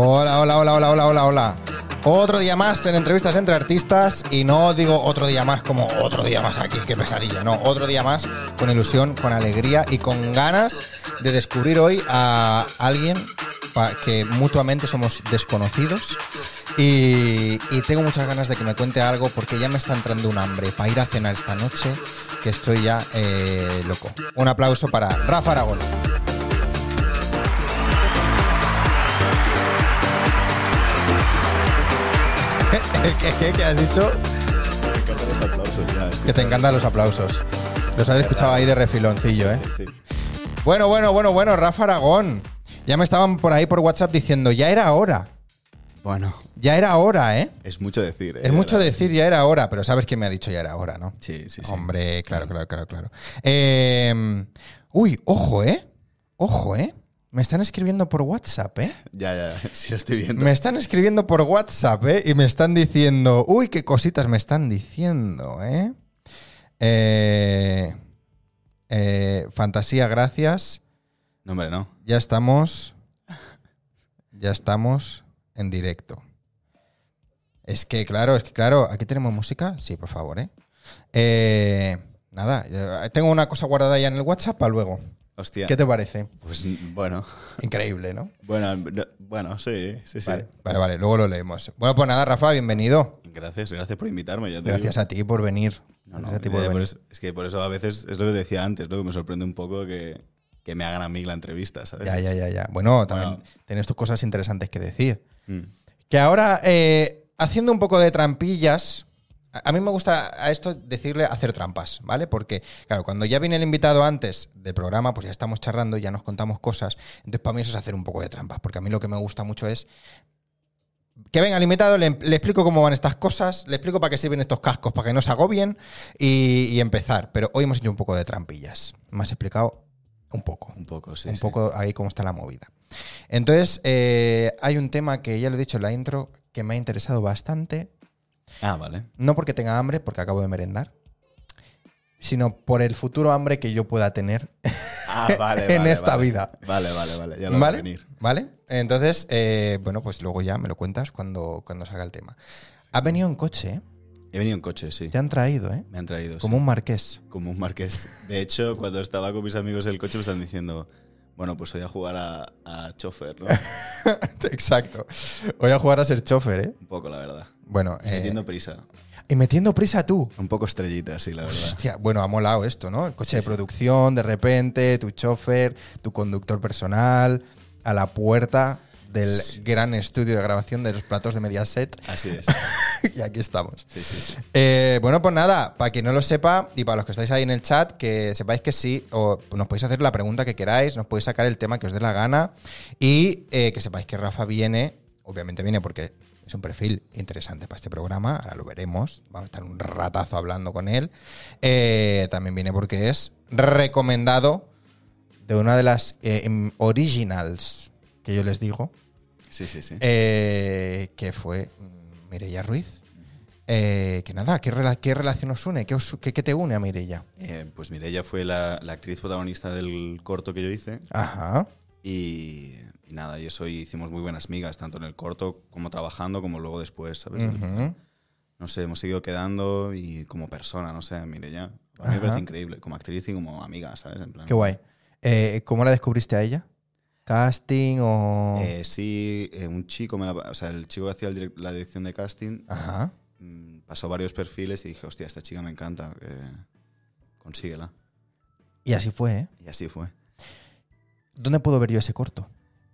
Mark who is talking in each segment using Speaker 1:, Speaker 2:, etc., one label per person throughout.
Speaker 1: hola, hola, hola, hola, hola, hola. Otro día más en entrevistas entre artistas y no digo otro día más como otro día más aquí, qué pesadilla, no, otro día más con ilusión, con alegría y con ganas de descubrir hoy a alguien pa- que mutuamente somos desconocidos y, y tengo muchas ganas de que me cuente algo porque ya me está entrando un hambre para ir a cenar esta noche que estoy ya eh, loco. Un aplauso para Rafa Aragón. ¿Qué, qué, qué has dicho?
Speaker 2: Me encantan los aplausos, ya, escucha.
Speaker 1: Que te encantan los aplausos. Los has escuchado ahí de refiloncillo, ¿eh?
Speaker 2: Sí, sí.
Speaker 1: Bueno, bueno, bueno, bueno, Rafa Aragón. Ya me estaban por ahí por WhatsApp diciendo, ya era hora.
Speaker 3: Bueno,
Speaker 1: Ya era hora, ¿eh?
Speaker 2: Es mucho decir. ¿eh?
Speaker 1: Es mucho
Speaker 2: La-
Speaker 1: decir, ya era hora, pero sabes quién me ha dicho ya era hora, ¿no?
Speaker 2: Sí, sí, sí.
Speaker 1: Hombre, claro, claro, claro, claro. Eh, uy, ojo, ¿eh? Ojo, ¿eh? Me están escribiendo por WhatsApp, ¿eh?
Speaker 2: Ya, ya, ya, sí lo estoy viendo.
Speaker 1: Me están escribiendo por WhatsApp, ¿eh? Y me están diciendo, uy, qué cositas me están diciendo, ¿eh? Eh, eh, fantasía, gracias.
Speaker 2: No, hombre, no.
Speaker 1: Ya estamos. Ya estamos en directo. Es que, claro, es que, claro, ¿aquí tenemos música? Sí, por favor, ¿eh? Eh, nada, eh, tengo una cosa guardada ya en el WhatsApp para luego.
Speaker 2: Hostia.
Speaker 1: ¿Qué te parece?
Speaker 2: Pues bueno.
Speaker 1: Increíble, ¿no?
Speaker 2: Bueno, no- bueno, sí, sí, sí.
Speaker 1: Vale, vale, vale, luego lo leemos. Bueno, pues nada, Rafa, bienvenido.
Speaker 2: Gracias, gracias por invitarme. Ya te
Speaker 1: Gracias
Speaker 2: digo.
Speaker 1: a ti por venir.
Speaker 2: No, pues, no,
Speaker 1: Gracias a ti
Speaker 2: ya,
Speaker 1: por
Speaker 2: por
Speaker 1: venir.
Speaker 2: eso- es que por eso a veces es lo que decía antes, ¿no? Que me sorprende un poco que, que me hagan a mí la entrevista, ¿sabes?
Speaker 1: Ya, ya, ya, ya. Bueno, también
Speaker 2: Bueno.
Speaker 1: tienes tus cosas interesantes que decir.
Speaker 2: Mm.
Speaker 1: Que ahora, eh, haciendo un poco de trampillas, a a mí me gusta a esto decirle hacer trampas, ¿vale? Porque, claro, cuando ya viene el invitado antes del programa, pues ya estamos charlando, ya nos contamos cosas. Entonces, para mí eso es hacer un poco de trampas, porque a mí lo que me gusta mucho es que venga el invitado, le, le explico cómo van estas cosas, le explico para qué sirven estos cascos, para que no se agobien y, y empezar. Pero hoy hemos hecho un poco de trampillas. Me has explicado un poco
Speaker 2: Un poco, sí.
Speaker 1: un
Speaker 2: sí.
Speaker 1: poco ahí cómo está la movida. Entonces, eh, hay un tema que ya lo he dicho en la intro que me ha interesado bastante,
Speaker 2: Ah, vale.
Speaker 1: no porque tenga hambre, porque acabo de merendar, sino por el futuro hambre que yo pueda tener
Speaker 2: Ah, vale,
Speaker 1: En
Speaker 2: vale,
Speaker 1: esta
Speaker 2: vale.
Speaker 1: vida.
Speaker 2: Vale, vale, vale. Ya lo voy a
Speaker 1: ¿Vale?
Speaker 2: venir.
Speaker 1: ¿Vale? Entonces, eh, bueno, pues luego ya me lo cuentas cuando, cuando salga el tema. Has venido en coche, ¿eh?
Speaker 2: He venido en coche, sí.
Speaker 1: Te han traído, ¿eh?
Speaker 2: Me han traído. sí.
Speaker 1: Como un marqués.
Speaker 2: Como un marqués. De hecho, cuando estaba con mis amigos en el coche me están diciendo, bueno, pues voy a jugar a, a chofer, ¿no?
Speaker 1: Exacto. Voy a jugar a ser chofer, ¿eh?
Speaker 2: Un poco, la verdad.
Speaker 1: Bueno, eh,
Speaker 2: Metiendo prisa.
Speaker 1: y metiendo prisa tú.
Speaker 2: Un poco estrellita, sí, la verdad.
Speaker 1: Hostia, bueno, ha molado esto, ¿no? El coche de producción, de repente, tu chofer, tu conductor personal, a la puerta del gran estudio de grabación de los platos de Mediaset.
Speaker 2: Así es.
Speaker 1: y aquí estamos.
Speaker 2: Sí, sí, sí.
Speaker 1: Eh, bueno, pues nada, para quien no lo sepa y para los que estáis ahí en el chat, que sepáis que sí, o nos podéis hacer la pregunta que queráis, nos podéis sacar el tema que os dé la gana y eh, que sepáis que Rafa viene, obviamente viene porque es un perfil interesante para este programa, ahora lo veremos, vamos a estar un ratazo hablando con él. Eh, también viene porque es recomendado de una de las eh, em, originals que yo les digo,
Speaker 2: Sí, sí, sí.
Speaker 1: eh, que fue Mireia Ruiz. Eh, que nada, ¿qué, rela- qué relación os une? ¿Qué, os- qué- qué te une a Mireia?
Speaker 2: Eh, pues mire, ella fue la, la actriz protagonista del corto que yo hice.
Speaker 1: Ajá.
Speaker 2: Y, y nada, yo soy, hicimos muy buenas migas, tanto en el corto como trabajando, como luego después, ¿sabes?
Speaker 1: Ujú.
Speaker 2: No sé, hemos seguido quedando y como persona, no sé, mire ya. A mí me
Speaker 1: Ajá.
Speaker 2: parece increíble, como actriz y como amiga, ¿sabes? En plan,
Speaker 1: Qué guay. Eh, ¿Cómo la descubriste a ella? ¿Casting o.?
Speaker 2: Eh, sí, eh, un chico, me la- o sea, el chico que hacía el direc- la dirección de casting
Speaker 1: Ajá.
Speaker 2: mm, pasó varios perfiles y dije, hostia, esta chica me encanta, eh, consíguela.
Speaker 1: Y así fue, ¿eh?
Speaker 2: Y así fue.
Speaker 1: ¿Dónde puedo ver yo ese corto?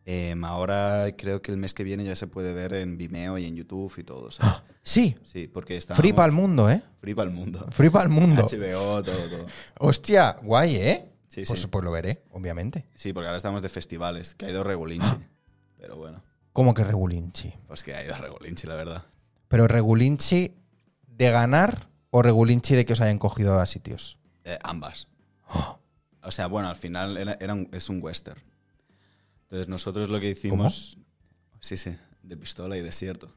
Speaker 2: Em, ahora creo que el mes que viene ya se puede ver en Vimeo y en YouTube y todo, ¿sabes?
Speaker 1: Sí,
Speaker 2: Sí, porque está...
Speaker 1: Ah. Free para el mundo, ¿eh?
Speaker 2: Free pa'l mundo.
Speaker 1: Free para el mundo.
Speaker 2: HBO, todo, todo.
Speaker 1: Hostia, guay, ¿eh?
Speaker 2: Sí,
Speaker 1: pues,
Speaker 2: sí.
Speaker 1: pues lo veré, obviamente.
Speaker 2: Sí, porque ahora estamos de festivales, que ha ido
Speaker 1: Ah.
Speaker 2: Regulinchi. Pero bueno,
Speaker 1: ¿Cómo que Regulinchi?
Speaker 2: pues que ha ido Regulinchi, la verdad.
Speaker 1: ¿Pero Regulinchi de ganar o Regulinchi de que os hayan cogido a sitios?
Speaker 2: Eh, ambas. O sea, bueno, al final era, era un- es un western. Entonces nosotros lo que hicimos... Sí, sí, de pistola y desierto.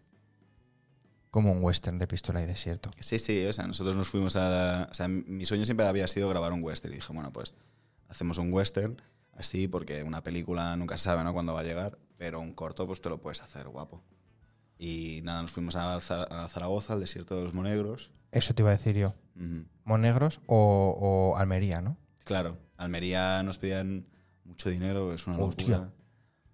Speaker 1: Como un western de pistola y desierto.
Speaker 2: Sí, sí, o sea, nosotros nos fuimos a... O sea, mi sueño siempre había sido grabar un western. Y dije, bueno, pues hacemos un western así porque una película nunca se sabe, ¿no?, cuándo va a llegar. Pero un corto, pues te lo puedes hacer guapo. Y nada, nos fuimos a, Za- a Zaragoza, al desierto de los Monegros.
Speaker 1: Eso te iba a decir yo.
Speaker 2: Ujú.
Speaker 1: Monegros o, o Almería, ¿no?
Speaker 2: Claro, Almería nos pedían mucho dinero, es una
Speaker 1: Hostia.
Speaker 2: locura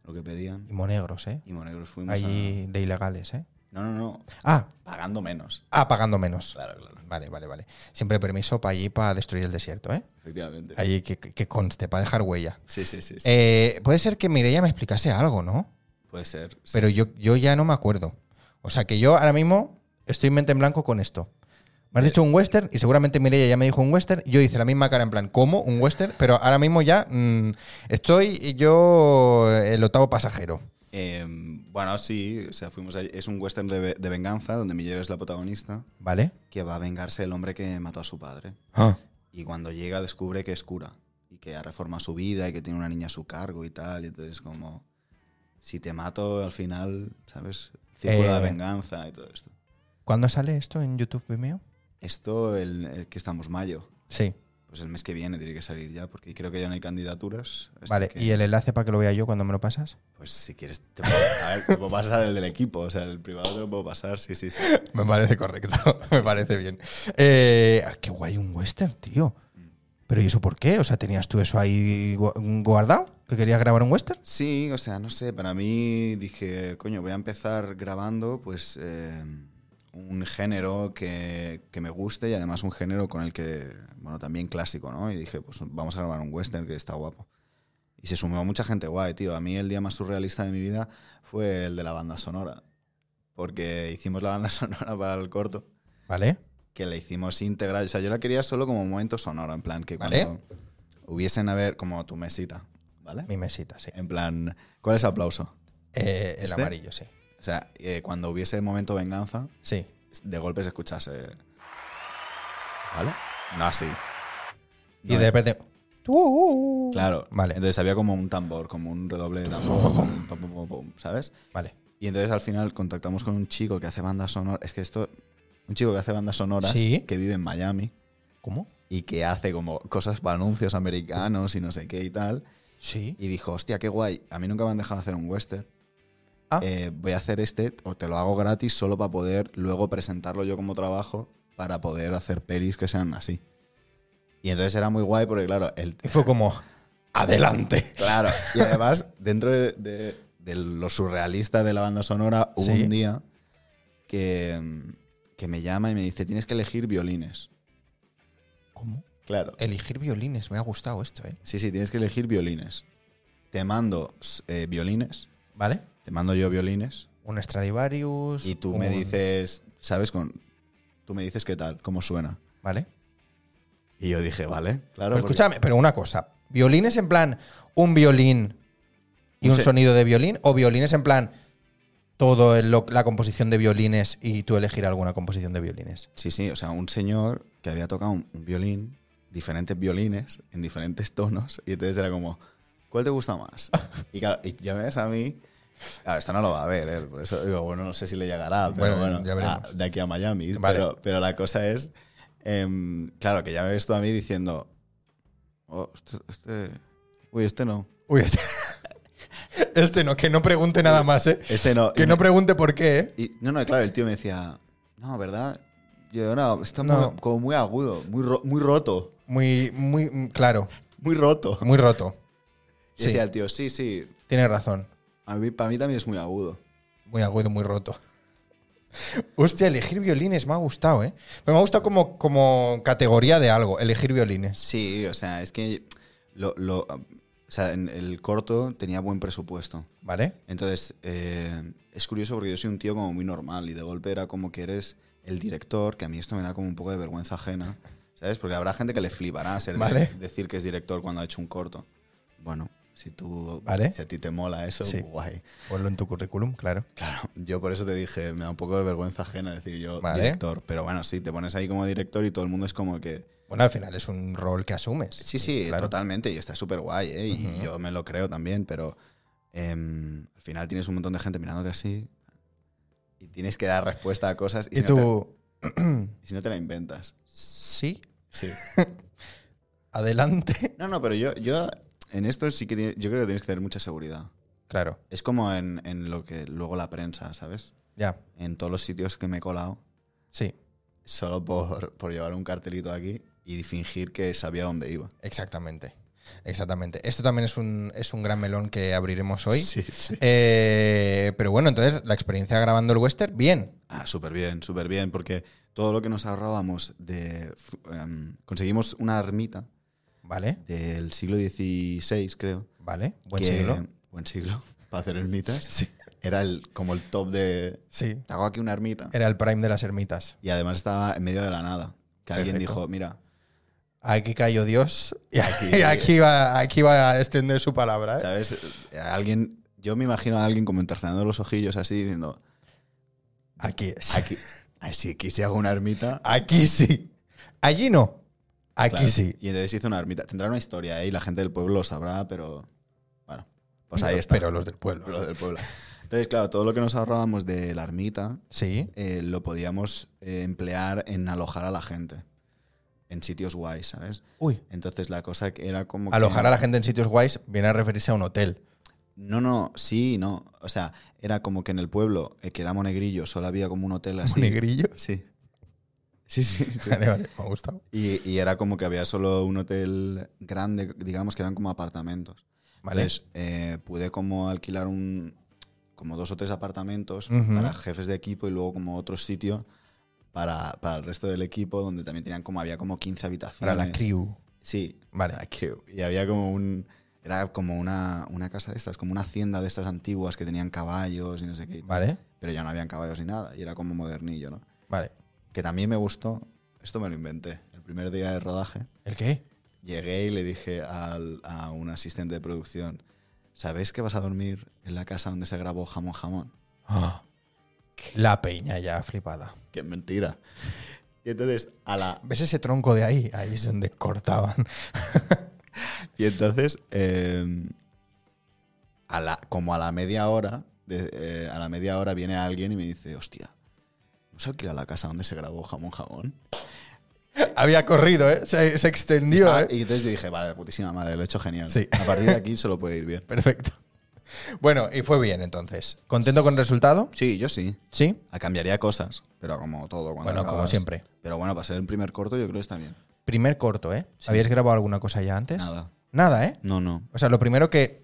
Speaker 2: lo que pedían.
Speaker 1: Y Monegros, ¿eh?
Speaker 2: Y Monegros fuimos a...
Speaker 1: Allí de ilegales, ¿eh?
Speaker 2: No, no, no,
Speaker 1: Ah,
Speaker 2: pagando menos.
Speaker 1: ah, pagando menos.
Speaker 2: Claro, claro,
Speaker 1: Vale, vale, vale. Siempre permiso para allí para destruir el desierto, ¿eh?
Speaker 2: efectivamente.
Speaker 1: Allí que, que conste, para dejar huella.
Speaker 2: Sí, sí, sí, sí.
Speaker 1: Eh, puede ser que Mireia me explicase algo, ¿no?
Speaker 2: puede ser. sí,
Speaker 1: Pero
Speaker 2: sí.
Speaker 1: yo, yo ya no me acuerdo. O sea que yo ahora mismo estoy en mente en blanco con esto. Me has dicho un western y seguramente Mireia ya me dijo un western. Yo hice la misma cara en plan, ¿cómo? ¿Un western? Pero ahora mismo ya mm, estoy yo el octavo pasajero.
Speaker 2: Eh, bueno, sí, o sea, fuimos allí. Es un western de, ve- de venganza donde Miller es la protagonista
Speaker 1: ¿Vale?
Speaker 2: que va a vengarse del hombre que mató a su padre.
Speaker 1: Ah.
Speaker 2: Y cuando llega descubre que es cura y que ha reformado su vida y que tiene una niña a su cargo y tal. Y entonces como, si te mato al final, ¿sabes? Círculo de la
Speaker 1: Eh.
Speaker 2: venganza y todo esto.
Speaker 1: ¿Cuándo sale esto en YouTube Vimeo?
Speaker 2: Esto, el, el que estamos mayo,
Speaker 1: Sí.
Speaker 2: pues el mes que viene tiene que salir ya porque creo que ya no hay candidaturas. así
Speaker 1: Vale.
Speaker 2: que,
Speaker 1: ¿Y el enlace para que lo vea yo cuando me lo pasas?
Speaker 2: Pues si quieres, te puedo, a ver, te puedo pasar el del equipo, o sea, el privado te lo puedo pasar, sí, sí, sí.
Speaker 1: Me parece correcto. me parece bien. Mm. Eh, ah, qué guay un western, tío. Pero ¿y eso por qué? O sea, ¿tenías tú eso ahí gu- guardado? ¿Que querías grabar un western?
Speaker 2: Sí, o sea, no sé, para mí dije, coño, voy a empezar grabando pues eh, un género que, que me guste y además un género con el que, bueno, también clásico, ¿no? Y dije, pues vamos a grabar un western que está guapo. Y se sumó mucha gente guay, tío. A mí el día más surrealista de mi vida fue el de la banda sonora, porque hicimos la banda sonora para el corto,
Speaker 1: ¿Vale?
Speaker 2: que la hicimos íntegra, o sea, yo la quería solo como momento sonoro, en plan que
Speaker 1: Vale.
Speaker 2: cuando hubiesen a ver como tu mesita, ¿vale?
Speaker 1: Mi mesita, sí.
Speaker 2: En plan, ¿cuál es aplauso?
Speaker 1: Eh, el
Speaker 2: ¿Este?
Speaker 1: amarillo, sí.
Speaker 2: O sea, eh, cuando hubiese momento venganza,
Speaker 1: Sí.
Speaker 2: de golpe se escuchase. ¿Vale? No así.
Speaker 1: Y
Speaker 2: No, eh.
Speaker 1: de repente. uh,
Speaker 2: Claro.
Speaker 1: Vale.
Speaker 2: Entonces había como un tambor, como un redoble de tambor. pum, pum, pum, pum, pum, ¿Sabes?
Speaker 1: Vale.
Speaker 2: Y entonces al final contactamos con un chico que hace bandas sonoras. Es que esto. Un chico que hace bandas sonoras
Speaker 1: Sí.
Speaker 2: que vive en Miami
Speaker 1: ¿Cómo?
Speaker 2: y que hace como cosas para anuncios americanos y no sé qué y tal.
Speaker 1: Sí.
Speaker 2: Y dijo, hostia, qué guay. A mí nunca me han dejado hacer un western.
Speaker 1: Ah.
Speaker 2: Eh, voy a hacer este, o te lo hago gratis solo para poder luego presentarlo yo como trabajo para poder hacer pelis que sean así. Y entonces era muy guay porque, claro, el,
Speaker 1: Y fue como. ¡Adelante!
Speaker 2: claro. Y además, dentro de, de- de lo surrealista de la banda sonora, hubo
Speaker 1: Sí.
Speaker 2: un día que, que me llama y me dice, tienes que elegir violines.
Speaker 1: ¿Cómo?
Speaker 2: Claro.
Speaker 1: Elegir violines, me ha gustado esto, ¿eh?
Speaker 2: Sí, sí, tienes que elegir violines. Te mando eh, violines,
Speaker 1: ¿Vale?
Speaker 2: te mando yo violines.
Speaker 1: Un Stradivarius.
Speaker 2: Y tú
Speaker 1: un-
Speaker 2: me dices, ¿sabes? Con, tú me dices qué tal, cómo suena.
Speaker 1: Vale.
Speaker 2: Y yo dije, vale, claro.
Speaker 1: Pero
Speaker 2: porque-
Speaker 1: escúchame, pero una cosa. ¿Violines en plan un violín y
Speaker 2: No
Speaker 1: un
Speaker 2: sé.
Speaker 1: sonido de violín? ¿O violines en plan toda la composición de violines y tú elegir alguna composición de violines?
Speaker 2: Sí, sí, o sea, un señor que había tocado un, un violín, diferentes violines, en diferentes tonos, y entonces era como, ¿cuál te gusta más? Y, claro, y ya ves a mí. Claro, esto no lo va a ver, ¿eh? por eso digo, bueno, no sé si le llegará, pero
Speaker 1: Bueno,
Speaker 2: bueno,
Speaker 1: ya veremos.
Speaker 2: a- de aquí a Miami.
Speaker 1: Vale.
Speaker 2: Pero, pero la cosa es, em, claro, que ya me ves tú a mí diciendo, "Oh, este- este, uy, este no,
Speaker 1: Uy, este, este no, que no pregunte nada más, ¿eh?
Speaker 2: este no.
Speaker 1: Que
Speaker 2: Y
Speaker 1: no pregunte por qué, ¿eh?
Speaker 2: Y- no, no, claro, el tío me decía, no, ¿verdad? Yo, no, está muy-
Speaker 1: No.
Speaker 2: como muy agudo, muy, ro- muy roto,
Speaker 1: Muy, muy, mm, claro,
Speaker 2: muy roto.
Speaker 1: muy roto.
Speaker 2: Y
Speaker 1: Sí,
Speaker 2: decía el tío, sí, sí,
Speaker 1: tienes razón.
Speaker 2: a mí, para mí también es muy agudo.
Speaker 1: Muy agudo, muy roto. Hostia, elegir violines me ha gustado, ¿eh? Pero me ha gustado como, como categoría de algo, elegir violines.
Speaker 2: Sí, o sea, es que lo, lo- o sea, en el corto tenía buen presupuesto.
Speaker 1: ¿Vale?
Speaker 2: Entonces, eh, es curioso porque yo soy un tío como muy normal y de golpe era como que eres el director, que a mí esto me da como un poco de vergüenza ajena, ¿sabes? Porque habrá gente que le flipará ser
Speaker 1: Vale.
Speaker 2: decir que es director cuando ha hecho un corto. Bueno, si tú
Speaker 1: Vale.
Speaker 2: si a ti te mola eso,
Speaker 1: Sí.
Speaker 2: guay.
Speaker 1: Ponlo en tu currículum, claro.
Speaker 2: Claro, yo por eso te dije, me da un poco de vergüenza ajena decir yo
Speaker 1: Vale.
Speaker 2: director, pero bueno, sí, te pones ahí como director y todo el mundo es como que
Speaker 1: Bueno, al final es un rol que asumes.
Speaker 2: Sí, sí,
Speaker 1: claro.
Speaker 2: totalmente. Y está súper guay, ¿eh? Y yo me lo creo también, pero em, al final tienes un montón de gente mirándote así y tienes que dar respuesta a cosas y,
Speaker 1: Y
Speaker 2: si, no te-
Speaker 1: tú,
Speaker 2: y si no te la inventas.
Speaker 1: sí,
Speaker 2: Sí.
Speaker 1: adelante.
Speaker 2: No, no, pero yo, yo en esto sí que ti- yo creo que tienes que tener mucha seguridad.
Speaker 1: Claro,
Speaker 2: Es como en, en lo que luego la prensa, ¿sabes?
Speaker 1: ya.
Speaker 2: En todos los sitios que me he colado,
Speaker 1: Sí,
Speaker 2: solo por, por llevar un cartelito aquí y fingir que sabía dónde iba.
Speaker 1: exactamente. Exactamente. Esto también es un, es un gran melón que abriremos hoy.
Speaker 2: Sí, sí.
Speaker 1: Eh, pero bueno, entonces la experiencia grabando el western, bien.
Speaker 2: Ah, súper bien, súper bien, porque todo lo que nos ahorrábamos de... fu- em, conseguimos una ermita
Speaker 1: Vale,
Speaker 2: del siglo XVI, creo.
Speaker 1: vale. Buen
Speaker 2: que-
Speaker 1: siglo.
Speaker 2: Buen siglo, para hacer ermitas. Era el, como el top de...
Speaker 1: Sí.
Speaker 2: Hago aquí una ermita.
Speaker 1: Era el prime de las ermitas.
Speaker 2: Y además estaba en medio de la nada. Que alguien
Speaker 1: Perfecto.
Speaker 2: dijo, mira,
Speaker 1: Aquí cayó Dios y aquí,
Speaker 2: Aquí-
Speaker 1: aquí va, aquí va a extender su palabra. ¿eh?
Speaker 2: ¿sabes? Alguien... Yo me imagino a alguien como entrecerrando los ojillos así diciendo,
Speaker 1: Aquí es.
Speaker 2: aquí, así aquí si hago una ermita...
Speaker 1: Aquí sí. Allí no. Aquí
Speaker 2: Claro.
Speaker 1: sí.
Speaker 2: Y entonces hizo una ermita. Tendrá una historia, ¿eh? Y la gente del pueblo lo sabrá, pero. Bueno, pues ahí
Speaker 1: Pero-
Speaker 2: está.
Speaker 1: Pero los del pueblo.
Speaker 2: Lo del pueblo. Entonces, claro, todo lo que nos ahorrábamos de la ermita
Speaker 1: Sí.
Speaker 2: eh, lo podíamos eh, emplear en alojar a la gente. En sitios guays, ¿sabes?
Speaker 1: Uy.
Speaker 2: Entonces la cosa que era como. que-
Speaker 1: Alojar a la gente en sitios guays viene a referirse a un hotel.
Speaker 2: No, no, sí, no. O sea, era como que en el pueblo, eh, que era Monegrillo, solo había como un hotel así.
Speaker 1: Negrillos.
Speaker 2: Ah, Sí. Sí, sí. sí.
Speaker 1: Vale, vale. Me ha gustado.
Speaker 2: Y, y era como que había solo un hotel grande, digamos que eran como apartamentos.
Speaker 1: Vale.
Speaker 2: Entonces, eh, pude como alquilar un como dos o tres apartamentos
Speaker 1: Ujú.
Speaker 2: para jefes de equipo y luego como otro sitio para, para el resto del equipo donde también tenían como había como 15 habitaciones.
Speaker 1: Para la crew.
Speaker 2: Sí,
Speaker 1: Vale.
Speaker 2: para la crew. Y había como un era como una, una casa de estas, como una hacienda de estas antiguas que tenían caballos y no sé qué.
Speaker 1: Vale.
Speaker 2: Pero ya no habían caballos ni nada y era como modernillo, ¿no?
Speaker 1: Vale.
Speaker 2: que también me gustó, esto me lo inventé, el primer día de rodaje,
Speaker 1: ¿El qué?
Speaker 2: llegué y le dije al- a un asistente de producción, ¿sabéis que vas a dormir en la casa donde se grabó Jamón Jamón?
Speaker 1: Ah. La peña ya flipada.
Speaker 2: Que es mentira. Y entonces, a la,
Speaker 1: ¿Ves ese tronco de ahí? Ahí es donde cortaban.
Speaker 2: y entonces eh, a la, como a la media hora, de- eh, a la media hora viene alguien y me dice, hostia, ¿nos alquila la casa donde se grabó Jamón Jamón?
Speaker 1: Había corrido, ¿eh? Se, se extendió,
Speaker 2: Estaba-
Speaker 1: ¿eh?
Speaker 2: y entonces yo dije, vale, la putísima madre, lo he hecho genial.
Speaker 1: Sí.
Speaker 2: A partir de aquí solo puede ir bien.
Speaker 1: Perfecto. Bueno, y fue bien entonces. ¿Contento con el resultado?
Speaker 2: Sí, yo sí.
Speaker 1: Sí.
Speaker 2: Ah, Cambiaría cosas, pero como todo. Cuando
Speaker 1: Bueno, como siempre.
Speaker 2: Pero bueno, para ser el primer corto yo creo que está bien.
Speaker 1: Primer corto, ¿eh? ¿Habías grabado alguna cosa ya antes?
Speaker 2: Nada.
Speaker 1: Nada, ¿eh?
Speaker 2: No, no.
Speaker 1: O sea, lo primero que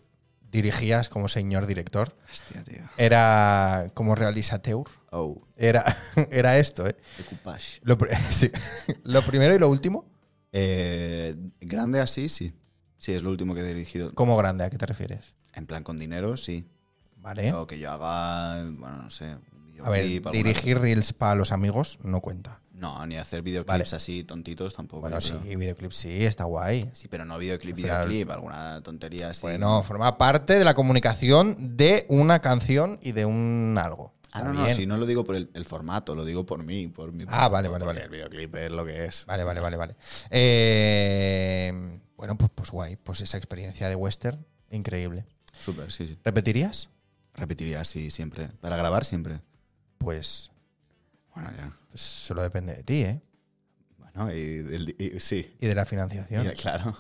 Speaker 1: dirigías como señor director
Speaker 2: Hostia, tío.
Speaker 1: Eh, era como realizateur.
Speaker 2: Oh,
Speaker 1: Era, era esto, ¿eh?
Speaker 2: Equipage.
Speaker 1: Lo, pr- sí. Lo primero y lo último,
Speaker 2: Eh, grande así, sí. Sí, es lo último que he dirigido.
Speaker 1: como grande, ¿a qué te refieres?
Speaker 2: En plan, con dinero, sí.
Speaker 1: Vale.
Speaker 2: O que yo haga, bueno, no sé, un
Speaker 1: ¿Eh? A ver,
Speaker 2: videoclip. alguna-
Speaker 1: dirigir reels para los amigos no cuenta.
Speaker 2: No, ni hacer videoclips
Speaker 1: Vale.
Speaker 2: así tontitos tampoco.
Speaker 1: Bueno, sí,
Speaker 2: yo creo.
Speaker 1: videoclip sí, está guay.
Speaker 2: Sí, pero no videoclip,
Speaker 1: Al final-
Speaker 2: videoclip, alguna tontería así. Ah,
Speaker 1: Bueno, forma parte de la comunicación de una canción y de un algo.
Speaker 2: Ah,
Speaker 1: Está
Speaker 2: no, no,
Speaker 1: bien.
Speaker 2: si no lo digo por el, el formato, lo digo por mí, por mi.
Speaker 1: Ah, vale, vale, vale.
Speaker 2: porque El videoclip es lo que es.
Speaker 1: Vale, vale, vale, vale. Eh, bueno, pues, pues guay, pues esa experiencia de western, increíble.
Speaker 2: Súper, sí, sí.
Speaker 1: ¿Repetirías?
Speaker 2: Repetiría así siempre. Para grabar siempre.
Speaker 1: Pues,
Speaker 2: Bueno, ya.
Speaker 1: pues solo depende de ti, ¿eh?
Speaker 2: Bueno, y, del- y- sí.
Speaker 1: Y de la
Speaker 2: Y
Speaker 1: financiación.
Speaker 2: de- claro.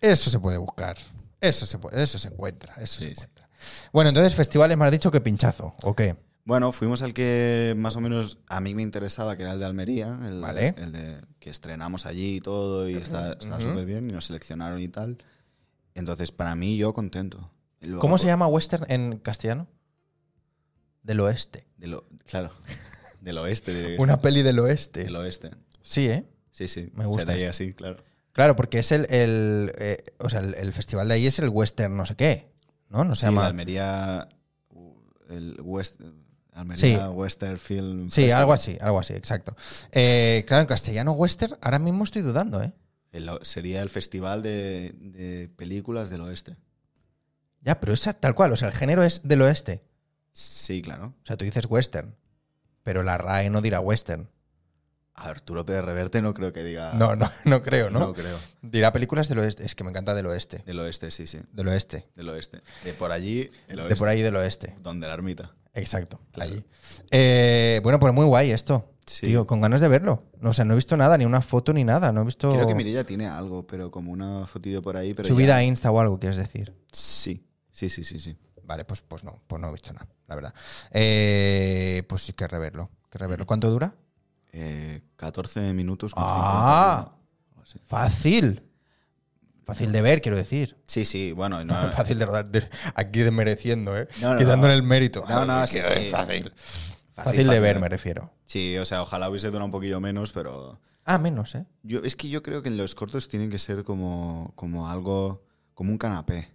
Speaker 1: Eso se puede buscar. Eso se, puede, eso se encuentra. Eso se
Speaker 2: Sí, sí.
Speaker 1: encuentra. Bueno, entonces, festivales me has dicho que pinchazo, ¿o qué?
Speaker 2: Bueno, fuimos al que más o menos a mí me interesaba, que era el de Almería, el,
Speaker 1: Vale.
Speaker 2: el de que estrenamos allí y todo, y está está
Speaker 1: Ujú.
Speaker 2: súper bien, y nos seleccionaron y tal. Entonces, para mí, yo contento. Y luego,
Speaker 1: ¿Cómo se llama western en castellano? Del oeste.
Speaker 2: de lo- claro, del oeste. de-
Speaker 1: Una peli del oeste.
Speaker 2: Del oeste.
Speaker 1: Sí, ¿eh?
Speaker 2: Sí, sí.
Speaker 1: Me
Speaker 2: O sea,
Speaker 1: gusta
Speaker 2: de ahí
Speaker 1: esto.
Speaker 2: así, claro.
Speaker 1: Claro, porque es el, el, eh, o sea, el, el festival de ahí es el western no sé qué, ¿no? No se
Speaker 2: Sí,
Speaker 1: llama.
Speaker 2: el Almería. El West, Almería
Speaker 1: Sí.
Speaker 2: Western Film.
Speaker 1: Sí,
Speaker 2: Festival.
Speaker 1: algo así, algo así, exacto. Eh, claro, en castellano western, ahora mismo estoy dudando, ¿eh?
Speaker 2: El o- sería el Festival de, de Películas del Oeste.
Speaker 1: Ya, pero esa tal cual, o sea, el género es del oeste.
Speaker 2: Sí, claro.
Speaker 1: O sea, tú dices western, pero la RAE no dirá western.
Speaker 2: A Arturo Pérez Reverte no creo que diga.
Speaker 1: No, no, no creo, ¿no?
Speaker 2: creo.
Speaker 1: Dirá películas del oeste, es que me encanta del oeste.
Speaker 2: Del Oeste, sí, sí.
Speaker 1: Del oeste.
Speaker 2: Del Oeste. De por allí, el Oeste.
Speaker 1: De por ahí del oeste.
Speaker 2: Donde la ermita.
Speaker 1: Exacto,
Speaker 2: Claro.
Speaker 1: allí. Eh, bueno, pues muy guay esto.
Speaker 2: Sí.
Speaker 1: Tío, con ganas de verlo. No, o sea, no he visto nada, ni una foto ni nada. No he visto
Speaker 2: Creo que Mirella tiene algo, pero como una fotillo por ahí. Pero
Speaker 1: subida
Speaker 2: ya-
Speaker 1: a Insta o algo, quieres decir.
Speaker 2: Sí. Sí, sí, sí, sí.
Speaker 1: Vale, pues, pues no, pues no he visto nada, la verdad. Eh, pues sí que reverlo, que reverlo. ¿Cuánto dura?
Speaker 2: Eh, 14 minutos. Con
Speaker 1: Ah.
Speaker 2: 50 segundos, algo así.
Speaker 1: Fácil. Fácil de ver, quiero decir.
Speaker 2: Sí, sí, bueno, y no,
Speaker 1: Fácil de rodar. de- aquí desmereciendo, ¿eh?
Speaker 2: Ah, No, no,
Speaker 1: Quitándole
Speaker 2: no.
Speaker 1: el mérito.
Speaker 2: No, no,
Speaker 1: Ay,
Speaker 2: sí,
Speaker 1: que es
Speaker 2: sí.
Speaker 1: Fácil. Fácil,
Speaker 2: Fácil,
Speaker 1: de
Speaker 2: fácil.
Speaker 1: ver, me refiero.
Speaker 2: sí, o sea, ojalá hubiese durado un poquillo menos, pero
Speaker 1: Ah, menos, ¿eh?
Speaker 2: yo es que yo creo que en los cortos tienen que ser como, como algo, como un canapé,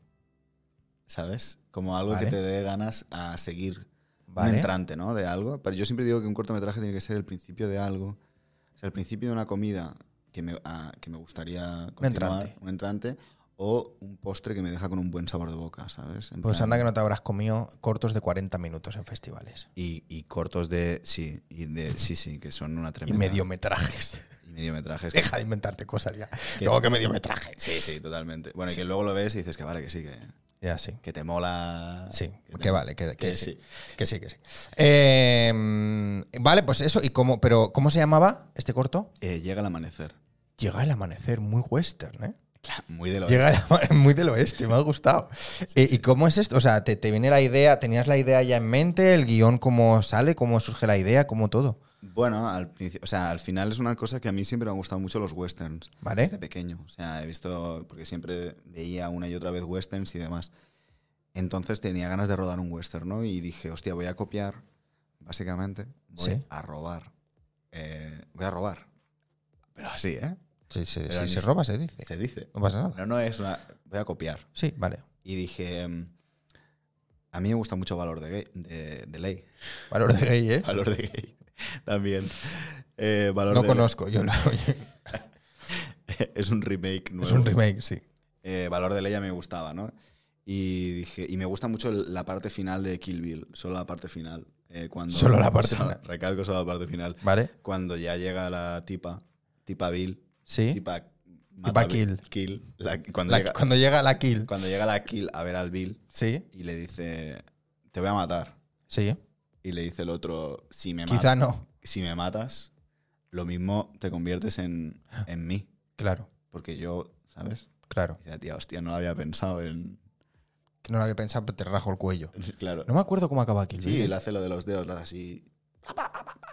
Speaker 2: ¿sabes? Como algo
Speaker 1: Vale.
Speaker 2: que te dé ganas a seguir
Speaker 1: Vale.
Speaker 2: un entrante, ¿no? De algo. Pero yo siempre digo que un cortometraje tiene que ser el principio de algo, o sea, el principio de una comida que me, a- que me gustaría continuar,
Speaker 1: entrante.
Speaker 2: un entrante, o un postre que me deja con un buen sabor de boca, ¿sabes? En
Speaker 1: Pues
Speaker 2: plan-
Speaker 1: anda que no te habrás comido cortos de 40 minutos en festivales.
Speaker 2: Y, y cortos de. Sí, y de. Sí, sí, que son una
Speaker 1: Y
Speaker 2: tremenda.
Speaker 1: mediometrajes.
Speaker 2: Y mediometrajes.
Speaker 1: Deja de inventarte cosas ya. Luego que mediometrajes.
Speaker 2: Sí, sí, totalmente. Bueno, y que luego lo ves y dices que vale, que sí, que,
Speaker 1: Ya, sí.
Speaker 2: que te mola.
Speaker 1: Ah, Sí,
Speaker 2: te-
Speaker 1: que vale, que, que
Speaker 2: que
Speaker 1: sí.
Speaker 2: sí.
Speaker 1: Que sí, que sí. Eh, vale, pues eso. ¿Y cómo, pero, ¿Cómo se llamaba este corto?
Speaker 2: Eh, llega el amanecer.
Speaker 1: Llega el amanecer, muy western, ¿eh?
Speaker 2: Claro, muy de lo
Speaker 1: Llega el amanecer, muy del oeste, me ha gustado. Eh, ¿Y cómo es esto? O sea, ¿te, te viene la idea? ¿Tenías la idea ya en mente? ¿El guión cómo sale? ¿Cómo surge la idea? ¿Cómo todo?
Speaker 2: Bueno, al, princi- o sea, al final es una cosa que a mí siempre me han gustado mucho los westerns.
Speaker 1: ¿Vale?
Speaker 2: Desde pequeño. O sea, he visto. Porque siempre veía una y otra vez westerns y demás. Entonces tenía ganas de rodar un western, ¿no? Y dije, hostia, voy a copiar. Básicamente, voy
Speaker 1: Sí.
Speaker 2: a robar. Eh, voy a robar. Pero así, ¿eh?
Speaker 1: Sí, sí,
Speaker 2: Pero
Speaker 1: sí,
Speaker 2: ni
Speaker 1: se
Speaker 2: se-
Speaker 1: roba, se dice.
Speaker 2: Se dice.
Speaker 1: No pasa nada.
Speaker 2: No, no es una. Voy a copiar.
Speaker 1: Sí, vale.
Speaker 2: Y dije. mm, A mí me gusta mucho Valor de, Gay- de, de Ley.
Speaker 1: Valor de gay, ¿eh?
Speaker 2: Valor de Gay. También. Eh, Valor
Speaker 1: No
Speaker 2: de-
Speaker 1: conozco, yo lo
Speaker 2: Es un remake nuevo.
Speaker 1: Es un remake, sí.
Speaker 2: eh, Valor de Ley ya me gustaba, ¿no? Y dije, y me gusta mucho el- la parte final de Kill Bill, solo la parte final. eh, cuando,
Speaker 1: Solo la parte
Speaker 2: solo-
Speaker 1: final.
Speaker 2: Recalco solo la parte final.
Speaker 1: ¿Vale?
Speaker 2: Cuando ya llega la tipa, tipa Bill,
Speaker 1: Sí.
Speaker 2: tipa, mata a
Speaker 1: Kill.
Speaker 2: Bill, Kill, la- cuando,
Speaker 1: La-
Speaker 2: llega,
Speaker 1: cuando llega la kill.
Speaker 2: cuando llega la Kill a ver al Bill
Speaker 1: Sí,
Speaker 2: y le dice, te voy a matar.
Speaker 1: sí.
Speaker 2: Y le dice el otro, si me,
Speaker 1: Quizá
Speaker 2: matas,
Speaker 1: no.
Speaker 2: si me matas, lo mismo te conviertes en, en mí.
Speaker 1: Claro,
Speaker 2: Porque yo, ¿sabes?
Speaker 1: claro.
Speaker 2: Y dice, tía, hostia, no lo había pensado en...
Speaker 1: Que no lo había pensado, pero te rajo el cuello.
Speaker 2: Claro.
Speaker 1: No me acuerdo cómo acaba Kill
Speaker 2: Sí,
Speaker 1: Bill. ¿eh?
Speaker 2: él hace lo de los dedos, lo hace así. pa, pa, pa, pa, pa,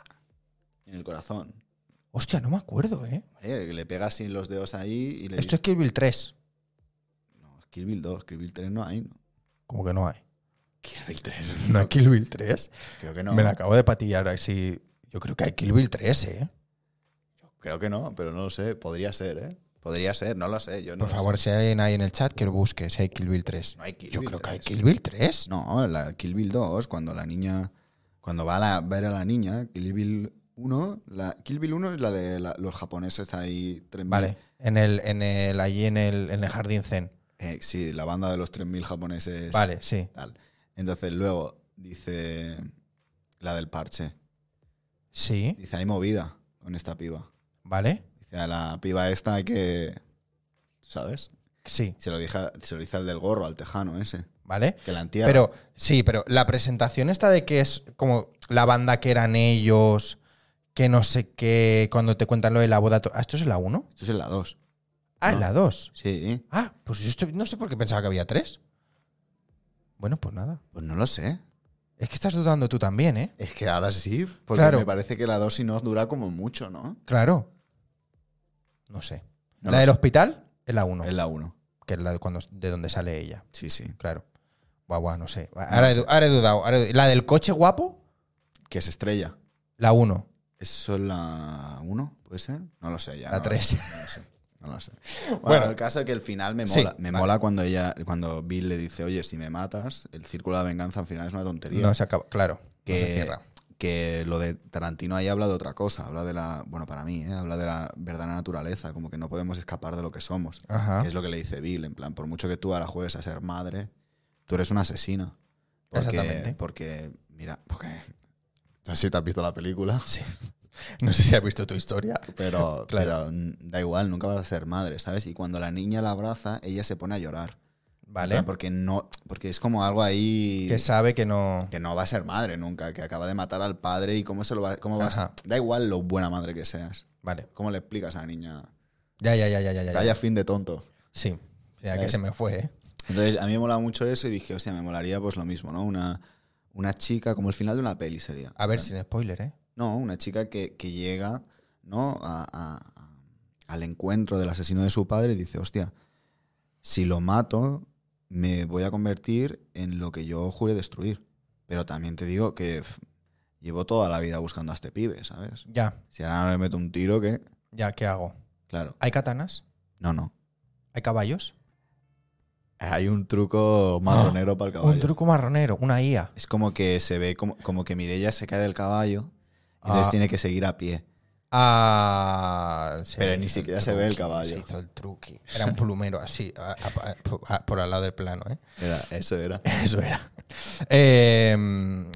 Speaker 2: En el corazón.
Speaker 1: Hostia, no me acuerdo, ¿eh?
Speaker 2: Eh, Le pega sin los dedos ahí y le
Speaker 1: Esto es Kill Bill 3.
Speaker 2: dice. No, Kill Bill 2, Kill Bill 3 no hay, ¿no?
Speaker 1: Como que no hay.
Speaker 2: Kill Bill 3.
Speaker 1: ¿No hay Kill Bill 3?
Speaker 2: Creo que no.
Speaker 1: Me la acabo de patillar así. Yo creo que hay Kill Bill 3, ¿eh?
Speaker 2: Creo que no, pero no lo sé. Podría ser, ¿eh? Podría ser, no lo sé. Yo no
Speaker 1: Por
Speaker 2: lo
Speaker 1: favor, si hay alguien ahí en el chat, que lo busque, si hay Kill Bill 3.
Speaker 2: No hay Kill
Speaker 1: Yo
Speaker 2: Bill
Speaker 1: creo que hay
Speaker 2: 3.
Speaker 1: Kill Bill 3.
Speaker 2: sé. No, la Kill Bill 2, cuando la niña. Cuando va a la- ver a la niña, Kill Bill 1. La, Kill Bill 1 es la de la- los japoneses ahí. 3000.
Speaker 1: Vale, en el, en el, allí en el, en el jardín zen.
Speaker 2: Eh, sí, la banda de los 3000 japoneses.
Speaker 1: Vale, sí.
Speaker 2: Tal. Entonces luego dice la del parche.
Speaker 1: Sí,
Speaker 2: Dice, hay movida con esta piba.
Speaker 1: vale.
Speaker 2: Dice, a la piba esta hay que... ¿Sabes?
Speaker 1: Sí,
Speaker 2: Se lo, dije, se lo dice al del gorro, al tejano ese.
Speaker 1: vale.
Speaker 2: Que la entierra.
Speaker 1: Pero sí, pero la presentación esta de que es como la banda que eran ellos, que no sé qué, cuando te cuentan lo de la boda. to- Ah, ¿Esto es en la 1?
Speaker 2: Esto es en la 2.
Speaker 1: Ah, en
Speaker 2: No.
Speaker 1: la 2.
Speaker 2: Sí.
Speaker 1: Ah, pues yo estoy- no sé por qué pensaba que había 3. Bueno, pues nada.
Speaker 2: Pues no lo sé.
Speaker 1: Es que estás dudando tú también, ¿eh?
Speaker 2: Es que ahora sí. Porque
Speaker 1: Claro.
Speaker 2: me parece que la 2 y no dura como mucho, ¿no?
Speaker 1: Claro. No sé.
Speaker 2: No
Speaker 1: la
Speaker 2: lo
Speaker 1: del
Speaker 2: sé.
Speaker 1: hospital es la 1,
Speaker 2: Es la 1.
Speaker 1: que es la de, cuando, de donde sale ella.
Speaker 2: Sí, sí.
Speaker 1: Claro. Guau, guau, no sé. Ahora, he, du- ahora he dudado. ahora he dudado. la del coche guapo,
Speaker 2: Que se estrella.
Speaker 1: la 1.
Speaker 2: ¿Eso es la 1? ¿Puede ser? No lo sé ya.
Speaker 1: La
Speaker 2: no lo
Speaker 1: tres.
Speaker 2: sé, No lo sé. No lo sé. Bueno,
Speaker 1: Bueno.
Speaker 2: el caso es que el final me
Speaker 1: Sí,
Speaker 2: mola. me
Speaker 1: vale.
Speaker 2: mola cuando ella, cuando Bill le dice, oye, si me matas, el círculo de la venganza al final es una tontería.
Speaker 1: No se acaba. Claro. no
Speaker 2: que,
Speaker 1: se cierra.
Speaker 2: que lo de Tarantino ahí habla de otra cosa. Habla de la, bueno, para mí, ¿eh? habla de la verdadera naturaleza, como que no podemos escapar de lo que somos.
Speaker 1: Ajá.
Speaker 2: Que es lo que le dice Bill, en plan, por mucho que tú ahora juegues a ser madre, tú eres una asesina. Porque,
Speaker 1: Exactamente.
Speaker 2: Porque, mira, porque... No sé si te has visto la película.
Speaker 1: Sí. No sé si has visto tu historia.
Speaker 2: Pero,
Speaker 1: Claro.
Speaker 2: pero, mm, da igual, nunca vas a ser madre, ¿sabes? Y cuando la niña la abraza, ella se pone a llorar.
Speaker 1: Vale.
Speaker 2: Ah, Porque no, porque es como algo ahí
Speaker 1: Que sabe que no.
Speaker 2: que no va a ser madre nunca, que acaba de matar al padre y cómo se lo va, cómo vas.
Speaker 1: Ajá.
Speaker 2: Da igual lo buena madre que seas.
Speaker 1: Vale.
Speaker 2: ¿Cómo le explicas a la niña?
Speaker 1: Ya, ya, ya, ya, ya, ya. ya.
Speaker 2: Vaya fin de tonto.
Speaker 1: Sí. Ya que se me fue, ¿eh?
Speaker 2: Entonces, a mí me molaba mucho eso y dije, hostia, me molaría pues lo mismo, ¿no? Una, una chica, como el final de una peli sería.
Speaker 1: A ver, sin spoiler, ¿eh?
Speaker 2: No, una chica que, que llega ¿no? A- a- a- al encuentro del asesino de su padre y dice, hostia, si lo mato, me voy a convertir en lo que yo juré destruir. Pero también te digo que pf, llevo toda la vida buscando a este pibe, ¿sabes?
Speaker 1: Ya,
Speaker 2: Si ahora le meto un tiro, ¿qué?
Speaker 1: ya, ¿qué hago?
Speaker 2: Claro.
Speaker 1: ¿Hay katanas?
Speaker 2: No, no.
Speaker 1: ¿Hay caballos?
Speaker 2: Hay un truco marronero para el caballo.
Speaker 1: Un truco marronero, una IA.
Speaker 2: Es como que se ve como, como que Mirella se cae del caballo, entonces
Speaker 1: Ah.
Speaker 2: tiene que seguir a pie.
Speaker 1: Ah, se
Speaker 2: Pero
Speaker 1: hizo
Speaker 2: ni
Speaker 1: el
Speaker 2: siquiera se ve el caballo.
Speaker 1: Se hizo el truqui. Era un plumero así, a- a- a- por al lado del plano, ¿eh?
Speaker 2: Era- eso era.
Speaker 1: Eso era. Eh,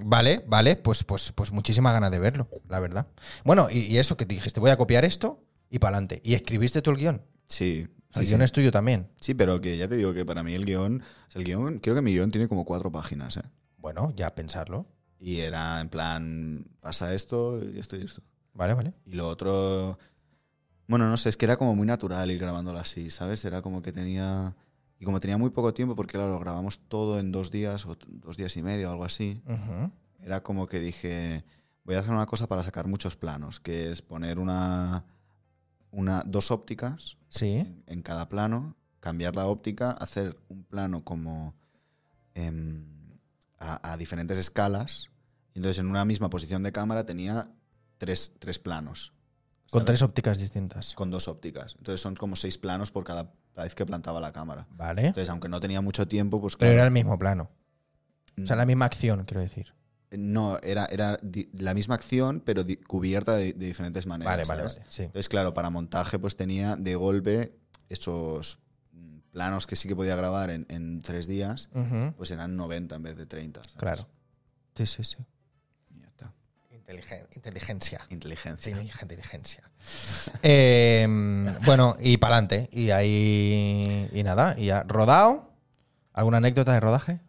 Speaker 1: vale, vale, pues, pues, pues muchísimas ganas de verlo, la verdad. Bueno, y, y eso que te dijiste, voy a copiar esto y para adelante. Y escribiste tú el guión.
Speaker 2: Sí.
Speaker 1: El
Speaker 2: sí,
Speaker 1: guión
Speaker 2: sí.
Speaker 1: es tuyo también.
Speaker 2: Sí, pero que ya te digo que para mí el guión, o sea, el guión, creo que mi guión tiene como cuatro páginas, ¿eh?
Speaker 1: Bueno, ya pensarlo.
Speaker 2: Y era en plan, pasa esto y esto y esto.
Speaker 1: Vale, vale.
Speaker 2: Y lo otro, bueno, no sé, es que era como muy natural ir grabándolo así, ¿sabes? Era como que tenía, y como tenía muy poco tiempo, porque claro, lo grabamos todo en dos días o t- dos días y medio o algo así,
Speaker 1: Ujú.
Speaker 2: era como que dije, voy a hacer una cosa para sacar muchos planos, que es poner una, una dos ópticas
Speaker 1: Sí.
Speaker 2: en, en cada plano, cambiar la óptica, hacer un plano como em, a, a diferentes escalas. Y entonces en una misma posición de cámara tenía tres, tres planos.
Speaker 1: Con
Speaker 2: ¿sabes?
Speaker 1: tres ópticas distintas.
Speaker 2: Con dos ópticas. Entonces son como seis planos por cada vez que plantaba la cámara.
Speaker 1: Vale.
Speaker 2: Entonces, aunque no tenía mucho tiempo, pues
Speaker 1: Pero
Speaker 2: claro,
Speaker 1: era el mismo plano. O sea, la misma acción, quiero decir.
Speaker 2: No, era, era di- la misma acción, pero di- cubierta de, de diferentes maneras.
Speaker 1: Vale, vale,
Speaker 2: ¿sabes?
Speaker 1: vale. Sí.
Speaker 2: Entonces, claro, para montaje, pues tenía de golpe esos mm, planos que sí que podía grabar en, en tres días,
Speaker 1: Ujú.
Speaker 2: pues eran 90 en vez de 30. ¿sabes?
Speaker 1: Claro. Sí, sí, sí.
Speaker 2: Y ya está.
Speaker 1: inteligencia.
Speaker 2: Inteligencia.
Speaker 1: Inteligencia. inteligencia. Eh, bueno, y para adelante. Y ahí. Y nada, y ya. ¿Rodado? ¿Alguna anécdota de rodaje?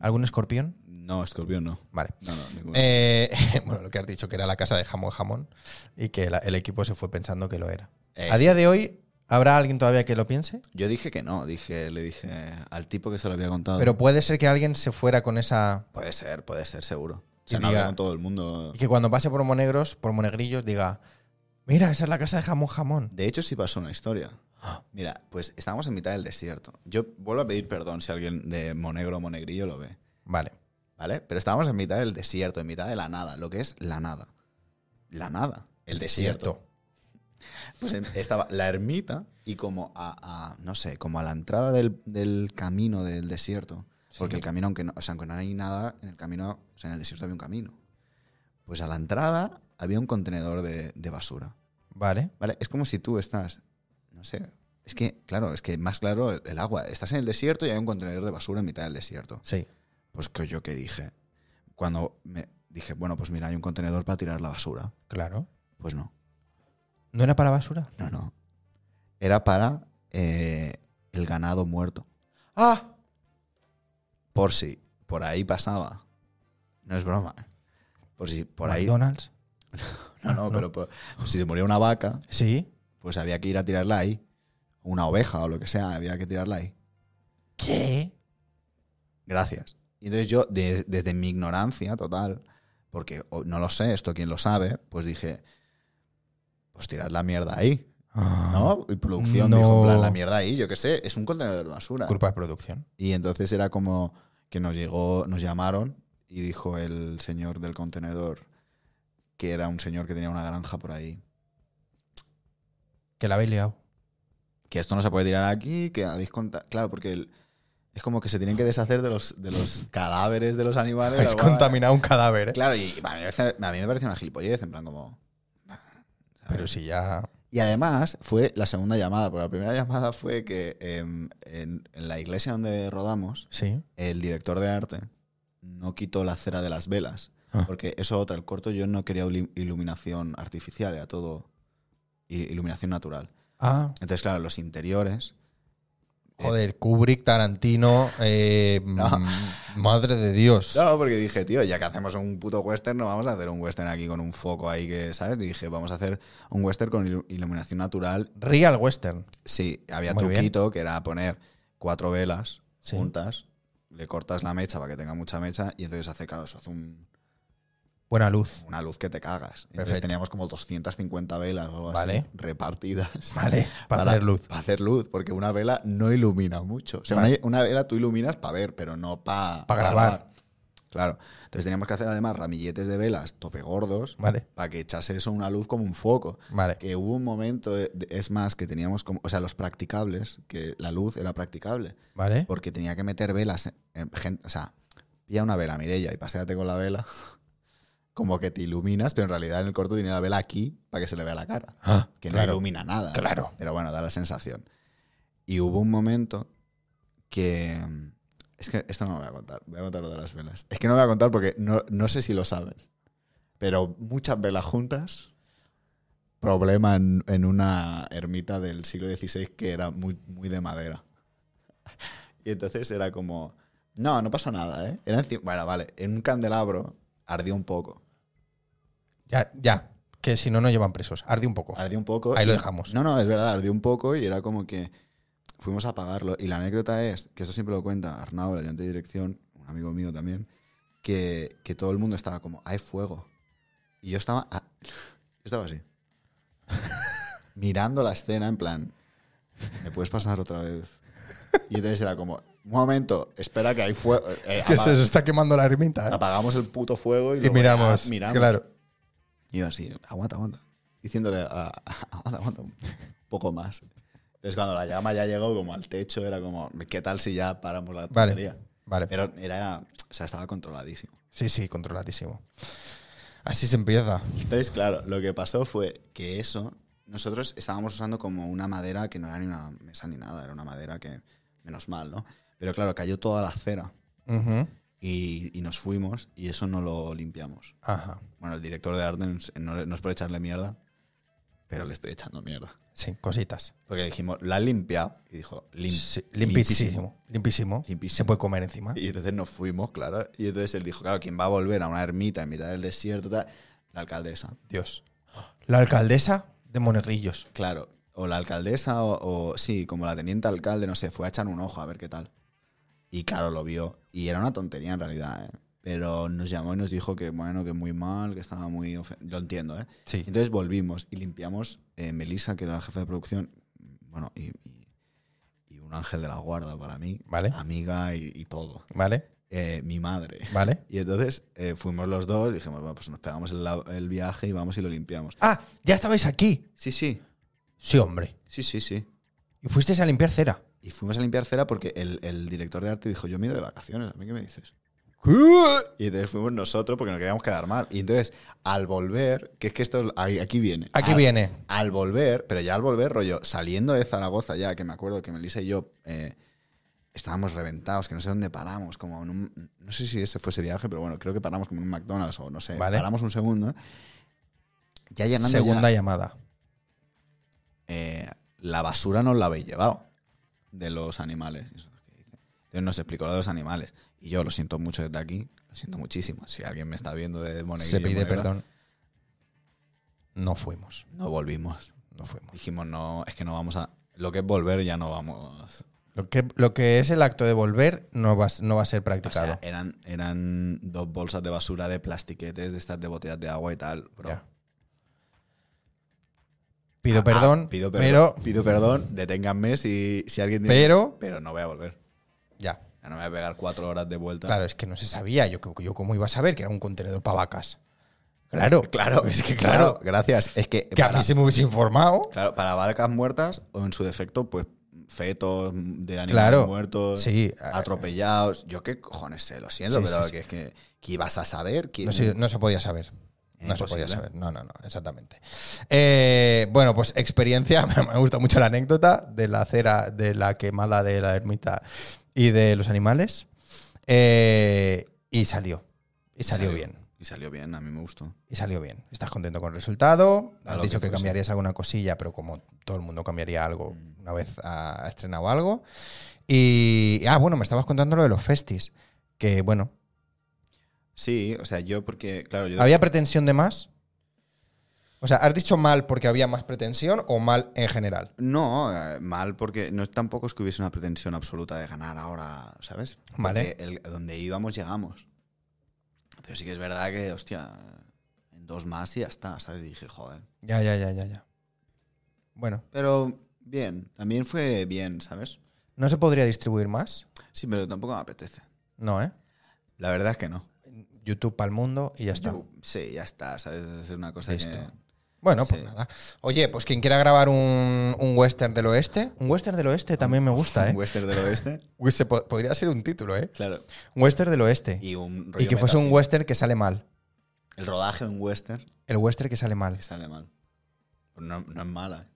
Speaker 1: ¿Algún escorpión?
Speaker 2: No, escorpión no.
Speaker 1: Vale.
Speaker 2: No, no, ninguno.
Speaker 1: Eh, bueno, lo que has dicho, que era la casa de jamón jamón y que la- el equipo se fue pensando que lo era.
Speaker 2: Eh,
Speaker 1: A
Speaker 2: sí.
Speaker 1: día de hoy, ¿habrá alguien todavía que lo piense?
Speaker 2: Yo dije que no, dije, le dije al tipo que se lo había contado.
Speaker 1: Pero puede ser que alguien se fuera con esa.
Speaker 2: puede ser, puede ser, seguro. O
Speaker 1: Y
Speaker 2: sea, no hablé
Speaker 1: diga-
Speaker 2: con todo el mundo.
Speaker 1: Y que cuando pase por Monegros, por Monegrillos, diga: Mira, esa es la casa de jamón jamón.
Speaker 2: De hecho, sí pasó una historia. Mira, pues estábamos en mitad del desierto. Yo vuelvo a pedir perdón si alguien de Monegro o Monegrillo lo ve.
Speaker 1: Vale.
Speaker 2: ¿vale? Pero estábamos en mitad del desierto, en mitad de la nada, lo que es la nada. La nada, el desierto. Pues en- estaba la ermita y como a, a, no sé, como a la entrada del, del camino del desierto. Porque el camino, aunque no, o sea, aunque no hay nada, en el camino, o sea, en el desierto había un camino. Pues a la entrada había un contenedor de, de basura.
Speaker 1: Vale.
Speaker 2: ¿Vale? Es como si tú estás, no sé, es que, claro, es que más claro el- el agua. Estás en el desierto y hay un contenedor de basura en mitad del desierto.
Speaker 1: Sí.
Speaker 2: Pues que yo qué dije. Cuando me dije, bueno, pues mira, hay un contenedor para tirar la basura.
Speaker 1: Claro.
Speaker 2: Pues no,
Speaker 1: ¿No era para basura?
Speaker 2: no, no. Era para eh, el ganado muerto.
Speaker 1: ¡Ah!
Speaker 2: Por si por ahí pasaba. No es broma. Por si por ahí. No,
Speaker 1: ¿McDonald's?
Speaker 2: no, pero por- si se moría una vaca,
Speaker 1: Sí.
Speaker 2: pues había que ir a tirarla ahí. Una oveja o lo que sea, había que tirarla ahí.
Speaker 1: ¿Qué?
Speaker 2: Gracias. Y entonces yo, de- desde mi ignorancia total, porque o- no lo sé, esto quién lo sabe, pues dije, pues tirad la mierda ahí, ¿no? Y producción
Speaker 1: Ah. No.
Speaker 2: dijo, en plan, la mierda ahí, yo qué sé, es un contenedor de basura.
Speaker 1: Culpa de producción.
Speaker 2: Y entonces era como que nos llegó, nos llamaron y dijo el señor del contenedor, que era un señor que tenía una granja por ahí,
Speaker 1: Que la habéis liado.
Speaker 2: que esto no se puede tirar aquí, que habéis contado. Claro, porque el- es como que se tienen que deshacer de los, de los cadáveres de los animales.
Speaker 1: Habéis
Speaker 2: algo-
Speaker 1: contaminado un cadáver, ¿eh?
Speaker 2: Claro, y y a mí, me parece, a mí me parece una gilipollez, en plan como...
Speaker 1: Pero si ya.
Speaker 2: Y además fue la segunda llamada, porque la primera llamada fue que em, en, en la iglesia donde rodamos,
Speaker 1: Sí.
Speaker 2: el director de arte no quitó la cera de las velas,
Speaker 1: Ah.
Speaker 2: porque eso otra, el corto yo no quería ilu- iluminación artificial, era todo i- iluminación natural.
Speaker 1: Ah.
Speaker 2: Entonces, claro, los interiores...
Speaker 1: Eh. Joder, Kubrick, Tarantino. eh, mm, Madre de Dios.
Speaker 2: No, porque dije, tío, ya que hacemos un puto western, no vamos a hacer un western aquí con un foco ahí que, ¿sabes? Y dije, vamos a hacer un western con ilu- iluminación natural
Speaker 1: Real Western.
Speaker 2: Sí, había
Speaker 1: Muy bien.
Speaker 2: truquito que era poner cuatro velas
Speaker 1: Sí.
Speaker 2: juntas, le cortas la mecha para que tenga mucha mecha y entonces hace, claro, eso hace un-
Speaker 1: Buena luz.
Speaker 2: una luz que te cagas. Entonces
Speaker 1: Perfecto.
Speaker 2: teníamos como 250 velas o algo
Speaker 1: Vale.
Speaker 2: así repartidas.
Speaker 1: Vale, para hacer luz.
Speaker 2: Para hacer luz, porque una vela no ilumina mucho. O sea,
Speaker 1: Vale.
Speaker 2: una, una vela tú iluminas para ver, pero no para
Speaker 1: Pa grabar.
Speaker 2: Claro. Entonces teníamos que hacer además ramilletes de velas tope gordos
Speaker 1: Vale.
Speaker 2: para que echase eso una luz como un foco.
Speaker 1: Vale.
Speaker 2: Que hubo un momento, eh, de- es más, que teníamos como, o sea, los practicables, que la luz era practicable,
Speaker 1: Vale.
Speaker 2: porque tenía que meter velas, en, gen- o sea, pilla una vela, Mirella, y paséate con la vela, como que te iluminas, pero en realidad en el corto tenía la vela aquí para que se le vea la cara,
Speaker 1: Ah,
Speaker 2: que
Speaker 1: claro.
Speaker 2: no ilumina nada.
Speaker 1: Claro.
Speaker 2: Pero bueno, da la sensación. Y hubo un momento que... Es que esto no lo voy a contar, voy a contar lo de las velas. Es que no lo voy a contar porque no, no sé si lo saben, pero muchas velas juntas problema en, en una ermita del siglo XVI que era muy, muy de madera. Y entonces era como, no, no pasa nada, ¿eh? Era enci- bueno, vale, en un candelabro ardió un poco.
Speaker 1: Ya, ya. Que si no, no llevan presos. Arde un poco.
Speaker 2: Ardió un poco.
Speaker 1: Ahí lo
Speaker 2: y-
Speaker 1: dejamos.
Speaker 2: No, no, es verdad, ardió un poco y era como que fuimos a apagarlo. Y la anécdota es, que eso siempre lo cuenta Arnau, el ayudante de dirección, un amigo mío también, que, que todo el mundo estaba como, hay fuego. Y yo estaba, a- yo estaba así, mirando la escena en plan, ¿me puedes pasar otra vez? Y entonces era como, un momento, espera que hay fuego. eh,
Speaker 1: Que
Speaker 2: apa-
Speaker 1: se os está quemando la ermita. ¿eh?
Speaker 2: apagamos el puto fuego y,
Speaker 1: Y
Speaker 2: luego
Speaker 1: miramos.
Speaker 2: ya Ah, miramos.
Speaker 1: Claro.
Speaker 2: Y yo así, aguanta, aguanta. Diciéndole, a- aguanta, aguanta, un poco más. Entonces cuando la llama ya llegó como al techo, era como, ¿qué tal si ya paramos la tontería?
Speaker 1: Vale. Vale.
Speaker 2: Pero era, o sea, estaba controladísimo.
Speaker 1: Sí, sí, controladísimo. Así se empieza.
Speaker 2: Entonces, claro, lo que pasó fue que eso, nosotros estábamos usando como una madera que no era ni una mesa ni nada, era una madera que, menos mal, ¿no? Pero claro, cayó toda la cera
Speaker 1: Ujú.
Speaker 2: y, y nos fuimos y eso no lo limpiamos.
Speaker 1: Ajá.
Speaker 2: Bueno, el director de Ardens no, no es por echarle mierda, pero le estoy echando mierda.
Speaker 1: Sí, cositas.
Speaker 2: Porque dijimos, la has limpiado. Y dijo, "Lim-
Speaker 1: Sí, limpísimo. Limpísimo.
Speaker 2: Limpísimo.
Speaker 1: Se puede comer encima.
Speaker 2: Y entonces nos fuimos, claro. Y entonces él dijo, claro, ¿quién va a volver a una ermita en mitad del desierto? tal? La alcaldesa.
Speaker 1: Dios. La alcaldesa de Monegrillos.
Speaker 2: Claro. O la alcaldesa, o, o- sí, como la teniente alcalde, no sé, fue a echar un ojo a ver qué tal. Y claro, lo vio. Y era una tontería en realidad, ¿eh? Pero nos llamó y nos dijo que, bueno, que muy mal, que estaba muy... ofen- Lo entiendo, ¿eh?
Speaker 1: Sí.
Speaker 2: Entonces volvimos y limpiamos. eh, Melissa, que era la jefa de producción, bueno, y, y- y un ángel de la guarda para mí,
Speaker 1: Vale.
Speaker 2: amiga y, y todo.
Speaker 1: Vale,
Speaker 2: Eh, mi madre.
Speaker 1: vale.
Speaker 2: Y entonces eh, fuimos los dos, dijimos, bueno, pues nos pegamos el, la- el viaje y vamos y lo limpiamos.
Speaker 1: Ah, ya estabais aquí.
Speaker 2: Sí, sí,
Speaker 1: Sí, hombre.
Speaker 2: sí, sí, sí.
Speaker 1: Y fuisteis a limpiar cera.
Speaker 2: Y fuimos a limpiar cera porque el, el director de arte dijo, yo me he ido de vacaciones, ¿a mí qué me dices? Y entonces fuimos nosotros porque no queríamos quedar mal. Y entonces, al volver, que es que esto, ahí- aquí viene.
Speaker 1: Aquí
Speaker 2: Al-
Speaker 1: viene.
Speaker 2: Al volver, pero ya al volver, rollo, saliendo de Zaragoza ya, que me acuerdo que Melissa y yo eh, estábamos reventados, que no sé dónde paramos, como en un, no sé si ese fue ese viaje, pero bueno, creo que paramos como en un McDonald's o no sé,
Speaker 1: Vale.
Speaker 2: paramos un segundo. Ya llegando
Speaker 1: Segunda
Speaker 2: ya,
Speaker 1: llamada.
Speaker 2: eh, la basura nos la habéis llevado de los animales. Eso es lo que dice. Entonces nos explicó lo de los animales. Y yo lo siento mucho desde aquí, lo siento muchísimo. Si alguien me está viendo de Moneguillo,
Speaker 1: Se pide
Speaker 2: Monegra,
Speaker 1: perdón. No fuimos.
Speaker 2: No volvimos.
Speaker 1: No fuimos.
Speaker 2: Dijimos, no, es que no vamos a... Lo que es volver ya no vamos...
Speaker 1: Lo que, lo que es el acto de volver no va, a s- no va a ser
Speaker 2: O sea,
Speaker 1: practicado.
Speaker 2: eran, eran dos bolsas de basura de plastiquetes, de estas de botellas de agua y tal, bro.
Speaker 1: Ya. Pido,
Speaker 2: Ah,
Speaker 1: perdón,
Speaker 2: pido perdón.
Speaker 1: Pero.
Speaker 2: pido perdón, deténganme si, si alguien... tiene-
Speaker 1: Pero.
Speaker 2: Pero no voy a volver.
Speaker 1: Ya.
Speaker 2: Ya No me voy a pegar cuatro horas de vuelta.
Speaker 1: Claro, es que no se sabía. Yo, yo cómo iba a saber que era un contenedor para vacas. Claro.
Speaker 2: Claro, es que
Speaker 1: claro.
Speaker 2: claro. gracias. Es que,
Speaker 1: Que a
Speaker 2: para,
Speaker 1: mí se me hubiese informado.
Speaker 2: claro, para vacas muertas o en su defecto, pues fetos de animales
Speaker 1: Claro,
Speaker 2: muertos,
Speaker 1: sí.
Speaker 2: atropellados. Yo qué cojones sé, lo siento,
Speaker 1: Sí,
Speaker 2: pero
Speaker 1: sí, sí.
Speaker 2: que es que, que ibas a saber que mm.
Speaker 1: No se, no se podía saber. No se
Speaker 2: Imposible.
Speaker 1: podía saber. No, no, no, exactamente. Eh, bueno, pues experiencia. Me gusta mucho la anécdota de la cera, de la quemada de la ermita y de los animales. Eh, y salió. Y salió, bien.
Speaker 2: Y salió bien, a mí me gustó.
Speaker 1: Y salió bien. Estás contento con el resultado.
Speaker 2: A
Speaker 1: Has
Speaker 2: lo
Speaker 1: dicho
Speaker 2: que
Speaker 1: que,
Speaker 2: fuese. Mm.
Speaker 1: cambiarías alguna cosilla, pero como todo el mundo cambiaría algo una vez ha ha estrenado algo. Y. Ah, bueno, me estabas contando lo de los festis. Que bueno,
Speaker 2: Sí, o sea, yo porque, claro, yo...
Speaker 1: ¿había pretensión de más? O sea, ¿has dicho mal porque había más pretensión o mal en general?
Speaker 2: No, eh, mal, porque no es- tampoco es que hubiese una pretensión absoluta de ganar ahora, ¿sabes? Porque
Speaker 1: Vale.
Speaker 2: el- donde íbamos, llegamos. Pero sí que es verdad que, hostia, en dos más y ya está, ¿sabes? Y dije, joder.
Speaker 1: Ya, ya, ya, ya, ya. Bueno,
Speaker 2: Pero bien, también fue bien, ¿sabes?
Speaker 1: ¿no se podría distribuir más?
Speaker 2: Sí, pero tampoco me apetece.
Speaker 1: No, ¿eh?
Speaker 2: La verdad es que no.
Speaker 1: YouTube para el mundo y ya está.
Speaker 2: Yo- sí, ya está, ¿sabes? Es una cosa
Speaker 1: Listo.
Speaker 2: que-
Speaker 1: Bueno, pues
Speaker 2: Sí.
Speaker 1: nada. Oye, pues quien quiera grabar un, un western del oeste, un western del oeste también me gusta, ¿eh?
Speaker 2: Un western del oeste,
Speaker 1: Uy, Pues se po- podría ser un título, ¿eh?
Speaker 2: claro.
Speaker 1: Un western del oeste. Y,
Speaker 2: Y, un
Speaker 1: que
Speaker 2: rollo
Speaker 1: fuese un
Speaker 2: metafísico.
Speaker 1: western que sale mal.
Speaker 2: El rodaje de un western
Speaker 1: El western que sale mal.
Speaker 2: que sale mal. Pero No, no es mala. ¿eh?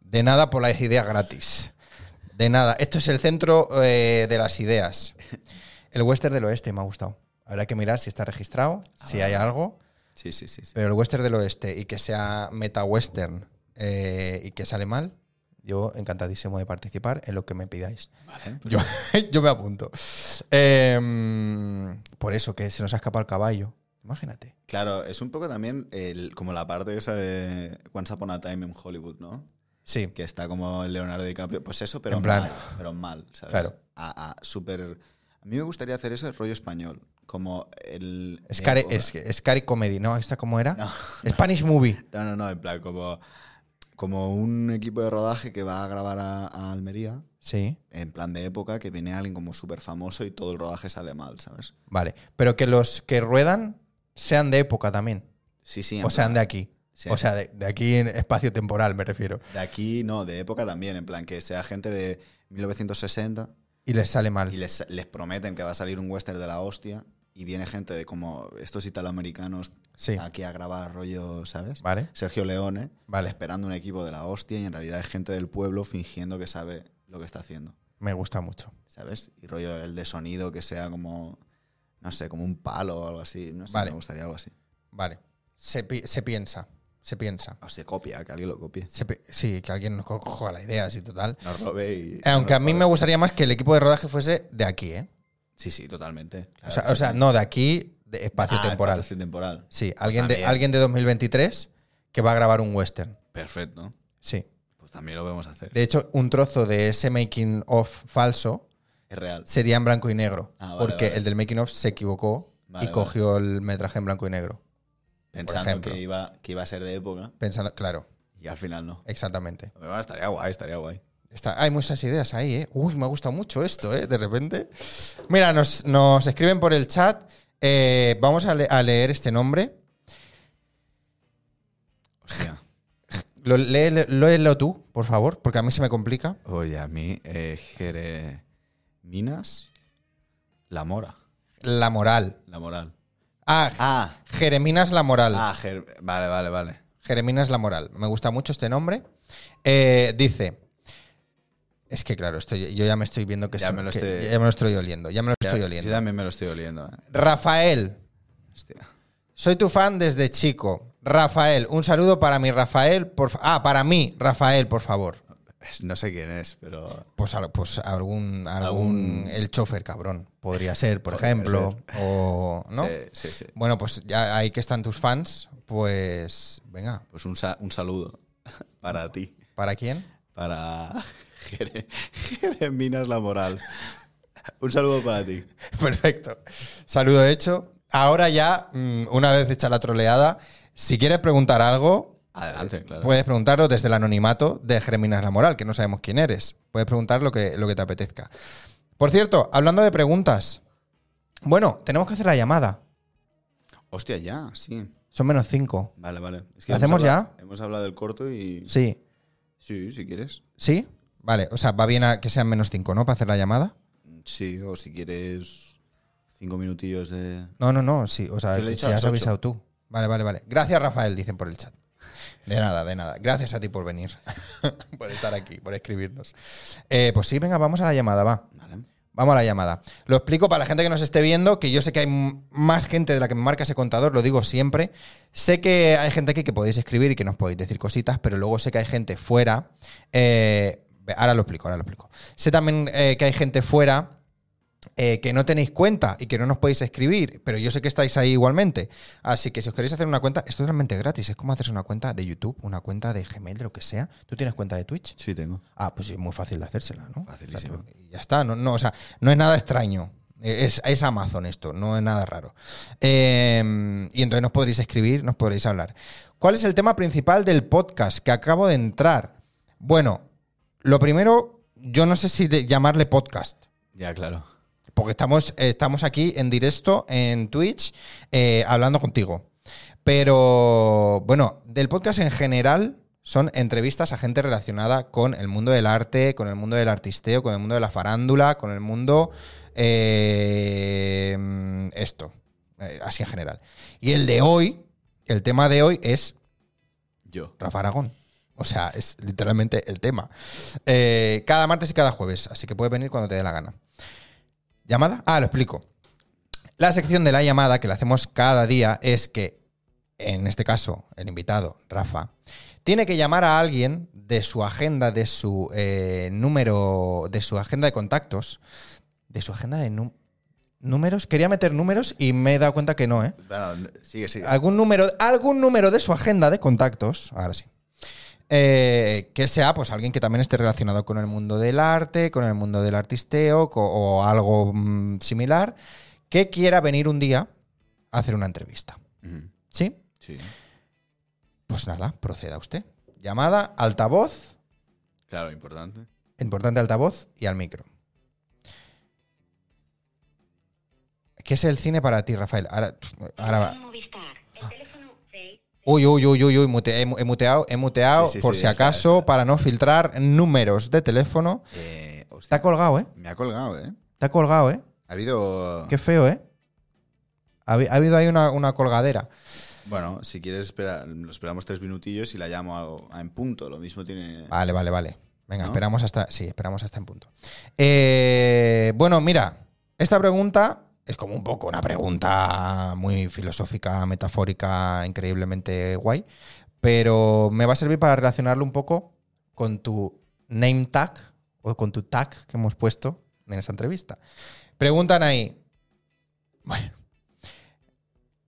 Speaker 1: De nada por las ideas gratis. De nada. Esto es el centro eh, de las ideas. El western del oeste me ha gustado. Habrá que mirar si está registrado, si
Speaker 2: Ah.
Speaker 1: hay algo.
Speaker 2: Sí, sí, sí. sí.
Speaker 1: Pero el western del oeste y que sea meta western eh, y que sale mal, yo encantadísimo de participar en lo que me pidáis.
Speaker 2: Vale.
Speaker 1: Yo, yo me apunto. Em, por eso, que se nos ha escapado el caballo. Imagínate.
Speaker 2: Claro, es un poco también el, como la parte esa de Once Upon a Time en Hollywood, ¿no?
Speaker 1: Sí.
Speaker 2: Que está como Leonardo DiCaprio. Pues eso, pero
Speaker 1: En plan.
Speaker 2: mal. Pero mal, ¿sabes?
Speaker 1: Claro.
Speaker 2: A, a súper- a mí me gustaría hacer eso el rollo español. Como el.
Speaker 1: Scary,
Speaker 2: de-
Speaker 1: es, Scary Comedy, ¿no? ¿Esta cómo era?
Speaker 2: No.
Speaker 1: Spanish Movie.
Speaker 2: No, no, no, en plan, como, como un equipo de rodaje que va a grabar a, a Almería,
Speaker 1: Sí.
Speaker 2: en plan de época, que viene alguien como súper famoso y todo el rodaje sale mal, ¿sabes?
Speaker 1: Vale. Pero que los que ruedan sean de época también.
Speaker 2: Sí, sí. en
Speaker 1: O sean
Speaker 2: plan-
Speaker 1: de aquí.
Speaker 2: Sí.
Speaker 1: O sea, de, de aquí en espacio temporal, me refiero.
Speaker 2: de aquí, no, de época también, en plan, que sea gente de 1960
Speaker 1: Y les sale
Speaker 2: y
Speaker 1: mal.
Speaker 2: les, les prometen que va a salir un western de la hostia y viene gente de como estos italoamericanos
Speaker 1: Sí.
Speaker 2: aquí a grabar rollo, ¿sabes?
Speaker 1: Vale.
Speaker 2: Sergio Leone,
Speaker 1: Vale.
Speaker 2: esperando un equipo de la hostia y en realidad es gente del pueblo fingiendo que sabe lo que está haciendo.
Speaker 1: Me gusta mucho.
Speaker 2: ¿sabes? Y rollo el de sonido que sea como, no sé, como un palo o algo así. No sé,
Speaker 1: Vale.
Speaker 2: me gustaría algo así.
Speaker 1: Vale. Se, pi- se piensa. Se piensa.
Speaker 2: O se copia, que alguien lo copie.
Speaker 1: Se pi- sí, que alguien nos co- coja la idea, sí, total.
Speaker 2: Nos robe y...
Speaker 1: Aunque a
Speaker 2: nos
Speaker 1: mí
Speaker 2: robe.
Speaker 1: me gustaría más que el equipo de rodaje fuese de aquí, ¿eh?
Speaker 2: Sí, sí, totalmente.
Speaker 1: O
Speaker 2: claro
Speaker 1: sea,
Speaker 2: que
Speaker 1: o sea,
Speaker 2: sí.
Speaker 1: no, de aquí, de espacio
Speaker 2: Ah,
Speaker 1: temporal.
Speaker 2: espacio temporal.
Speaker 1: Sí, alguien de,
Speaker 2: también.
Speaker 1: alguien de 2023 que va a grabar un western.
Speaker 2: Perfecto.
Speaker 1: Sí.
Speaker 2: Pues también lo podemos hacer.
Speaker 1: De hecho, un trozo de ese making of falso
Speaker 2: Es real.
Speaker 1: sería en blanco y negro.
Speaker 2: Ah, vale,
Speaker 1: porque
Speaker 2: vale.
Speaker 1: el del making of se equivocó
Speaker 2: Vale,
Speaker 1: y cogió el metraje en blanco y negro.
Speaker 2: Pensando
Speaker 1: ejemplo.
Speaker 2: que iba, que iba a ser de época
Speaker 1: Pensando, claro,
Speaker 2: y al final no.
Speaker 1: exactamente.
Speaker 2: Pero bueno, estaría guay, estaría guay.
Speaker 1: Está- hay muchas ideas ahí, ¿eh? Uy, me ha gustado mucho esto, ¿eh? De repente. Mira, nos, nos escriben por el chat. eh, vamos a, le- a leer este nombre.
Speaker 2: Hostia.
Speaker 1: Lo, lee- léelo tú, por favor, porque a mí se me complica.
Speaker 2: Oye, a mí, eh, Jere... Minas, la mora.
Speaker 1: La moral.
Speaker 2: La moral.
Speaker 1: Ah,
Speaker 2: Ah,
Speaker 1: Jereminas la moral.
Speaker 2: ah Jer- vale, vale, vale.
Speaker 1: Jereminas La Moral. Me gusta mucho este nombre. Eh, dice. Es que claro, estoy, yo ya me estoy viendo que,
Speaker 2: Ya
Speaker 1: es-
Speaker 2: me lo
Speaker 1: que-
Speaker 2: estoy-
Speaker 1: ya me lo estoy oliendo. Ya me lo
Speaker 2: Ya,
Speaker 1: estoy
Speaker 2: Yo
Speaker 1: oliendo.
Speaker 2: también me lo estoy oliendo. eh.
Speaker 1: Rafael,
Speaker 2: Hostia.
Speaker 1: soy tu fan desde chico. Rafael, un saludo para mi Rafael. Por, fa- ah, para mí, Rafael, por favor.
Speaker 2: Es- No sé quién es, pero.
Speaker 1: Pues, al- pues algún, algún.
Speaker 2: Algún-
Speaker 1: El chofer, cabrón. Podría ser, por
Speaker 2: Podría
Speaker 1: ejemplo. O. ¿No?
Speaker 2: Sí, eh, sí, sí.
Speaker 1: Bueno, pues ya ahí que están tus fans. Pues. Venga.
Speaker 2: Pues un, sa- un saludo para ti.
Speaker 1: ¿Para quién?
Speaker 2: Para Jere- Jereminas La Moral. Un saludo para ti.
Speaker 1: Perfecto. Saludo hecho. Ahora ya, mm, una vez hecha la troleada, si quieres preguntar algo,
Speaker 2: Adelante, claro.
Speaker 1: puedes preguntarlo desde el anonimato de Germinas La Moral, que no sabemos quién eres. Puedes preguntar lo que, lo que te apetezca. Por cierto, hablando de preguntas, bueno, tenemos que hacer la llamada.
Speaker 2: Hostia, ya, sí.
Speaker 1: Son menos cinco.
Speaker 2: Vale, vale. Es
Speaker 1: ¿Lo hacemos
Speaker 2: hemos hablado- Hemos hablado del corto y. Sí,
Speaker 1: Sí.
Speaker 2: sí si quieres.
Speaker 1: ¿Sí? Vale, o sea, va bien a que sean menos cinco, ¿no? Para hacer la llamada.
Speaker 2: Sí, o si quieres. Cinco minutillos de.
Speaker 1: No, no, no, sí, o sea,
Speaker 2: Yo le he
Speaker 1: si
Speaker 2: dicho a
Speaker 1: has
Speaker 2: las ocho.
Speaker 1: avisado tú. Vale, vale, vale. Gracias, Rafael, dicen por el chat. De nada, de nada. Gracias a ti por venir, por estar aquí, por escribirnos. Eh, pues sí, venga, vamos a la llamada, va.
Speaker 2: Vale.
Speaker 1: Vamos a la llamada. Lo explico para la gente que nos esté viendo, que yo sé que hay m- más gente de la que me marca ese contador, lo digo siempre. Sé que hay gente aquí que podéis escribir y que nos podéis decir cositas, pero luego sé que hay gente fuera. eh, ahora lo explico, ahora lo explico. Sé también eh, que hay gente fuera eh, que no tenéis cuenta y que no nos podéis escribir, pero yo sé que estáis ahí igualmente. Así que si os queréis hacer una cuenta, esto es realmente gratis. Es como hacerse una cuenta de YouTube, una cuenta de Gmail, de lo que sea. ¿Tú tienes cuenta de Twitch?
Speaker 2: Sí, tengo.
Speaker 1: Ah, pues es muy fácil de hacérsela, ¿no?
Speaker 2: Facilísimo.
Speaker 1: O sea, ya está, no, no, o sea, no es nada extraño. E, Es, es Amazon esto, no es nada raro. Eh, y entonces nos podréis escribir, nos podréis hablar. ¿Cuál es el tema principal del podcast que acabo de entrar? Bueno, lo primero, yo no sé si de- llamarle podcast.
Speaker 2: Ya, claro.
Speaker 1: Porque estamos, eh, estamos aquí en directo en Twitch eh, hablando contigo. Pero bueno, del podcast en general son entrevistas a gente relacionada con el mundo del arte, con el mundo del artisteo, con el mundo de la farándula, con el mundo... eh, mm, esto, eh, así en general. Y el de hoy, el tema de hoy es
Speaker 2: Yo.
Speaker 1: Rafa Aragón. O sea, es literalmente el tema. Eh, cada martes y cada jueves, así que puedes venir cuando te dé la gana. ¿Llamada? Ah, lo explico. La sección de la llamada que la hacemos cada día es que, en este caso, el invitado, Rafa, tiene que llamar a alguien de su agenda, de su eh, número, de su agenda de contactos, de su agenda de nu- números. Quería meter números y me he dado cuenta que no, ¿eh?
Speaker 2: Bueno, sigue, sigue.
Speaker 1: algún número, algún número de su agenda de contactos, ahora sí, eh, que sea pues alguien que también esté relacionado con el mundo del arte, con el mundo del artisteo co- o algo mm, similar, que quiera venir un día a hacer una entrevista.
Speaker 2: Ujú.
Speaker 1: ¿Sí?
Speaker 2: Sí.
Speaker 1: Pues nada, proceda usted. Llamada, altavoz,
Speaker 2: Claro, importante.
Speaker 1: importante altavoz y al micro. ¿Qué es el cine para ti, Rafael? Ahora, ahora va. Ah.
Speaker 3: Movistar. El teléfono seis-
Speaker 1: Uy, uy, uy, uy, uy, mute- he, mu- he muteado, he muteado
Speaker 2: Sí, sí,
Speaker 1: por
Speaker 2: sí,
Speaker 1: si
Speaker 2: ya está, ya
Speaker 1: acaso para no filtrar números de teléfono.
Speaker 2: Eh, hostia,
Speaker 1: Está colgado, ¿eh?
Speaker 2: me ha colgado, ¿eh?
Speaker 1: Está colgado, ¿eh?
Speaker 2: Ha habido...
Speaker 1: Qué feo, ¿eh? Ha, habi- ha habido ahí una, una colgadera.
Speaker 2: Bueno, si quieres, espera, lo esperamos tres minutillos y la llamo a, a en punto. Lo mismo tiene...
Speaker 1: Vale, vale, vale. Venga,
Speaker 2: ¿No?
Speaker 1: esperamos hasta. Sí, esperamos hasta en punto. Eh, bueno, mira, esta pregunta es como un poco una pregunta muy filosófica, metafórica, increíblemente guay. Pero me va a servir para relacionarlo un poco con tu name tag o con tu tag que hemos puesto en esta entrevista. Preguntan ahí. Bueno.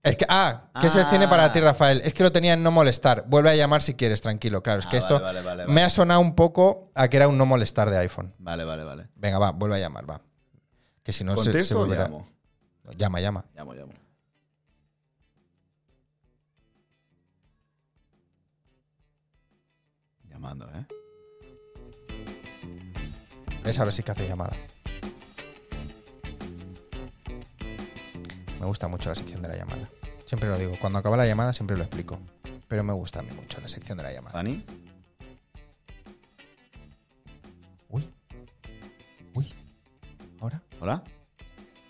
Speaker 1: Es que, ah, ¿qué es el cine para ti,
Speaker 2: Ah.
Speaker 1: Rafael? Es que lo tenía en no molestar. Vuelve a llamar si quieres, tranquilo. Claro, es
Speaker 2: Ah,
Speaker 1: que
Speaker 2: vale,
Speaker 1: esto
Speaker 2: vale, vale,
Speaker 1: me
Speaker 2: vale.
Speaker 1: ha sonado un poco a que era un no molestar de iPhone.
Speaker 2: Vale, vale, vale.
Speaker 1: Venga, va, vuelve a llamar, va. Que si no se- se,
Speaker 2: ¿Contesto o
Speaker 1: volverá-
Speaker 2: llamo?
Speaker 1: No, Llama, llama.
Speaker 2: Llamo, llamo. Llamando, ¿eh?
Speaker 1: ¿Ves? Ahora sí que hace llamada. Me gusta mucho la sección de la llamada. Siempre lo digo. Cuando acaba la llamada siempre lo explico. Pero me gusta a mí mucho la sección de la llamada.
Speaker 2: ¿Dani?
Speaker 1: Uy. Uy. ¿Ahora?
Speaker 2: ¿Hola?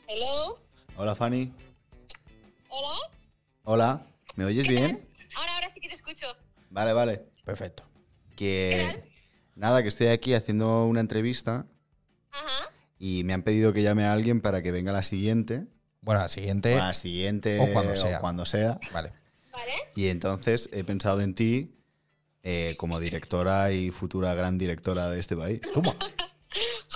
Speaker 3: Hello.
Speaker 2: Hola, Fanny.
Speaker 3: Hola.
Speaker 2: Hola. ¿Me oyes bien?
Speaker 3: Ahora, ahora sí que te escucho.
Speaker 2: Vale, vale.
Speaker 1: Perfecto.
Speaker 2: Que. Nada, que estoy aquí haciendo una entrevista
Speaker 3: Ajá.
Speaker 2: y me han pedido que llame a alguien para que venga la siguiente.
Speaker 1: Bueno, la siguiente.
Speaker 2: a la siguiente.
Speaker 1: Eh, o cuando sea.
Speaker 2: cuando sea.
Speaker 1: Vale.
Speaker 3: Vale.
Speaker 2: Y entonces he pensado en ti eh, como directora y futura gran directora de este país.
Speaker 1: Toma.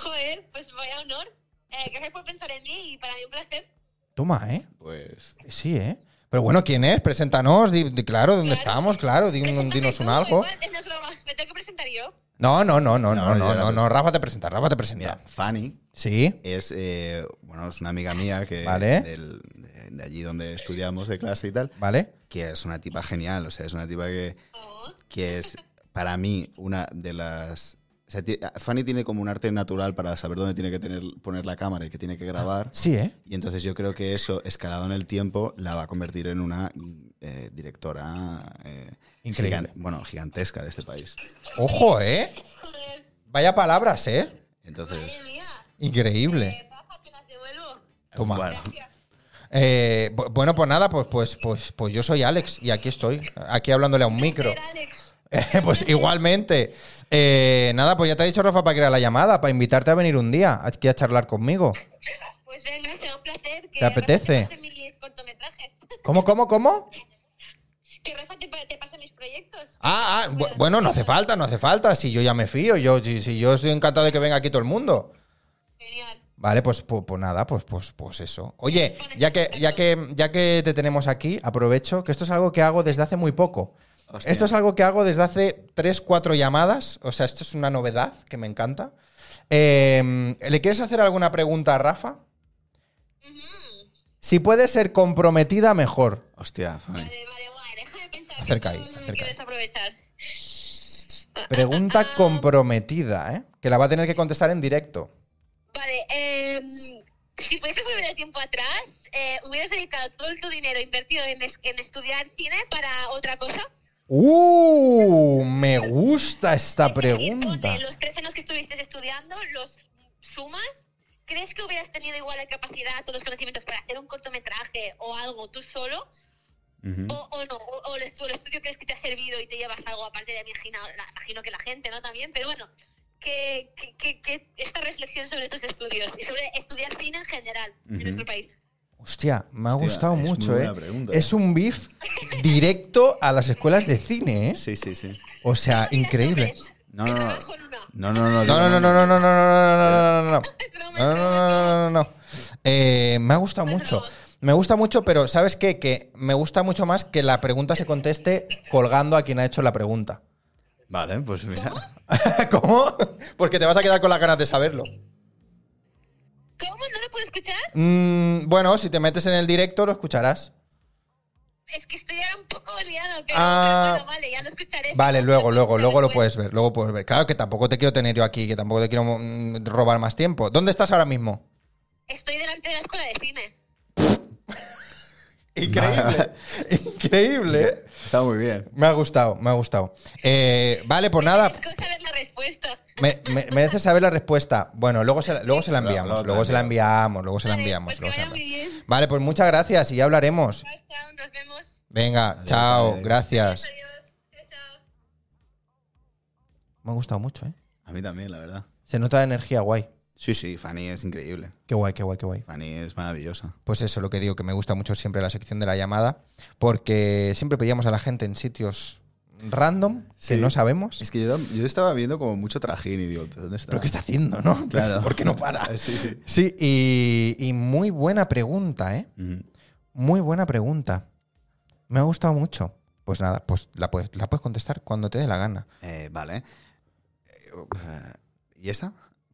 Speaker 3: Joder, pues vaya honor. Eh, gracias por pensar en mí y para mí un placer.
Speaker 1: Toma, ¿eh?
Speaker 2: Pues.
Speaker 1: Sí, ¿eh? Pero bueno, ¿quién es? Preséntanos. di- di- claro, ¿dónde
Speaker 3: Claro.
Speaker 1: estamos? Claro, di un-
Speaker 3: Preséntame
Speaker 1: dinos un
Speaker 3: tú,
Speaker 1: algo.
Speaker 3: igual, es nuestro- Me tengo que presentar yo.
Speaker 1: No, no, no, no, no,
Speaker 2: No,
Speaker 1: no,
Speaker 2: ya la
Speaker 1: no, no.
Speaker 2: presento.
Speaker 1: Rafa te presenta, Rafa te presenta.
Speaker 2: Mira, Fanny
Speaker 1: Sí.
Speaker 2: es, eh, bueno, es una amiga mía que
Speaker 1: Vale.
Speaker 2: del- de, de allí donde estudiamos de clase y tal,
Speaker 1: ¿Vale?
Speaker 2: que es una tipa genial, o sea, es una tipa que,
Speaker 3: Oh,
Speaker 2: que es para mí una de las... o sea, ti- Fanny tiene como un arte natural para saber dónde tiene que tener, poner la cámara y que tiene que grabar.
Speaker 1: Sí, ¿eh?
Speaker 2: Y entonces yo creo que eso, escalado en el tiempo, la va a convertir en una eh, directora eh,
Speaker 1: Increíble.
Speaker 2: gigan- bueno, gigantesca de este país.
Speaker 1: Ojo, ¿eh?
Speaker 3: joder.
Speaker 1: Vaya palabras, ¿eh?
Speaker 2: Entonces,
Speaker 3: Madre mía.
Speaker 1: Increíble.
Speaker 3: Eh, Rafa, te las devuelvo.
Speaker 1: Toma.
Speaker 2: bueno,
Speaker 3: Gracias.
Speaker 1: Eh, bu- bueno, pues nada, pues, pues, pues, pues yo soy Alex y aquí estoy, aquí hablándole a un micro.
Speaker 3: Este Era Alex.
Speaker 1: pues igualmente. Eh, nada, pues ya te ha dicho Rafa para que era la llamada, para invitarte a venir un día aquí a charlar conmigo.
Speaker 3: Pues venga, será un placer. Que
Speaker 1: ¿Te apetece?
Speaker 3: Rafa te pase mis cortometrajes.
Speaker 1: ¿Cómo, cómo, cómo?
Speaker 3: Que Rafa te, pa- te pase mis proyectos.
Speaker 1: Ah, ah, bu- bueno, no hace falta, no hace falta. Si yo ya me fío, yo, si, si yo estoy encantado de que venga aquí todo el mundo.
Speaker 3: Genial.
Speaker 1: Vale, pues, pues, pues nada, pues, pues, pues eso. Oye, ya que, ya, que, ya que te tenemos aquí, aprovecho que esto es algo que hago desde hace muy poco.
Speaker 2: Hostia.
Speaker 1: Esto es algo que hago desde hace 3, 4 llamadas. O sea, esto es una novedad que me encanta. Eh, ¿Le quieres hacer alguna pregunta a Rafa?
Speaker 3: Ujú.
Speaker 1: Si puede ser comprometida, mejor.
Speaker 2: Hostia, Fanny.
Speaker 3: Vale, vale, guay, déjame pensar. que
Speaker 1: Acerca ahí,
Speaker 3: no me
Speaker 1: acerca
Speaker 3: quiero
Speaker 1: ahí.
Speaker 3: desaprovechar.
Speaker 1: Pregunta
Speaker 3: Ah,
Speaker 1: comprometida, ¿eh? Que la va a tener que contestar en directo.
Speaker 3: Vale, eh, si pudieses volver el tiempo atrás, eh, ¿hubieras dedicado todo tu dinero invertido en, es- en estudiar cine para otra cosa?
Speaker 1: ¡Uh! Me gusta esta
Speaker 3: Es decir,
Speaker 1: pregunta.
Speaker 3: ponle los tres años que estuviste estudiando, los sumas, ¿crees que hubieras tenido igual la capacidad o los conocimientos para hacer un cortometraje o algo tú solo?
Speaker 2: Ujú.
Speaker 3: ¿O, o no? ¿O, o el, estu- el estudio crees que te ha servido y te llevas algo aparte de, imagina, la- imagino que la gente, ¿no? También, pero bueno, que, que- que- que esta reflexión sobre tus estudios y sobre estudiar cine en general en
Speaker 2: Ujú.
Speaker 3: nuestro país.
Speaker 1: Hostia, me ha
Speaker 2: Hostia,
Speaker 1: gustado
Speaker 2: es muy
Speaker 1: mucho,
Speaker 2: buena
Speaker 1: ¿eh?
Speaker 2: pregunta,
Speaker 1: Es
Speaker 2: ¿eh?
Speaker 1: un beef directo a las escuelas de cine, ¿eh?
Speaker 2: Sí, sí, sí.
Speaker 1: O sea, increíble.
Speaker 2: No, no, no. No, no,
Speaker 1: No, no, no, no,
Speaker 2: no.
Speaker 1: no, no, no, no, no, no, no, no, no. No, no, no, no, no, no. Eh, me ha gustado mucho. Me gusta mucho, pero ¿sabes qué? Que me gusta mucho más que la pregunta se conteste colgando a quien ha hecho la pregunta.
Speaker 2: Vale, pues mira.
Speaker 1: ¿Cómo? Porque te vas a quedar con las ganas de saberlo.
Speaker 3: ¿Cómo? ¿No lo puedo escuchar?
Speaker 1: Mm, bueno, si te metes en el directo lo escucharás.
Speaker 3: Es que estoy ahora un poco liado, pero,
Speaker 1: Ah.
Speaker 3: pero bueno, vale, ya lo escucharé. pues,
Speaker 1: Vale, luego, luego, luego lo
Speaker 3: Después.
Speaker 1: puedes ver, luego puedes ver. Claro que tampoco te quiero tener yo aquí, que tampoco te quiero mm, robar más tiempo. ¿Dónde estás ahora mismo?
Speaker 3: Estoy delante de la escuela de cine.
Speaker 1: Increíble. Increíble. ¿eh?
Speaker 2: Está muy bien.
Speaker 1: Me ha gustado, me ha gustado. Eh, vale, pues nada.
Speaker 3: Quiero saber la respuesta.
Speaker 1: Me, me- mereces saber la respuesta. Bueno, luego se, la- luego se la
Speaker 2: Claro,
Speaker 1: enviamos,
Speaker 2: luego
Speaker 1: luego
Speaker 2: te
Speaker 1: se
Speaker 2: la
Speaker 1: la enviamos, luego se la
Speaker 3: Vale,
Speaker 1: enviamos.
Speaker 3: pues
Speaker 1: luego
Speaker 3: que
Speaker 1: se la
Speaker 3: vaya muy
Speaker 1: enviamos.
Speaker 3: bien.
Speaker 1: Vale, pues muchas gracias y ya hablaremos.
Speaker 3: Chao, chao, nos vemos.
Speaker 1: Venga,
Speaker 2: Adiós,
Speaker 1: chao,
Speaker 2: adiós.
Speaker 1: gracias.
Speaker 3: Adiós. Chao, chao.
Speaker 1: Me ha gustado mucho, ¿eh?
Speaker 2: A mí también, la verdad.
Speaker 1: Se nota la energía guay.
Speaker 2: Sí, sí, Fanny es increíble.
Speaker 1: Qué guay, qué guay, qué guay.
Speaker 2: Fanny es maravillosa.
Speaker 1: Pues eso, lo que digo, que me gusta mucho siempre la sección de la llamada, porque siempre pillamos a la gente en sitios random que
Speaker 2: Sí.
Speaker 1: no sabemos.
Speaker 2: Es que yo, tam- yo estaba viendo como mucho trajín y digo, ¿pero ¿dónde está?
Speaker 1: ¿Pero qué está haciendo, no?
Speaker 2: Claro.
Speaker 1: ¿Por qué no para?
Speaker 2: Sí, sí.
Speaker 1: Sí, y, y muy buena pregunta, ¿eh?
Speaker 2: Ujú.
Speaker 1: Muy buena pregunta. Me ha gustado mucho. Pues nada, pues la puedes, la puedes contestar cuando te dé la gana.
Speaker 2: Eh, vale. Eh, eh, ¿Y esa?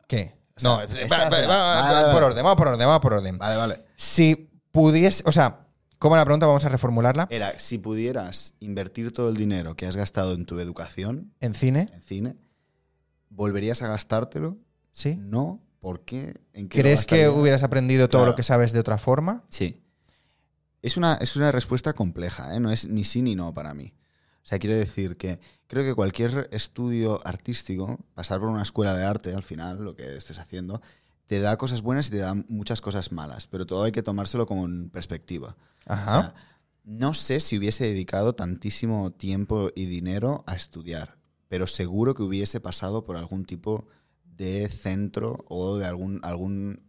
Speaker 1: ¿Qué?
Speaker 2: O
Speaker 1: No,
Speaker 2: sea,
Speaker 1: eh,
Speaker 2: esta
Speaker 1: va-
Speaker 2: es
Speaker 1: va-
Speaker 2: la-
Speaker 1: va-
Speaker 2: Vale,
Speaker 1: va-
Speaker 2: vale,
Speaker 1: por
Speaker 2: vale.
Speaker 1: orden, vamos por orden, vamos por orden.
Speaker 2: Vale, vale.
Speaker 1: Si pudiese, o sea, ¿cómo la pregunta? Vamos a reformularla.
Speaker 2: Era, si pudieras invertir todo el dinero que has gastado en tu educación,
Speaker 1: En cine,
Speaker 2: en cine, ¿volverías a gastártelo?
Speaker 1: ¿sí?
Speaker 2: No. ¿Por qué? ¿En qué lo
Speaker 1: ¿Crees que
Speaker 2: gastarías?
Speaker 1: hubieras aprendido todo
Speaker 2: Claro.
Speaker 1: lo que sabes de otra forma?
Speaker 2: Sí. Es una, es una respuesta compleja, ¿eh? no es ni sí ni no para mí. O sea, quiero decir que creo que cualquier estudio artístico, pasar por una escuela de arte al final, lo que estés haciendo, te da cosas buenas y te da muchas cosas malas, pero todo hay que tomárselo como en perspectiva.
Speaker 1: Ajá.
Speaker 2: O sea, no sé si hubiese dedicado tantísimo tiempo y dinero a estudiar, pero seguro que hubiese pasado por algún tipo de centro o de algún algún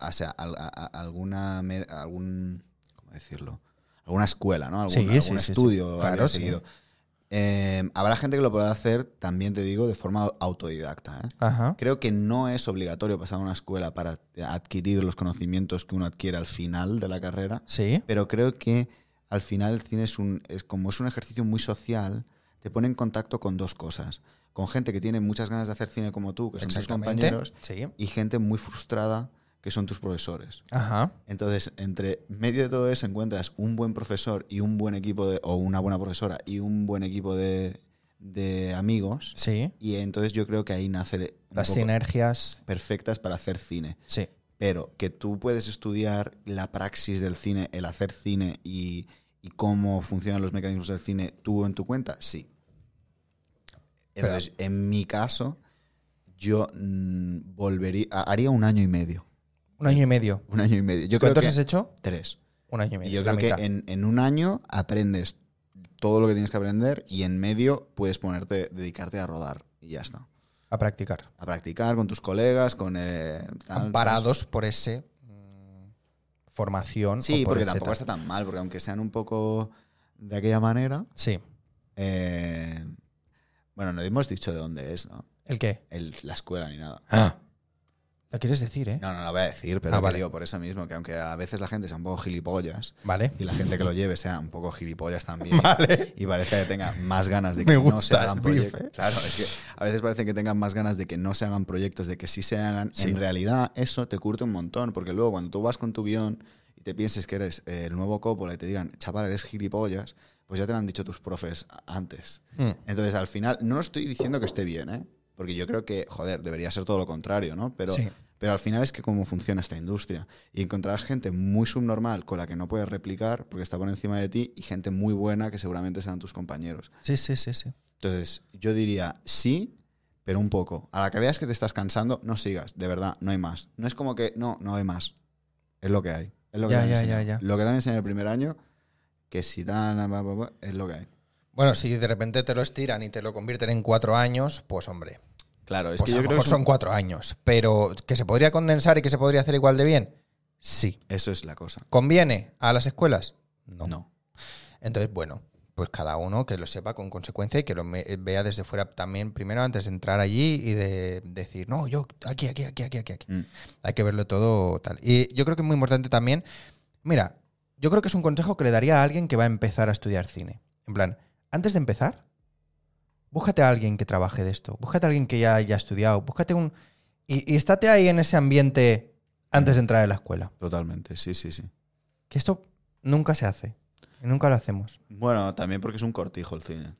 Speaker 2: o sea, al- a- a- alguna mer- algún cómo decirlo, alguna escuela, ¿no? Algún,
Speaker 1: Sí, sí,
Speaker 2: algún
Speaker 1: sí, sí.
Speaker 2: estudio
Speaker 1: Claro,
Speaker 2: habría
Speaker 1: sí.
Speaker 2: seguido. Eh, habrá gente que lo podrá hacer, también te digo, de forma autodidacta. ¿eh?
Speaker 1: Ajá.
Speaker 2: Creo que no es obligatorio pasar a una escuela para adquirir los conocimientos que uno adquiere al final de la carrera,
Speaker 1: Sí.
Speaker 2: pero creo que al final el cine es un, es como es un ejercicio muy social, te pone en contacto con dos cosas. Con gente que tiene muchas ganas de hacer cine como tú, que son tus
Speaker 1: Exactamente.
Speaker 2: pues compañeros,
Speaker 1: Sí.
Speaker 2: y gente muy frustrada, que son tus profesores.
Speaker 1: Ajá.
Speaker 2: Entonces, entre medio de todo eso encuentras un buen profesor y un buen equipo de, o una buena profesora y un buen equipo de, de amigos.
Speaker 1: Sí.
Speaker 2: Y entonces yo creo que ahí nace de- un
Speaker 1: Las
Speaker 2: poco
Speaker 1: sinergias.
Speaker 2: perfectas para hacer cine
Speaker 1: Sí.
Speaker 2: pero que tú puedes estudiar la praxis del cine, el hacer cine y, y cómo funcionan los mecanismos del cine tú en tu cuenta, sí. Entonces, en mi caso, yo mm, volvería, ha- haría un año y medio.
Speaker 1: Un año y medio.
Speaker 2: Un año y medio. Yo creo
Speaker 1: ¿Cuántos
Speaker 2: que,
Speaker 1: has hecho?
Speaker 2: Tres.
Speaker 1: Un año y
Speaker 2: Y
Speaker 1: medio.
Speaker 2: yo
Speaker 1: la
Speaker 2: creo que
Speaker 1: mitad.
Speaker 2: en, en un año aprendes todo lo que tienes que aprender y en medio puedes ponerte, dedicarte a rodar y ya está.
Speaker 1: A practicar.
Speaker 2: A practicar con tus colegas, con... eh, tal, ¿sabes?
Speaker 1: Amparados por ese mm, formación.
Speaker 2: Sí,
Speaker 1: o por
Speaker 2: porque
Speaker 1: ese
Speaker 2: tampoco
Speaker 1: tal.
Speaker 2: está tan mal, porque aunque sean un poco de aquella manera.
Speaker 1: Sí.
Speaker 2: eh, bueno, no hemos dicho de dónde es, ¿no?
Speaker 1: ¿El qué?
Speaker 2: El- la escuela ni nada.
Speaker 1: Lo quieres decir, ¿eh?
Speaker 2: Ah. No, no lo voy a decir, pero
Speaker 1: Ah,
Speaker 2: que
Speaker 1: vale.
Speaker 2: digo por eso mismo, que aunque a veces la gente sea un poco gilipollas
Speaker 1: Vale.
Speaker 2: y la gente que lo lleve sea un poco gilipollas también
Speaker 1: Vale.
Speaker 2: y parece que tenga más ganas de
Speaker 1: Me
Speaker 2: que no se
Speaker 1: gusta
Speaker 2: hagan
Speaker 1: el beef,
Speaker 2: proyectos.
Speaker 1: ¿eh?
Speaker 2: Claro, es que a veces parece que tengan más ganas de que no se hagan proyectos, de que sí se hagan.
Speaker 1: Sí.
Speaker 2: En realidad eso te curte un montón, porque luego cuando tú vas con tu guión y te pienses que eres eh, el nuevo Coppola y te digan, chaval, eres gilipollas, pues ya te lo han dicho tus profes a- antes.
Speaker 1: Mm.
Speaker 2: Entonces, al final, no estoy diciendo que esté bien, ¿eh? Porque yo creo que, joder, debería ser todo lo contrario, ¿no? Pero,
Speaker 1: Sí.
Speaker 2: pero al final es que cómo funciona esta industria. Y encontrarás gente muy subnormal con la que no puedes replicar porque está por encima de ti y gente muy buena que seguramente serán tus compañeros.
Speaker 1: Sí, sí, sí, sí.
Speaker 2: Entonces, yo diría sí, pero un poco. A la que veas que te estás cansando, no sigas. De verdad, no hay más. No es como que, no, no hay más. Es lo que hay. Es lo que
Speaker 1: Ya,
Speaker 2: te han
Speaker 1: ya,
Speaker 2: enseñado.
Speaker 1: ya, ya.
Speaker 2: Lo que te han enseñado el primer año, que si dan, ba, ba, ba, es lo que hay.
Speaker 1: Bueno, si de repente te lo estiran y te lo convierten en cuatro años, pues hombre,
Speaker 2: Claro, es
Speaker 1: pues
Speaker 2: que
Speaker 1: a
Speaker 2: yo
Speaker 1: lo
Speaker 2: creo
Speaker 1: mejor
Speaker 2: que es un-
Speaker 1: son cuatro años. Pero que se podría condensar y que se podría hacer igual de bien, sí.
Speaker 2: Eso es la cosa.
Speaker 1: ¿Conviene a las escuelas?
Speaker 2: No.
Speaker 1: Entonces, bueno, pues cada uno que lo sepa con consecuencia y que lo me- vea desde fuera también primero antes de entrar allí y de decir, no, yo aquí, aquí, aquí, aquí, aquí, aquí.
Speaker 2: Mm.
Speaker 1: Hay que verlo todo tal. Y yo creo que es muy importante también, mira, yo creo que es un consejo que le daría a alguien que va a empezar a estudiar cine. En plan, antes de empezar, búscate a alguien que trabaje de esto, búscate a alguien que ya haya estudiado, búscate un... Y, y estate ahí en ese ambiente antes de entrar a la escuela.
Speaker 2: Totalmente, sí, sí, sí.
Speaker 1: Que esto nunca se hace. y Nunca lo hacemos.
Speaker 2: Bueno, también porque es un cortijo el cine.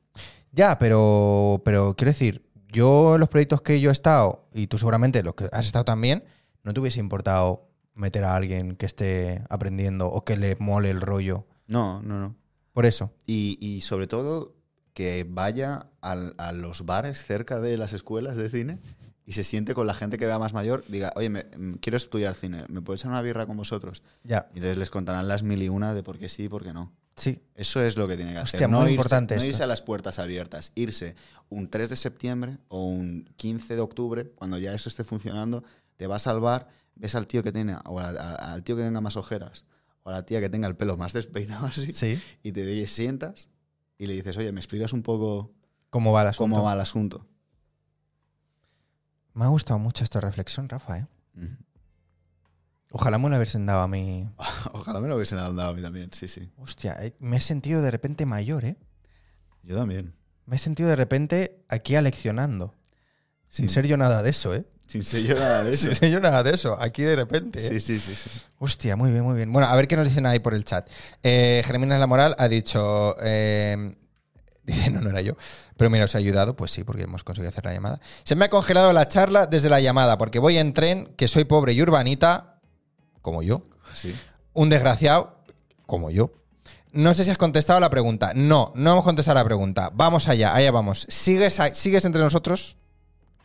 Speaker 1: Ya, pero, pero quiero decir, yo en los proyectos que yo he estado, y tú seguramente los que has estado también, no te hubiese importado meter a alguien que esté aprendiendo o que le mole el rollo.
Speaker 2: No, no, no.
Speaker 1: Por eso.
Speaker 2: Y, y sobre todo que vaya al- a los bares cerca de las escuelas de cine y se siente con la gente que vea más mayor, diga, oye, me- mm, quiero estudiar cine, ¿me puedo echar una birra con vosotros?
Speaker 1: Ya.
Speaker 2: Y entonces les contarán las mil y una de por qué sí y por qué no.
Speaker 1: Sí.
Speaker 2: Eso es lo que tiene que
Speaker 1: Hostia,
Speaker 2: hacer.
Speaker 1: muy
Speaker 2: irse-
Speaker 1: importante
Speaker 2: no
Speaker 1: esto.
Speaker 2: irse a las puertas abiertas. Irse un 3 de septiembre o un 15 de octubre, cuando ya eso esté funcionando, te vas al bar, ves al tío que tiene, o a- a- al tío que tenga más ojeras, o a la tía que tenga el pelo más despeinado así,
Speaker 1: Sí.
Speaker 2: y te di- sientas y le dices, oye, ¿me explicas un poco
Speaker 1: ¿Cómo va el asunto?
Speaker 2: cómo va el asunto?
Speaker 1: Me ha gustado mucho esta reflexión, Rafa, ¿eh?
Speaker 2: Ujú.
Speaker 1: Ojalá me lo hubiesen dado a mí.
Speaker 2: Ojalá me lo hubiesen dado a mí también, sí, sí.
Speaker 1: Hostia, eh, me he sentido de repente mayor, ¿eh?
Speaker 2: Yo también.
Speaker 1: Me he sentido de repente aquí aleccionando. Sin
Speaker 2: Sí.
Speaker 1: ser yo nada de eso, ¿eh?
Speaker 2: Sin ser yo nada de eso.
Speaker 1: Sin ser yo nada de eso. Aquí de repente. ¿eh?
Speaker 2: Sí, sí, sí. sí.
Speaker 1: Hostia, muy bien, muy bien. Bueno, a ver qué nos dicen ahí por el chat. Eh, Germina La Moral ha dicho. eh, dice, no, no era yo. Pero mira, os he ayudado, pues sí, porque hemos conseguido hacer la llamada. Se me ha congelado la charla desde la llamada, porque voy en tren, que soy pobre y urbanita, como yo.
Speaker 2: Sí.
Speaker 1: Un desgraciado, como yo. No sé si has contestado la pregunta. No, no hemos contestado la pregunta. Vamos allá, allá vamos. ¿Sigues, a- sigues entre nosotros?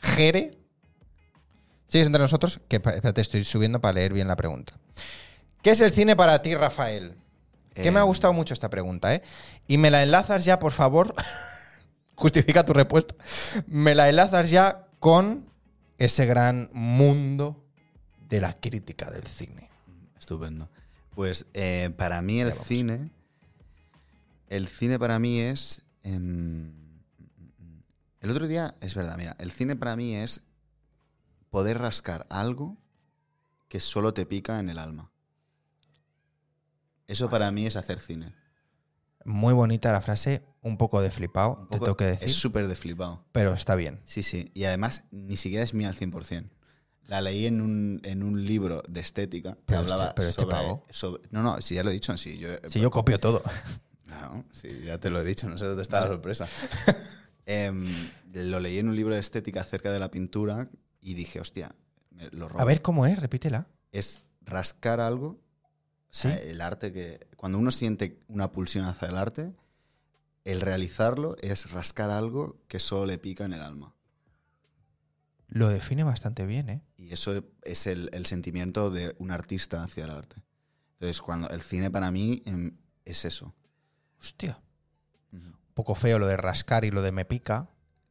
Speaker 1: ¿Jere? ¿Sigues entre nosotros? Que pa- espérate, estoy subiendo para leer bien la pregunta. ¿Qué es el cine para ti, Rafael? Que me ha
Speaker 2: Eh,
Speaker 1: gustado mucho esta pregunta, ¿eh? Y me la enlazas ya, por favor. Justifica tu respuesta. Me la enlazas ya con ese gran mundo de la crítica del cine.
Speaker 2: Estupendo. Pues eh, para mí el
Speaker 1: Ya vamos.
Speaker 2: cine. El cine para mí es. em, el otro día, es verdad, mira, el cine para mí es poder rascar algo que solo te pica en el alma. Eso para mí es hacer cine.
Speaker 1: Muy bonita la frase, un poco de flipado,
Speaker 2: Un
Speaker 1: te
Speaker 2: poco-
Speaker 1: tengo que decir.
Speaker 2: Es Eh, súper de flipado.
Speaker 1: pero está bien.
Speaker 2: Sí, sí. Y además, ni siquiera es mía al 100%. La leí en un, en un libro de estética que
Speaker 1: Pero este-
Speaker 2: hablaba
Speaker 1: pero este
Speaker 2: sobre,
Speaker 1: pavo.
Speaker 2: sobre- No, no, si ya lo he dicho. Sí, yo,
Speaker 1: Si yo copio todo.
Speaker 2: Claro, sí, ya te lo he dicho, no sé dónde está la sorpresa. Em, lo leí en un libro de estética acerca de la pintura y dije, hostia, me lo robo.
Speaker 1: A ver cómo es, repítela.
Speaker 2: Es rascar algo, o
Speaker 1: Sí.
Speaker 2: sea, el arte que... Cuando uno siente una pulsión hacia el arte, el realizarlo es rascar algo que solo le pica en el alma.
Speaker 1: Lo define bastante bien, ¿eh?
Speaker 2: Y eso es el, el sentimiento de un artista hacia el arte. Entonces, cuando el cine para mí em, es eso.
Speaker 1: Hostia. Un poco feo lo de rascar y lo de me pica.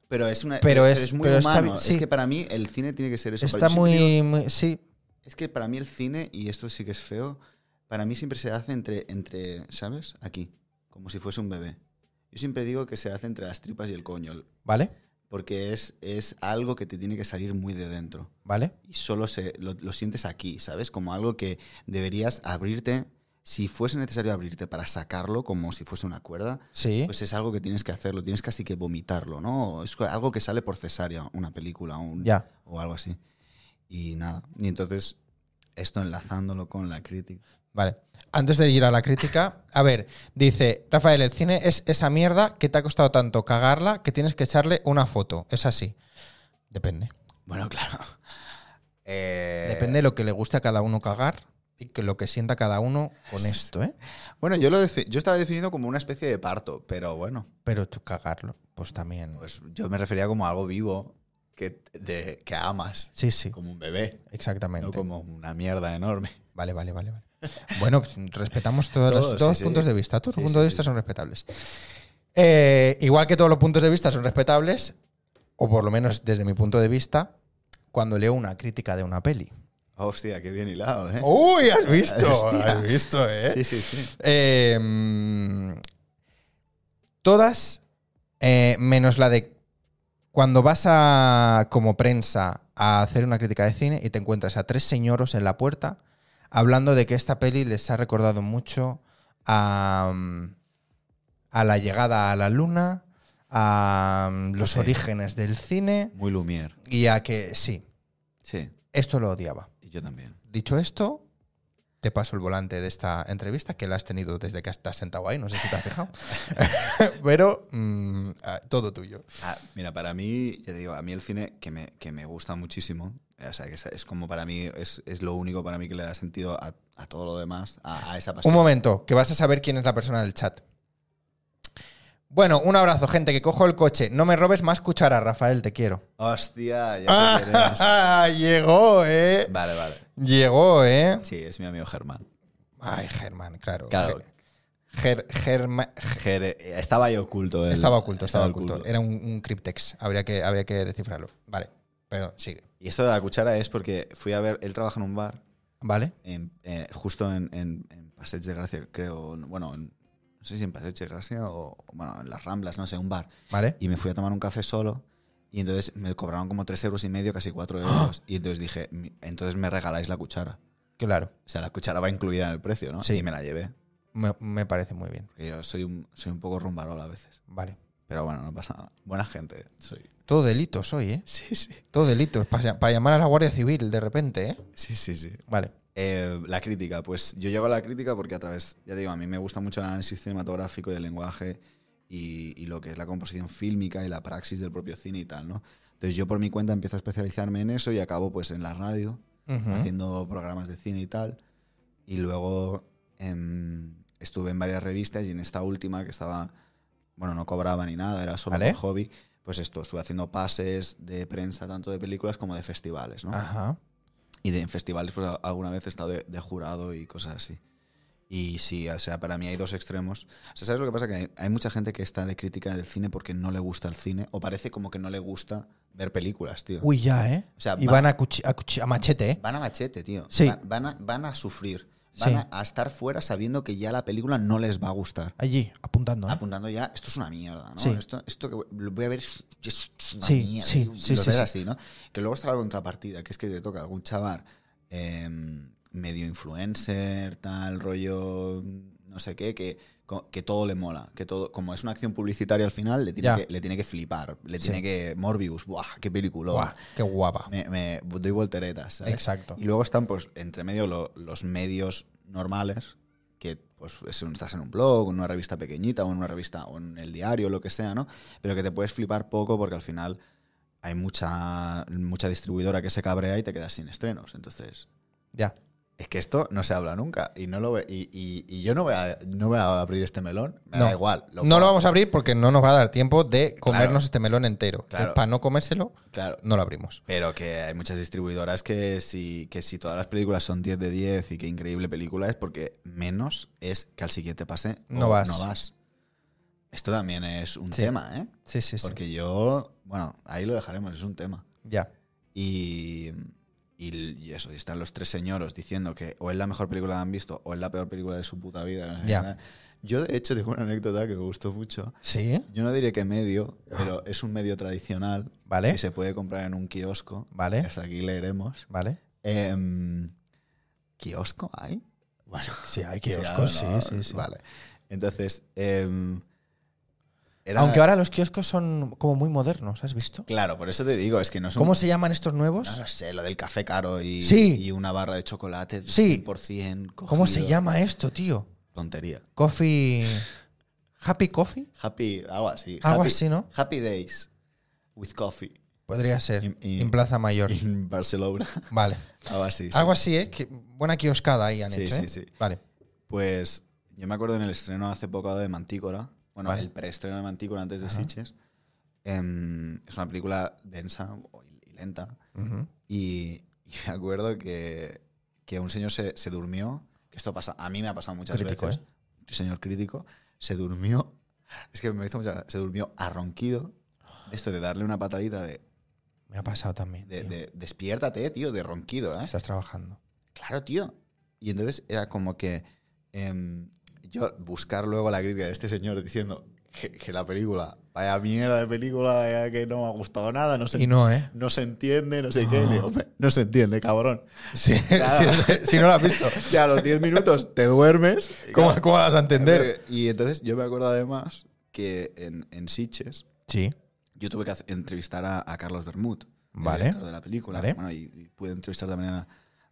Speaker 2: Pero es una
Speaker 1: Pero es-
Speaker 2: muy
Speaker 1: pero está
Speaker 2: humano.
Speaker 1: bien, sí.
Speaker 2: Es que para mí el cine tiene que ser eso.
Speaker 1: Está
Speaker 2: Yo siempre digo-
Speaker 1: muy, muy- Sí,
Speaker 2: es que para mí el cine, y esto sí que es feo, para mí siempre se hace entre, entre, ¿sabes? Aquí, como si fuese un bebé. Yo siempre digo que se hace entre las tripas y el coño.
Speaker 1: ¿vale?
Speaker 2: porque es, es algo que te tiene que salir muy de dentro.
Speaker 1: ¿Vale?
Speaker 2: Y solo se, lo, lo sientes aquí, ¿sabes? Como algo que deberías abrirte, si fuese necesario abrirte para sacarlo, como si fuese una cuerda,
Speaker 1: Sí.
Speaker 2: pues es algo que tienes que hacerlo, tienes casi que vomitarlo, ¿no? Es algo que sale por cesárea, una película un-
Speaker 1: Ya.
Speaker 2: o algo así. Y nada, y entonces esto enlazándolo con la crítica.
Speaker 1: Vale. Antes de ir a la crítica, a ver, dice Rafael, el cine es esa mierda que te ha costado tanto cagarla que tienes que echarle una foto. Es así. Depende.
Speaker 2: Bueno, claro. Eh,
Speaker 1: Depende de lo que le guste a cada uno cagar y que lo que sienta cada uno con esto, ¿eh?
Speaker 2: Bueno, yo, lo defi- yo estaba definido como una especie de parto, pero bueno,
Speaker 1: Pero tú cagarlo, pues también.
Speaker 2: pues yo me refería como a algo vivo que, de, que amas,
Speaker 1: Sí, sí,
Speaker 2: como un bebé,
Speaker 1: exactamente.
Speaker 2: no como una mierda enorme.
Speaker 1: Vale, vale, vale, vale. Bueno, pues, respetamos todos,
Speaker 2: Todos,
Speaker 1: los, todos
Speaker 2: sí,
Speaker 1: los
Speaker 2: sí.
Speaker 1: puntos de vista. Todos
Speaker 2: Sí,
Speaker 1: los puntos
Speaker 2: sí,
Speaker 1: de vista
Speaker 2: sí.
Speaker 1: son respetables. Eh, igual que todos los puntos de vista son respetables, o por lo menos desde mi punto de vista, cuando leo una crítica de una peli.
Speaker 2: Hostia, qué bien hilado, ¿eh?
Speaker 1: ¡Uy! ¿Has visto?
Speaker 2: Hostia.
Speaker 1: ¿Has visto, Oh, eh?
Speaker 2: Sí, sí, sí.
Speaker 1: Eh, mm, todas, eh, menos la de cuando vas a, como prensa a hacer una crítica de cine y te encuentras a tres señoros en la puerta hablando de que esta peli les ha recordado mucho a, mm, a la llegada a la luna, a mm, los
Speaker 2: Sí.
Speaker 1: orígenes del cine
Speaker 2: Muy Lumière.
Speaker 1: y a que sí,
Speaker 2: Sí,
Speaker 1: esto lo odiaba.
Speaker 2: y yo también.
Speaker 1: Dicho esto, te paso el volante de esta entrevista, que la has tenido desde que estás sentado ahí, no sé si te has fijado. Pero mm, ah, todo tuyo.
Speaker 2: Ah, mira, para mí, ya te digo, a mí el cine que me, que me gusta muchísimo, eh, o sea, que es, es como para mí, es, es lo único para mí que le da sentido a, a todo lo demás, a, a esa
Speaker 1: Un
Speaker 2: pasión.
Speaker 1: momento, que vas a saber quién es la persona del chat. Bueno, un abrazo, gente, que cojo el coche. No me robes más cuchara, Rafael, te quiero.
Speaker 2: Hostia, ya te queremos.
Speaker 1: Ah, llegó, ¿eh?
Speaker 2: Vale, vale.
Speaker 1: Llegó, ¿eh?
Speaker 2: Sí, es mi amigo Germán.
Speaker 1: Ay, Germán, claro.
Speaker 2: Claro.
Speaker 1: Ger- Germa-
Speaker 2: Ger- eh, estaba ahí oculto. él.
Speaker 1: estaba oculto, estaba oculto. Era un, un cryptex, habría que, habría que descifrarlo. Vale, perdón, sigue.
Speaker 2: Y esto de la cuchara es porque fui a ver, él trabaja en un bar,
Speaker 1: ¿Vale?
Speaker 2: en, eh, justo en, en, en Passeig de Gracia, creo, bueno, en- no sé si en Passeig de Gracia o, bueno, en las Ramblas, no sé, un bar.
Speaker 1: ¿Vale?
Speaker 2: y me fui a tomar un café solo y entonces me cobraron como 3 euros y medio, casi 4 euros. Y entonces dije, "Mi- entonces me regaláis la cuchara.
Speaker 1: Claro,
Speaker 2: O sea, la cuchara va incluida en el precio, ¿no?
Speaker 1: Sí.
Speaker 2: Y me la llevé.
Speaker 1: me, me parece muy bien.
Speaker 2: Porque yo soy un, soy un poco rumbarol a veces.
Speaker 1: Vale.
Speaker 2: Pero bueno, no pasa nada. Buena gente soy.
Speaker 1: Todo delitos hoy, ¿eh?
Speaker 2: Sí, sí.
Speaker 1: Todo delitos. Para llamar a la Guardia Civil de repente, ¿eh?
Speaker 2: Sí, sí, sí.
Speaker 1: Vale.
Speaker 2: Eh, la crítica, pues yo llego a la crítica porque a través, ya digo, a mí me gusta mucho el análisis cinematográfico y el lenguaje y, y lo que es la composición fílmica y la praxis del propio cine y tal, ¿no? Entonces yo por mi cuenta empiezo a especializarme en eso y acabo pues en la radio,
Speaker 1: Ujú.
Speaker 2: haciendo programas de cine y tal. Y luego em, estuve en varias revistas y en esta última que estaba, bueno, no cobraba ni nada, era solo
Speaker 1: Vale.
Speaker 2: por hobby, pues esto, estuve haciendo pases de prensa tanto de películas como de festivales, ¿no?
Speaker 1: Ajá.
Speaker 2: Y de, en festivales, pues a- alguna vez he estado de, de jurado y cosas así. Y sí, o sea, para mí hay dos extremos. O sea, ¿sabes lo que pasa? Que hay, hay mucha gente que está de crítica del cine porque no le gusta el cine o parece como que no le gusta ver películas, tío.
Speaker 1: Uy, ya, ¿eh?
Speaker 2: O sea,
Speaker 1: y
Speaker 2: va-
Speaker 1: van a, cuchi- a cuchi- a machete, ¿eh?
Speaker 2: Van a machete, tío.
Speaker 1: Sí.
Speaker 2: Van, van a, van a sufrir. Van
Speaker 1: Sí.
Speaker 2: a- a, estar fuera sabiendo que ya la película no les va a gustar.
Speaker 1: Allí, apuntando, ¿eh?
Speaker 2: Apuntando ya, esto es una mierda, ¿no?
Speaker 1: Sí.
Speaker 2: Esto, esto que voy- lo voy a ver es, es una
Speaker 1: Sí,
Speaker 2: mierda.
Speaker 1: sí,
Speaker 2: y lo
Speaker 1: sí, sí,
Speaker 2: ves
Speaker 1: sí.
Speaker 2: así, ¿no? Que luego está la contrapartida, que es que te toca algún chaval eh, medio influencer, tal, rollo, no sé qué, que, co- que todo le mola. Que todo, como es una acción publicitaria al final, le
Speaker 1: Ya.
Speaker 2: tiene, que, le tiene que flipar. Le tiene que. Morbius, ¡buah! ¡Qué película!
Speaker 1: Buah, qué guapa.
Speaker 2: me, me doy volteretas. ¿sabes?
Speaker 1: Exacto.
Speaker 2: Y luego están, pues, entre medio lo- los medios normales, que pues es un- estás en un blog, en una revista pequeñita, o en una revista, o en el diario, lo que sea, ¿no? Pero que te puedes flipar poco porque al final hay mucha, mucha distribuidora que se cabrea y te quedas sin estrenos. Entonces,
Speaker 1: Ya.
Speaker 2: es que esto no se habla nunca. Y no lo ve- y, y- y yo no voy a, no voy a abrir este melón. Me
Speaker 1: No.
Speaker 2: da igual.
Speaker 1: no lo vamos a abrir porque no nos va a dar tiempo de comernos
Speaker 2: Claro.
Speaker 1: este melón entero.
Speaker 2: Claro.
Speaker 1: Para no comérselo,
Speaker 2: Claro.
Speaker 1: no lo abrimos.
Speaker 2: Pero que hay muchas distribuidoras que si, que si todas las películas son 10 de 10 y que increíble película es porque menos es que al siguiente pase o
Speaker 1: No vas.
Speaker 2: no vas. Esto también es un
Speaker 1: Sí.
Speaker 2: tema, ¿eh?
Speaker 1: Sí, sí, sí.
Speaker 2: Porque yo, bueno, ahí lo dejaremos, es un tema.
Speaker 1: Ya.
Speaker 2: Y, Y, y eso, y están los tres señoros diciendo que o es la mejor película que han visto o es la peor película de su puta vida. no sé qué
Speaker 1: Ya.
Speaker 2: tal. Yo, de hecho, tengo una anécdota que me gustó mucho.
Speaker 1: Sí.
Speaker 2: Yo no diré que medio, pero es un medio tradicional
Speaker 1: Vale.
Speaker 2: que se puede comprar en un kiosco.
Speaker 1: Vale.
Speaker 2: Hasta aquí leeremos.
Speaker 1: Vale.
Speaker 2: Em, ¿Kiosco hay? Bueno,
Speaker 1: Sí, hay
Speaker 2: sí,
Speaker 1: kioscos, sí,
Speaker 2: ahora no,
Speaker 1: sí, sí.
Speaker 2: Vale. Entonces, em, era-
Speaker 1: Aunque ahora los kioscos son como muy modernos, ¿has visto?
Speaker 2: Claro, por eso te digo, es que no son...
Speaker 1: ¿Cómo se llaman estos nuevos?
Speaker 2: No lo sé, lo del café caro y,
Speaker 1: Sí.
Speaker 2: y una barra de chocolate
Speaker 1: Sí.
Speaker 2: 100% cogido.
Speaker 1: ¿Cómo se llama esto, tío?
Speaker 2: Tontería.
Speaker 1: Coffee. Happy Coffee?
Speaker 2: Happy, algo así.
Speaker 1: Algo
Speaker 2: Happy-
Speaker 1: así, ¿no?
Speaker 2: Happy Days with Coffee
Speaker 1: Podría ser.
Speaker 2: Y- y-
Speaker 1: en Plaza Mayor.
Speaker 2: en Barcelona.
Speaker 1: vale.
Speaker 2: Algo así. sí.
Speaker 1: Algo así, ¿eh? Que buena kioscada ahí han
Speaker 2: Sí,
Speaker 1: hecho,
Speaker 2: sí,
Speaker 1: ¿eh?
Speaker 2: sí.
Speaker 1: Vale.
Speaker 2: Pues yo me acuerdo en el estreno hace poco de Mantícora, bueno,
Speaker 1: Vale.
Speaker 2: el preestreno de Mantícora antes de Sitges. em, es una película densa y lenta.
Speaker 1: Ujú.
Speaker 2: Y, y me acuerdo que, que un señor se, se durmió, que esto pasa, a mí me ha pasado muchas
Speaker 1: Crítico, ¿eh?
Speaker 2: veces. Un señor crítico se durmió, es que me hizo mucha gracia, se durmió arronquido. de Esto de darle una patadita de,
Speaker 1: Me ha pasado también.
Speaker 2: de-
Speaker 1: tío.
Speaker 2: de ¿eh? despiértate, tío, de ronquido, ¿eh?
Speaker 1: Estás trabajando.
Speaker 2: Claro, tío. Y entonces era como que em, yo buscar luego la crítica de este señor diciendo que, que la película, vaya mierda de película, vaya que no me ha gustado nada, no
Speaker 1: Y
Speaker 2: se, no.
Speaker 1: no, Ah. ¿eh?
Speaker 2: se entiende, no sé qué. Y digo, "Hombre, no se entiende, cabrón.
Speaker 1: Sí,
Speaker 2: Claro.
Speaker 1: si, si no lo has visto.
Speaker 2: Ya a los 10 minutos te duermes. y
Speaker 1: ¿Cómo,
Speaker 2: claro,
Speaker 1: cómo vas a entender?
Speaker 2: Y entonces yo me acuerdo además que en, en Sitges
Speaker 1: Sí.
Speaker 2: yo tuve que hacer- entrevistar a, a Carlos Bermud, el
Speaker 1: Vale.
Speaker 2: director de la película.
Speaker 1: Vale.
Speaker 2: Bueno, y, y pude entrevistar también a,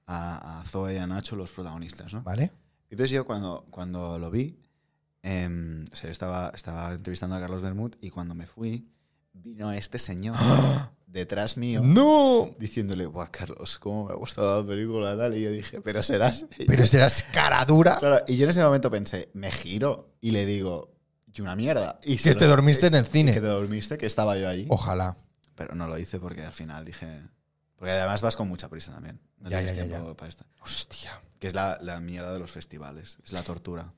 Speaker 2: a- a Zoe y a Nacho, los protagonistas, ¿no?
Speaker 1: Vale.
Speaker 2: Entonces yo cuando, cuando lo vi, em, o sea, yo estaba, estaba entrevistando a Carlos Bermud y cuando me fui, vino este señor detrás mío
Speaker 1: ¡No!
Speaker 2: diciéndole, Buah, Carlos, cómo me ha gustado la película tal. Y yo dije, pero serás...
Speaker 1: Pero serás cara dura.
Speaker 2: Claro, y yo en ese momento pensé, me giro y le digo, y una mierda. Y
Speaker 1: Que
Speaker 2: se
Speaker 1: te
Speaker 2: lo-
Speaker 1: dormiste en el
Speaker 2: Que
Speaker 1: cine. Oh.
Speaker 2: te dormiste, que estaba yo ahí.
Speaker 1: Ojalá.
Speaker 2: Pero no lo hice porque al final dije. Porque además vas con mucha prisa también. No
Speaker 1: Ya,
Speaker 2: tienes
Speaker 1: ya, ya,
Speaker 2: tiempo para esto.
Speaker 1: Hostia.
Speaker 2: Que es la, la mierda de los festivales, es la tortura.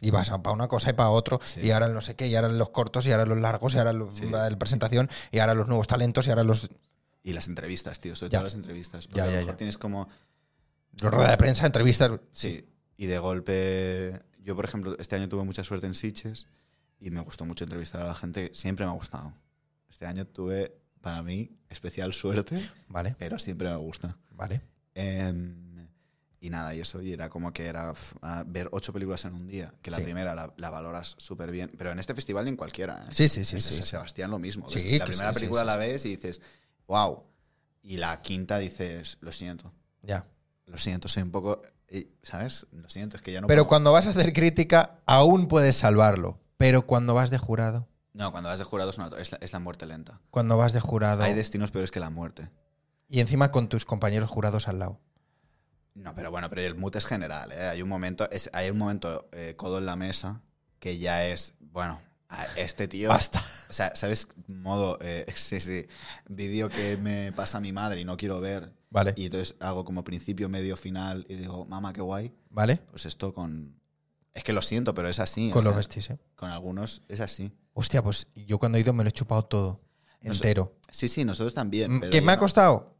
Speaker 1: Y vas para una cosa y para otro, y ahora el no sé qué, y ahora los cortos, y ahora los largos, y ahora los-
Speaker 2: Sí.
Speaker 1: la la presentación, y ahora los nuevos talentos, y ahora los,
Speaker 2: Y las entrevistas, tío, sobre
Speaker 1: Ya.
Speaker 2: todo las entrevistas. Porque
Speaker 1: Ya,
Speaker 2: a lo
Speaker 1: ya,
Speaker 2: mejor
Speaker 1: ya.
Speaker 2: tienes como.
Speaker 1: los rueda de prensa, entrevistas.
Speaker 2: Sí, y de golpe. Yo, por ejemplo, este año tuve mucha suerte en Sitges y me gustó mucho entrevistar a la gente, siempre me ha gustado. Este año tuve, para mí, especial suerte,
Speaker 1: Vale,
Speaker 2: pero siempre me gusta.
Speaker 1: vale.
Speaker 2: Em, y nada, y eso, y era como que era f- a ver ocho películas en un día, que la
Speaker 1: Sí.
Speaker 2: primera la, la valoras súper bien, pero en este festival ni en cualquiera. ¿eh?
Speaker 1: Sí, sí, sí,
Speaker 2: En
Speaker 1: sí,
Speaker 2: San
Speaker 1: sí.
Speaker 2: Sebastián lo mismo.
Speaker 1: Sí,
Speaker 2: ves, la
Speaker 1: que sí,
Speaker 2: primera
Speaker 1: sí,
Speaker 2: película
Speaker 1: sí,
Speaker 2: la
Speaker 1: sí.
Speaker 2: ves y dices, wow. Y la quinta dices, lo siento,
Speaker 1: Ya.
Speaker 2: lo siento, soy un poco, eh, ¿sabes? Lo siento, es que ya no...
Speaker 1: Pero
Speaker 2: puedo".
Speaker 1: cuando vas a hacer crítica, aún puedes salvarlo. Pero cuando vas de jurado,
Speaker 2: No, cuando vas de jurado es, una to- es la, es la muerte lenta.
Speaker 1: cuando vas de jurado,
Speaker 2: Hay destinos peores que la muerte.
Speaker 1: y encima con tus compañeros jurados al lado.
Speaker 2: No, pero bueno, pero el mute es general, ¿eh? Hay un momento, es, hay un momento eh, codo en la mesa que ya es, bueno, a este tío...
Speaker 1: Basta.
Speaker 2: O sea, ¿sabes? Modo, eh, sí, sí, vídeo que me pasa mi madre y no quiero ver.
Speaker 1: Vale,
Speaker 2: Y entonces hago como principio, medio, final y digo, mamá, qué guay.
Speaker 1: vale.
Speaker 2: Pues esto con... Es que lo siento, pero es así. o
Speaker 1: Con los
Speaker 2: sea,
Speaker 1: vestis, ¿eh?
Speaker 2: Con algunos es así.
Speaker 1: Hostia, pues yo cuando he ido me lo he chupado todo.
Speaker 2: No sé,
Speaker 1: Entero.
Speaker 2: Sí, sí, nosotros también. pero
Speaker 1: ¿Qué Mm, me ha
Speaker 2: llega-
Speaker 1: costado?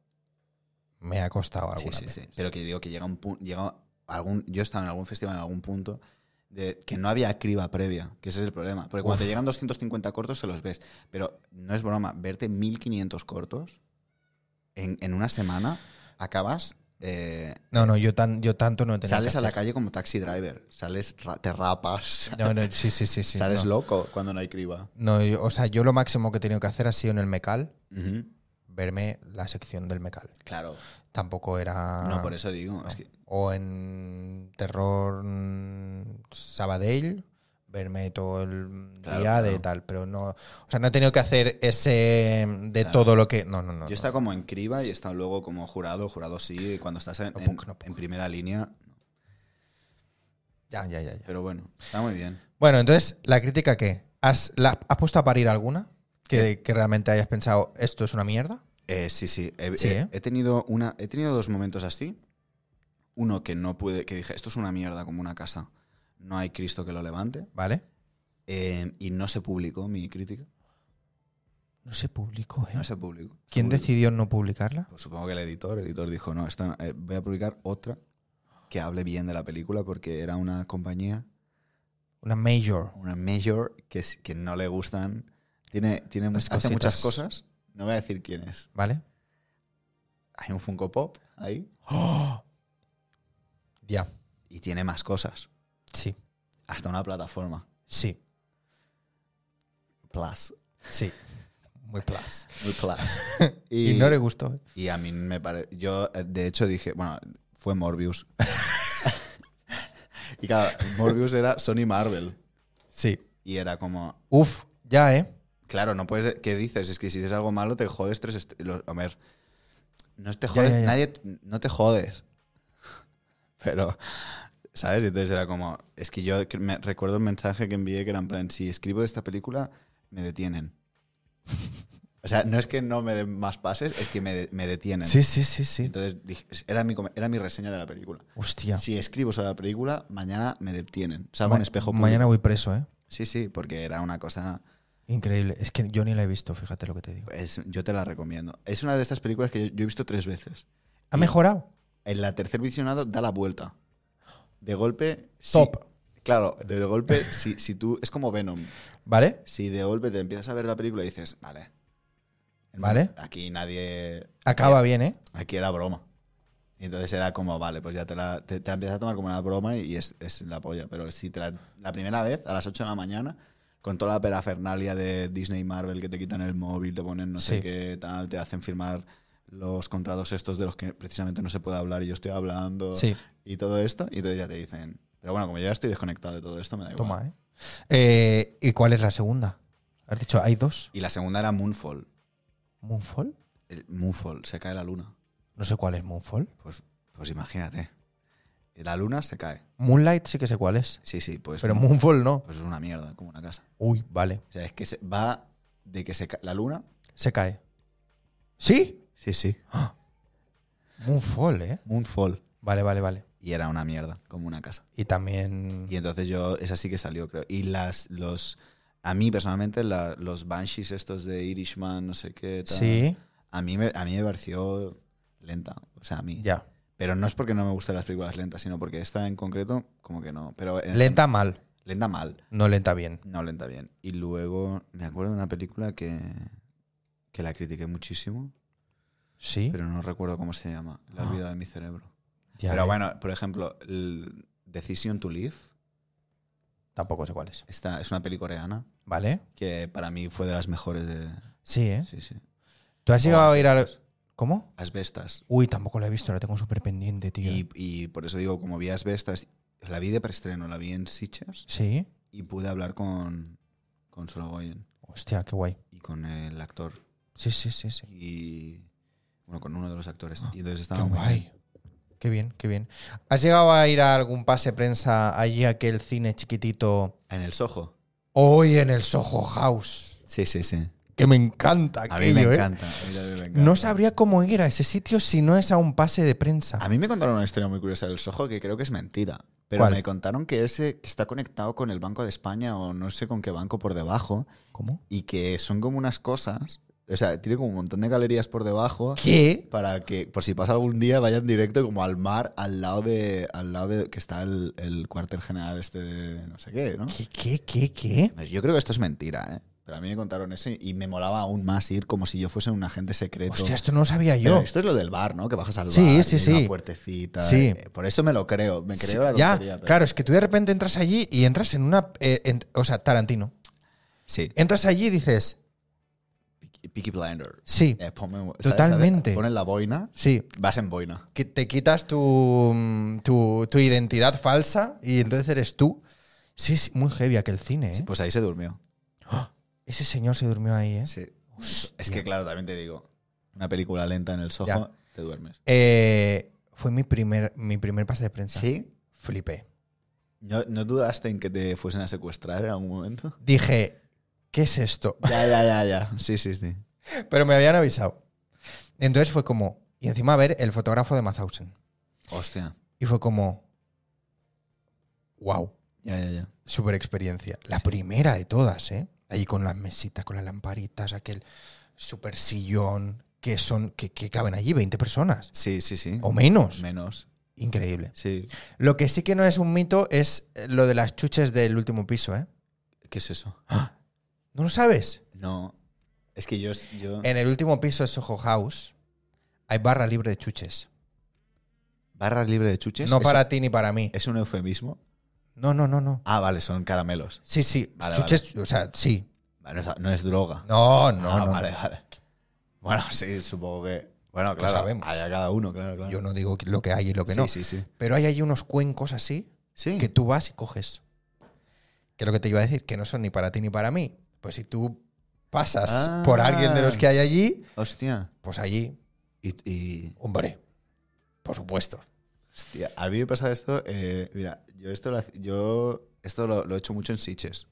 Speaker 1: Me ha costado
Speaker 2: Sí,
Speaker 1: alguna
Speaker 2: sí,
Speaker 1: vez.
Speaker 2: sí. Pero que digo que llega un punto... Llega algún, yo he estado en algún festival en algún punto de que no había criba previa, que ese es el problema. Porque cuando
Speaker 1: Uf.
Speaker 2: te llegan 250 cortos te los ves. Pero no es broma, verte 1500 cortos en, en una semana acabas... eh,
Speaker 1: No, no, yo, tan, yo tanto no he tenido.
Speaker 2: sales
Speaker 1: que
Speaker 2: a la
Speaker 1: hacer.
Speaker 2: calle como taxi driver, sales, ra- te rapas,
Speaker 1: No, no, sí, sí, sí. sí
Speaker 2: sales
Speaker 1: no.
Speaker 2: loco cuando no hay criba.
Speaker 1: No, yo- o sea, yo lo máximo que he tenido que hacer ha sido en el Mecal, verme la sección del Mecal.
Speaker 2: Claro,
Speaker 1: Tampoco era.
Speaker 2: no por eso digo. es que-
Speaker 1: O en Terror mm, Sabadell, verme todo el
Speaker 2: Claro,
Speaker 1: día de
Speaker 2: claro.
Speaker 1: tal, pero no. O sea, no he tenido que hacer ese mm, de
Speaker 2: Claro.
Speaker 1: todo lo que. No, no, no.
Speaker 2: yo
Speaker 1: no.
Speaker 2: he estado como en criba y he estado luego como jurado, jurado sí, y cuando estás en,
Speaker 1: No
Speaker 2: en-
Speaker 1: puc, no puc.
Speaker 2: en primera línea.
Speaker 1: Ya, ya, ya, ya.
Speaker 2: Pero bueno, está muy bien.
Speaker 1: Bueno, entonces, ¿la crítica qué? ¿Has, la, ¿has puesto a parir alguna? Que, que realmente hayas pensado, esto es una mierda.
Speaker 2: Eh, sí, sí. He,
Speaker 1: Sí,
Speaker 2: he-
Speaker 1: ¿eh?
Speaker 2: he tenido una, he tenido dos momentos así. Uno que no pude, que dije, esto es una mierda como una casa. No hay Cristo que lo levante.
Speaker 1: ¿Vale?
Speaker 2: Eh, y no se publicó mi crítica.
Speaker 1: No se publicó, ¿eh?
Speaker 2: No se publicó.
Speaker 1: ¿Quién
Speaker 2: Se publicó.
Speaker 1: decidió no publicarla?
Speaker 2: Pues supongo que el editor, el editor dijo, no, esta, eh, voy a publicar otra que hable bien de la película porque era una compañía,
Speaker 1: Una major.
Speaker 2: una major que, s- que no le gustan, tiene, tiene mu-
Speaker 1: Las
Speaker 2: hace muchas
Speaker 1: cositas.
Speaker 2: cosas, no voy a decir quién es.
Speaker 1: ¿Vale?
Speaker 2: Hay un Funko Pop ahí ¡Oh!
Speaker 1: Ya.
Speaker 2: y tiene más cosas,
Speaker 1: Sí.
Speaker 2: hasta una plataforma,
Speaker 1: Sí.
Speaker 2: Plus,
Speaker 1: Sí. Muy plus.
Speaker 2: muy Plus.
Speaker 1: Y, no le gustó. ¿eh?
Speaker 2: Y a mí me parece. Yo, eh, de hecho, dije. Bueno, fue Morbius. y claro, Morbius era Sony Marvel.
Speaker 1: Sí.
Speaker 2: Y era como.
Speaker 1: Uf, ya, ¿eh?
Speaker 2: Claro, no puedes. ¿Qué dices? Es que si dices algo malo, te jodes tres. est- lo- A ver. No te jodes.
Speaker 1: ya, ya.
Speaker 2: Nadie. No te jodes. Pero. ¿Sabes? Y entonces era como. Es que yo que me, recuerdo el mensaje que envié que era en plan: si escribo de esta película, me detienen. O sea, no es que no me den más pases, es que me, de- me detienen.
Speaker 1: Sí, sí, sí, sí.
Speaker 2: Entonces dije, era mi, com- era mi reseña de la película.
Speaker 1: Hostia.
Speaker 2: Si escribo sobre la película, mañana me detienen. Salgo
Speaker 1: Ah.
Speaker 2: en
Speaker 1: Ma-
Speaker 2: espejo público.
Speaker 1: Mañana voy preso, ¿eh?
Speaker 2: Sí, sí, porque era una cosa.
Speaker 1: Increíble. Es que yo ni la he visto, fíjate lo que te digo.
Speaker 2: es- yo te la recomiendo. Es una de estas películas que yo, yo he visto tres veces.
Speaker 1: ¿Ha mejorado?
Speaker 2: En la tercer visionado da la vuelta. De golpe. si-
Speaker 1: Top.
Speaker 2: claro, de, de golpe, si, si tú. Es como Venom.
Speaker 1: ¿Vale?
Speaker 2: Si de golpe te empiezas a ver la película y dices, vale.
Speaker 1: Vale.
Speaker 2: Aquí nadie.
Speaker 1: Acaba bien, ¿eh?
Speaker 2: Aquí era broma. Y entonces era como, vale, pues ya te la, te, te la empiezas a tomar como una broma y es, es la polla. Pero si te la, la primera vez, a las 8 de la mañana, con toda la parafernalia de Disney y Marvel que te quitan el móvil, te ponen no
Speaker 1: Sí.
Speaker 2: sé qué tal, te hacen firmar los contratos estos de los que precisamente no se puede hablar y yo estoy hablando
Speaker 1: Sí.
Speaker 2: y todo esto, y entonces ya te dicen. Pero bueno, como yo ya estoy desconectado de todo esto, me da igual.
Speaker 1: Toma, ¿eh? Eh, ¿Y cuál es la segunda? Has dicho, hay dos.
Speaker 2: Y la segunda era Moonfall.
Speaker 1: ¿Moonfall?
Speaker 2: El Moonfall, se cae la luna.
Speaker 1: No sé cuál es Moonfall.
Speaker 2: Pues, pues imagínate. La luna se cae.
Speaker 1: Moonlight sí que sé cuál es.
Speaker 2: Sí, sí, pues.
Speaker 1: Pero Moonfall no.
Speaker 2: Pues es una mierda, como una casa.
Speaker 1: Uy, vale.
Speaker 2: O sea, es que se- va de que se ca- la luna.
Speaker 1: Se cae. ¿Sí?
Speaker 2: Sí, sí.
Speaker 1: Moonfall, ¿eh?
Speaker 2: Moonfall.
Speaker 1: Vale, vale, vale.
Speaker 2: Y era una mierda, como una casa.
Speaker 1: Y también...
Speaker 2: Y entonces yo, esa sí que salió, creo. Y las, los, a mí personalmente, la- los Banshees estos de Irishman, no sé qué, tal,
Speaker 1: Sí,
Speaker 2: a mí, me, a mí me pareció lenta. O sea, a mí.
Speaker 1: ya.
Speaker 2: Pero no es porque no me gusten las películas lentas, sino porque esta en concreto, como que no. Pero en-
Speaker 1: Lenta mal,
Speaker 2: Lenta mal.
Speaker 1: no lenta bien.
Speaker 2: No, lenta bien. Y luego me acuerdo de una película que, que la critiqué muchísimo.
Speaker 1: Sí.
Speaker 2: pero no recuerdo cómo se llama. La
Speaker 1: Ah.
Speaker 2: vida de mi cerebro.
Speaker 1: ya eh,
Speaker 2: pero
Speaker 1: ves.
Speaker 2: bueno, por ejemplo, el Decision to Live
Speaker 1: Tampoco sé cuál es.
Speaker 2: esta es una peli coreana
Speaker 1: ¿Vale?
Speaker 2: que para mí fue de las mejores de.
Speaker 1: Sí, ¿eh?
Speaker 2: Sí, Oh, sí.
Speaker 1: ¿Tú has
Speaker 2: O
Speaker 1: llegado a ir al... ¿Cómo?
Speaker 2: Asbestas.
Speaker 1: Uy, tampoco la he visto, la tengo súper pendiente, tío.
Speaker 2: Y, y por eso digo, como vi Asbestas, la vi de preestreno, la vi en Sitges
Speaker 1: Sí.
Speaker 2: y pude hablar con, con Sologoyen
Speaker 1: Hostia, qué guay.
Speaker 2: y con el actor.
Speaker 1: Sí, sí, sí, sí.
Speaker 2: Y. Bueno, con uno de los actores. Y entonces
Speaker 1: Ah, Qué
Speaker 2: estaba muy bien.
Speaker 1: guay. Qué bien, qué bien. ¿Has llegado a ir a algún pase prensa allí, a aquel cine chiquitito,
Speaker 2: En el Soho.
Speaker 1: hoy en el Soho House?
Speaker 2: Sí, sí, sí.
Speaker 1: Que me encanta
Speaker 2: A mí me
Speaker 1: aquello, ¿eh?
Speaker 2: encanta. a mí también me encanta.
Speaker 1: No sabría cómo ir a ese sitio si no es a un pase de prensa.
Speaker 2: A mí me contaron una historia muy curiosa del Soho que creo que es mentira. Pero
Speaker 1: ¿Cuál?
Speaker 2: me contaron que ese que está conectado con el Banco de España o no sé con qué banco por debajo
Speaker 1: ¿Cómo?
Speaker 2: y que son como unas cosas. O sea, tiene como un montón de galerías por debajo
Speaker 1: ¿Qué?
Speaker 2: para que, por si pasa algún día, vayan directo como al mar al lado de. al lado de que está el, el cuartel general este de no sé qué, ¿no?
Speaker 1: ¿Qué, qué, qué, qué?
Speaker 2: Pues Yo creo que esto es mentira, ¿eh? Pero a mí me contaron eso y- y me molaba aún más ir como si yo fuese un agente secreto.
Speaker 1: Hostia, esto no lo sabía
Speaker 2: Pero
Speaker 1: yo.
Speaker 2: esto es lo del bar, ¿no? Que bajas al
Speaker 1: Sí,
Speaker 2: bar,
Speaker 1: sí,
Speaker 2: y hay
Speaker 1: sí.
Speaker 2: una puertecita.
Speaker 1: Sí.
Speaker 2: eh, por eso me lo creo, me creo
Speaker 1: Sí,
Speaker 2: la
Speaker 1: ya,
Speaker 2: tontería. pero-
Speaker 1: claro, es que tú de repente entras allí y entras en una... eh, en- o sea, Tarantino.
Speaker 2: Sí.
Speaker 1: Entras allí y dices,
Speaker 2: Peaky Blinder.
Speaker 1: sí,
Speaker 2: Eh, ponme- ¿sabes?
Speaker 1: Totalmente.
Speaker 2: Pones la boina,
Speaker 1: sí,
Speaker 2: vas en boina.
Speaker 1: que te quitas tu, mm, tu, tu identidad falsa y entonces eres tú. Sí, sí, muy heavy aquel cine, ¿eh?
Speaker 2: Sí, pues ahí se durmió.
Speaker 1: Ese señor se durmió ahí, ¿eh?
Speaker 2: Sí. pues, Es que, claro, también te digo, una película lenta en el sojo,
Speaker 1: Ya.
Speaker 2: te duermes.
Speaker 1: Eh, fue mi primer, mi primer pase de prensa.
Speaker 2: ¿Sí?
Speaker 1: Flipé.
Speaker 2: ¿No, no dudaste en que te fuesen a secuestrar en algún momento?
Speaker 1: Dije, ¿qué es esto?
Speaker 2: Ya, ya, ya, ya. Sí, sí, sí.
Speaker 1: Pero me habían avisado. Entonces fue como... Y encima a ver el fotógrafo de Mauthausen.
Speaker 2: Hostia.
Speaker 1: Y fue como... ¡Wow!
Speaker 2: Ya, ya, ya.
Speaker 1: Super experiencia. La primera de todas, ¿eh? Ahí con las mesitas, con las lamparitas, aquel super sillón que son que, que caben allí 20 personas
Speaker 2: Sí, sí, sí.
Speaker 1: o menos.
Speaker 2: Menos.
Speaker 1: Increíble.
Speaker 2: Sí.
Speaker 1: Lo que sí que no es un mito es eh, lo de las chuches del último piso, ¿eh?
Speaker 2: ¿Qué es eso?
Speaker 1: ¿No lo sabes?
Speaker 2: No. Es que yo. yo-
Speaker 1: En el último piso de Soho House hay barra libre de chuches.
Speaker 2: ¿Barra libre de chuches?
Speaker 1: No
Speaker 2: ¿Eso-
Speaker 1: para ti ni para mí.
Speaker 2: ¿Es un eufemismo?
Speaker 1: No, no, no, no.
Speaker 2: Ah, vale, son caramelos.
Speaker 1: Sí, sí.
Speaker 2: Vale,
Speaker 1: chuches, o sea, sí.
Speaker 2: Vale, no es- no es droga.
Speaker 1: No, no,
Speaker 2: Ah,
Speaker 1: no.
Speaker 2: Vale,
Speaker 1: no.
Speaker 2: vale. Bueno, sí, supongo que. Bueno, claro.
Speaker 1: sabemos.
Speaker 2: Hay a cada uno, claro, claro.
Speaker 1: Yo no digo lo que hay y lo que
Speaker 2: sí,
Speaker 1: no.
Speaker 2: sí, sí.
Speaker 1: Pero hay allí unos cuencos así
Speaker 2: Sí.
Speaker 1: que tú vas y coges. Que es lo que te iba a decir, que no son ni para ti ni para mí. Pues si tú pasas
Speaker 2: Ah.
Speaker 1: por alguien de los que hay allí,
Speaker 2: Hostia.
Speaker 1: pues allí,
Speaker 2: Y, y-
Speaker 1: hombre, por supuesto.
Speaker 2: hostia, a mí me pasa esto. eh, mira, yo esto lo, hac- yo esto lo, lo he hecho mucho en Sitges.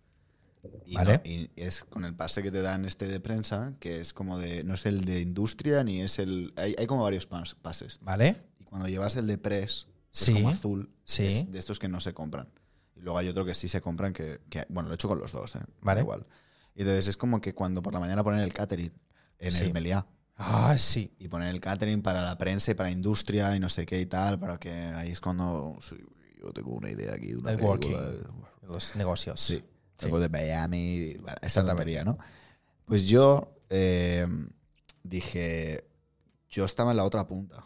Speaker 2: Y,
Speaker 1: Vale.
Speaker 2: no- y es con el pase que te dan este de prensa, que es como de. No es el de industria ni es el. Hay, hay como varios pas- pases.
Speaker 1: ¿Vale?
Speaker 2: Y cuando llevas el de press, que
Speaker 1: Sí.
Speaker 2: es como azul,
Speaker 1: Sí.
Speaker 2: es de estos que no se compran. Y luego hay otro que sí se compran, que, que- bueno, lo he hecho con los dos, ¿eh?
Speaker 1: Vale.
Speaker 2: Da Igual. Y entonces es como que cuando por la mañana ponen el catering en
Speaker 1: Sí.
Speaker 2: el Meliá.
Speaker 1: Ah, sí.
Speaker 2: Y ponen el catering para la prensa y para industria y no sé qué y tal, para que ahí es cuando sí, yo tengo una idea aquí de una
Speaker 1: Networking.
Speaker 2: película.
Speaker 1: Los negocios.
Speaker 2: Sí. Vengo de Miami. y- bueno, esa
Speaker 1: Exactamente.
Speaker 2: tontería, ¿no? Pues yo eh, dije. Yo estaba en la otra punta.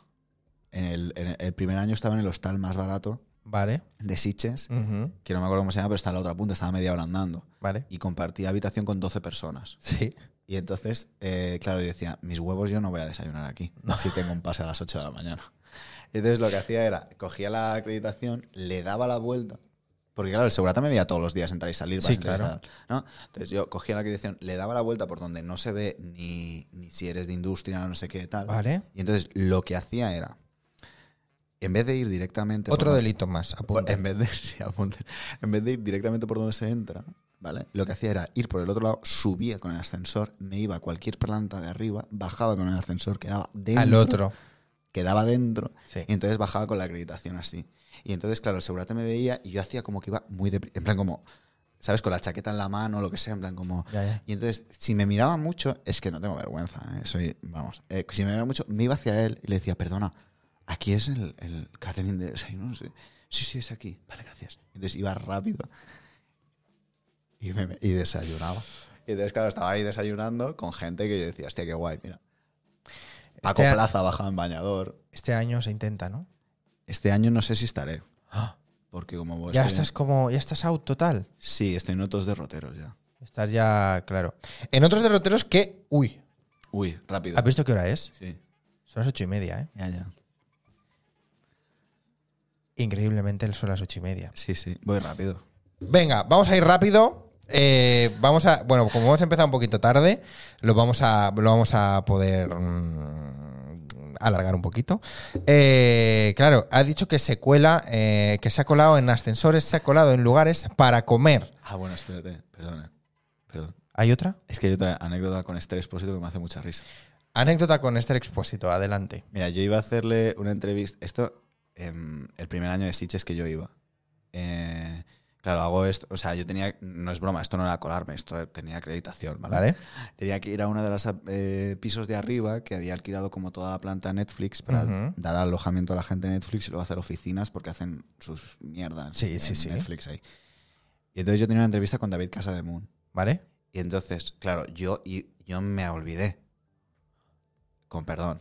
Speaker 2: En el, en el primer año estaba en el hostal más barato
Speaker 1: Vale.
Speaker 2: de Sitges,
Speaker 1: Ujú.
Speaker 2: que no me acuerdo cómo se llama, pero estaba en la otra punta, estaba media hora andando.
Speaker 1: Vale.
Speaker 2: Y compartía habitación con 12 personas.
Speaker 1: Sí.
Speaker 2: Y entonces, eh, claro, yo decía, mis huevos yo no voy a desayunar aquí, si tengo un pase a las 8 de la mañana. Entonces lo que hacía era, cogía la acreditación, le daba la vuelta, porque claro, el segurata me veía todos los días entrar y salir.
Speaker 1: Sí,
Speaker 2: vas a entrar y
Speaker 1: claro.
Speaker 2: sal- ¿no? Entonces yo cogía la acreditación, le daba la vuelta por donde no se ve ni, ni si eres de industria, no sé qué tal.
Speaker 1: Vale.
Speaker 2: Y entonces lo que hacía era, en vez de ir directamente... por
Speaker 1: Otro
Speaker 2: la-
Speaker 1: delito más, apunta.
Speaker 2: Pues en vez de sí, apunte. en vez de ir directamente por donde se entra, ¿vale? Lo que hacía era ir por el otro lado, subía con el ascensor, me iba a cualquier planta de arriba, bajaba con el ascensor, quedaba dentro,
Speaker 1: Al otro.
Speaker 2: quedaba dentro,
Speaker 1: Sí.
Speaker 2: y entonces bajaba con la acreditación así. Y entonces, claro, el segurata me veía y yo hacía como que iba muy deprisa, en plan como ¿Sabes? Con la chaqueta en la mano, lo que sea, en plan como...
Speaker 1: Ya, ya.
Speaker 2: Y entonces, si me miraba mucho, es que no tengo vergüenza, ¿eh? soy, vamos, eh, si me miraba mucho, me iba hacia él y le decía, perdona, aquí es el, el catering de desayunos. eh?". Sí, sí, es aquí. Vale, gracias. Entonces iba rápido y, me- y desayunaba. Y entonces, claro, estaba ahí desayunando con gente que yo decía, hostia, qué guay, mira. Paco
Speaker 1: Este a-
Speaker 2: Plaza bajaba en bañador.
Speaker 1: Este año se intenta, ¿no?
Speaker 2: Este año no sé si estaré. Porque como...
Speaker 1: ya
Speaker 2: estoy-
Speaker 1: estás como, ya estás out total.
Speaker 2: Sí, estoy en otros derroteros ya.
Speaker 1: Estás ya, claro. En otros derroteros que, uy,
Speaker 2: Uy, rápido.
Speaker 1: ¿has visto qué hora es?
Speaker 2: Sí,
Speaker 1: Son las ocho y media, ¿eh?
Speaker 2: ya, ya.
Speaker 1: Increíblemente son las ocho y media.
Speaker 2: Sí, sí, voy rápido.
Speaker 1: Venga, vamos a ir rápido. Eh, vamos a, bueno, como hemos empezado un poquito tarde, lo vamos a, lo vamos a poder mm, alargar un poquito. Eh, claro, ha dicho que se cuela, eh, que se ha colado en ascensores, se ha colado en lugares para comer.
Speaker 2: Ah, bueno, espérate, perdona. Perdón.
Speaker 1: ¿Hay otra?
Speaker 2: Es que hay otra anécdota con Esther Expósito que me hace mucha risa.
Speaker 1: Anécdota con Esther Expósito, adelante.
Speaker 2: Mira, yo iba a hacerle una entrevista. Esto, em, el primer año de Sitges que yo iba. Eh, claro, hago esto. O sea, yo tenía. No es broma, esto no era colarme, esto tenía acreditación, ¿vale?
Speaker 1: ¿Vale?
Speaker 2: Tenía que ir a uno de los eh, pisos de arriba que había alquilado como toda la planta Netflix para
Speaker 1: Ujú.
Speaker 2: dar alojamiento a la gente de Netflix y luego hacer oficinas porque hacen sus mierdas
Speaker 1: Sí,
Speaker 2: en
Speaker 1: sí, sí.
Speaker 2: Netflix ahí. Y entonces yo tenía una entrevista con David Casa de Moon.
Speaker 1: ¿Vale?
Speaker 2: Y entonces, claro, yo, y, yo me olvidé. Con perdón.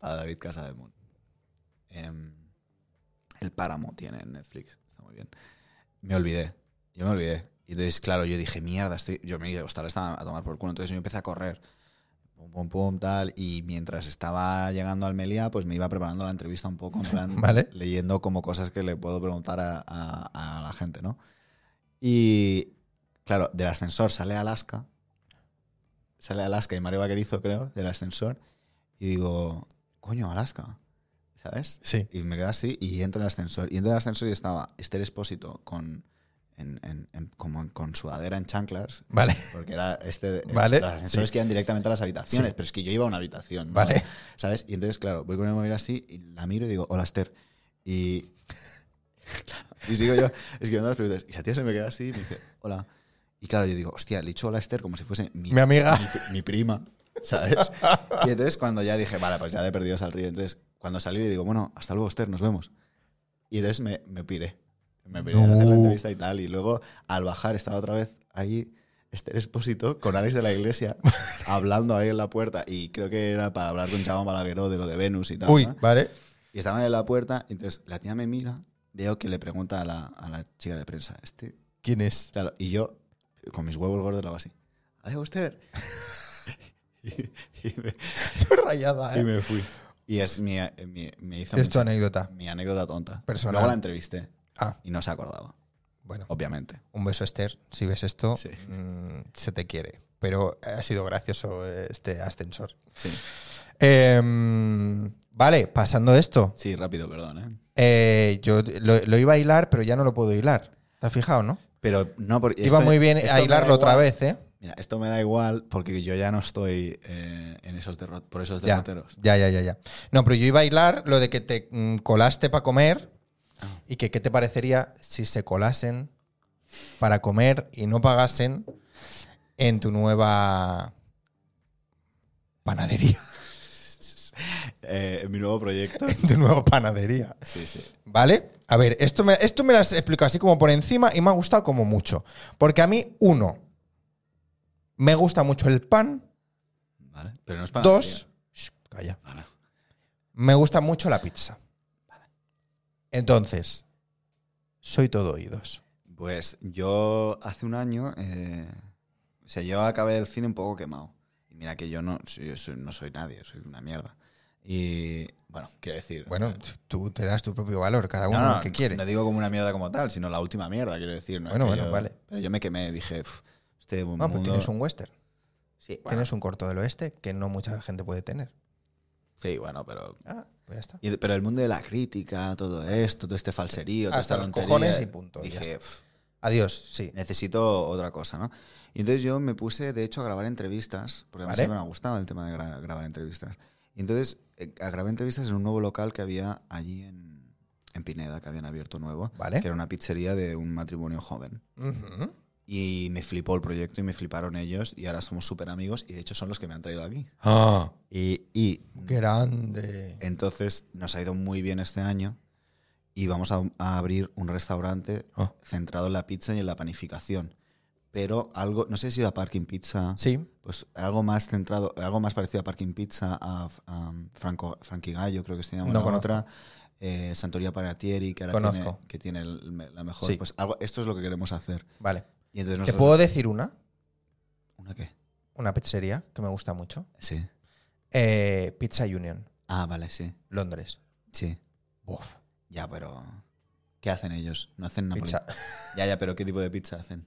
Speaker 2: A David Casa de Moon. el páramo tiene en Netflix. Está muy bien. Me olvidé. Yo me olvidé. Y entonces, claro, yo dije, mierda, estoy. Yo me dije, hostal, estaba a tomar por culo. Entonces yo empecé a correr. Pum, pum, pum, tal. Y mientras estaba llegando al Melia, pues me iba preparando la entrevista un poco, en plan,
Speaker 1: Vale.
Speaker 2: leyendo como cosas que le puedo preguntar a, a- a la gente, ¿no? Y, claro, del ascensor sale Alaska. Sale Alaska y Mario Vaquerizo, creo, del ascensor. Y digo, coño, Alaska. ¿Sabes?
Speaker 1: Sí.
Speaker 2: Y me quedo así y entro en el ascensor. Y entro en el ascensor y estaba Esther Espósito con, en- en- en- como en- con sudadera en chanclas.
Speaker 1: Vale.
Speaker 2: Porque era este.
Speaker 1: Vale,
Speaker 2: Los ascensores
Speaker 1: sí.
Speaker 2: que iban directamente a las habitaciones.
Speaker 1: Sí.
Speaker 2: Pero es que yo iba a una habitación. ¿no?
Speaker 1: Vale.
Speaker 2: ¿Sabes? Y entonces, claro, voy con el móvil así y la miro y digo, hola Esther. Y. Y sigo yo escribiendo las preguntas. Y la tía se me queda así y me dice, hola. Y claro, yo digo, hostia, le he dicho hola a Esther como si fuese mi,
Speaker 1: Mi amiga.
Speaker 2: mi- mi prima, ¿sabes? Y entonces cuando ya dije, vale, pues ya de perdidos al río. Entonces, cuando salí le digo, bueno, hasta luego, Esther, nos vemos. Y entonces me, me piré. Me piré a hacer
Speaker 1: No.
Speaker 2: la entrevista y tal. Y luego, al bajar, estaba otra vez ahí Esther Espósito con Alex de la Iglesia hablando ahí en la puerta. Y creo que era para hablar con Chavo Balagueró de lo de Venus y tal.
Speaker 1: Uy,
Speaker 2: ¿no?
Speaker 1: vale.
Speaker 2: Y estaban en la puerta. Entonces, la tía me mira, veo que le pregunta a la, a la chica de prensa, este
Speaker 1: ¿Quién es?
Speaker 2: Claro, y yo, con mis huevos gordos, lo hago así. Adiós, usted. y, y me,
Speaker 1: Estoy rayada,
Speaker 2: y
Speaker 1: ¿eh?
Speaker 2: me fui. Y es mi, mi- me hizo
Speaker 1: Es tu
Speaker 2: mucha-
Speaker 1: anécdota.
Speaker 2: mi anécdota tonta.
Speaker 1: Personal.
Speaker 2: Luego la entrevisté
Speaker 1: Ah,
Speaker 2: y no se acordaba,
Speaker 1: bueno.
Speaker 2: obviamente.
Speaker 1: Un beso, Esther. Si ves esto,
Speaker 2: Sí.
Speaker 1: mm, se te quiere. Pero ha sido gracioso eh, este ascensor.
Speaker 2: Sí,
Speaker 1: Em, vale, pasando esto.
Speaker 2: sí rápido, perdón. ¿eh?
Speaker 1: Eh, yo lo, lo iba a hilar, pero ya no lo puedo hilar. ¿Te has fijado, no?
Speaker 2: Pero no porque.
Speaker 1: iba
Speaker 2: esto-
Speaker 1: muy bien
Speaker 2: esto
Speaker 1: a
Speaker 2: me da
Speaker 1: hilarlo otra
Speaker 2: igual.
Speaker 1: vez, ¿eh?
Speaker 2: Mira, esto me da igual porque yo ya no estoy eh, en esos derro- por esos
Speaker 1: Ya,
Speaker 2: derroteros.
Speaker 1: ya, ya, ya, ya. No, pero yo iba a hilar lo de que te mm, colaste para comer y que qué te parecería si se colasen para comer y no pagasen en tu nueva panadería,
Speaker 2: Eh, en mi nuevo proyecto.
Speaker 1: en tu nueva panadería.
Speaker 2: sí, sí.
Speaker 1: ¿Vale? A ver, esto me, esto me lo has explicado así como por encima y me ha gustado como mucho. Porque a mí, uno, me gusta mucho el pan.
Speaker 2: Vale. Pero no es para.
Speaker 1: Dos, Shh, calla.
Speaker 2: Vale.
Speaker 1: Me gusta mucho la pizza. Entonces, soy todo oídos.
Speaker 2: Pues yo hace un año, eh, o sea, yo acabé el cine un poco quemado. Y mira que yo no soy, yo soy- no soy nadie, soy una mierda. Y bueno, quiero decir... eh,
Speaker 1: Bueno, t- tú te das tu propio valor, cada
Speaker 2: no,
Speaker 1: uno
Speaker 2: no,
Speaker 1: el que quiere.
Speaker 2: No digo como una mierda como tal, sino la última mierda, quiero decir. no es
Speaker 1: Bueno,
Speaker 2: que
Speaker 1: bueno,
Speaker 2: yo-
Speaker 1: vale.
Speaker 2: Pero yo me quemé, dije, "Uf, este
Speaker 1: Ah, pues
Speaker 2: mundo-".
Speaker 1: tienes un western,
Speaker 2: Sí, bueno,
Speaker 1: tienes un corto del oeste que no mucha gente puede tener.
Speaker 2: sí, bueno, pero...
Speaker 1: Ah, pues ya está.
Speaker 2: y- pero el mundo de la crítica, todo esto, todo este falserío, toda
Speaker 1: Hasta
Speaker 2: esta
Speaker 1: los
Speaker 2: tontería,
Speaker 1: cojones y punto, ya
Speaker 2: Dije,
Speaker 1: está.
Speaker 2: "Uf,
Speaker 1: Adiós, sí.
Speaker 2: necesito otra cosa, ¿no? Y entonces yo me puse, de hecho, a grabar entrevistas, porque a mí
Speaker 1: Vale.
Speaker 2: siempre me ha gustado el tema de gra- grabar entrevistas. Y entonces eh, grabé entrevistas en un nuevo local que había allí en, en Pineda, que habían abierto nuevo,
Speaker 1: Vale.
Speaker 2: que era una pizzería de un matrimonio joven.
Speaker 1: Ujú.
Speaker 2: Y me flipó el proyecto y me fliparon ellos y ahora somos súper amigos y de hecho son los que me han traído aquí.
Speaker 1: Ah,
Speaker 2: Y, y
Speaker 1: grande.
Speaker 2: entonces nos ha ido muy bien este año y vamos a, a abrir un restaurante
Speaker 1: Ah.
Speaker 2: centrado en la pizza y en la panificación. Pero algo, no sé si a Parking Pizza,
Speaker 1: Sí,
Speaker 2: pues algo más centrado, algo más parecido a Parking Pizza, a, a Franco, Frankie Gallo, creo que se llama
Speaker 1: No
Speaker 2: la
Speaker 1: conozco.
Speaker 2: otra, eh, Santoría Paratieri, que ahora
Speaker 1: Conozco.
Speaker 2: tiene, que tiene el- la mejor.
Speaker 1: Sí.
Speaker 2: Pues algo, esto es lo que queremos hacer.
Speaker 1: vale.
Speaker 2: Y entonces
Speaker 1: ¿Te
Speaker 2: nosotros-
Speaker 1: puedo decir una?
Speaker 2: ¿Una qué?
Speaker 1: Una pizzería que me gusta mucho.
Speaker 2: Sí.
Speaker 1: Eh, Pizza Union,
Speaker 2: Ah, vale, sí.
Speaker 1: Londres.
Speaker 2: Sí.
Speaker 1: Buf,
Speaker 2: Ya, pero. ¿Qué hacen ellos? No hacen napoli-
Speaker 1: pizza.
Speaker 2: Ya, ya, pero ¿qué tipo de pizza hacen?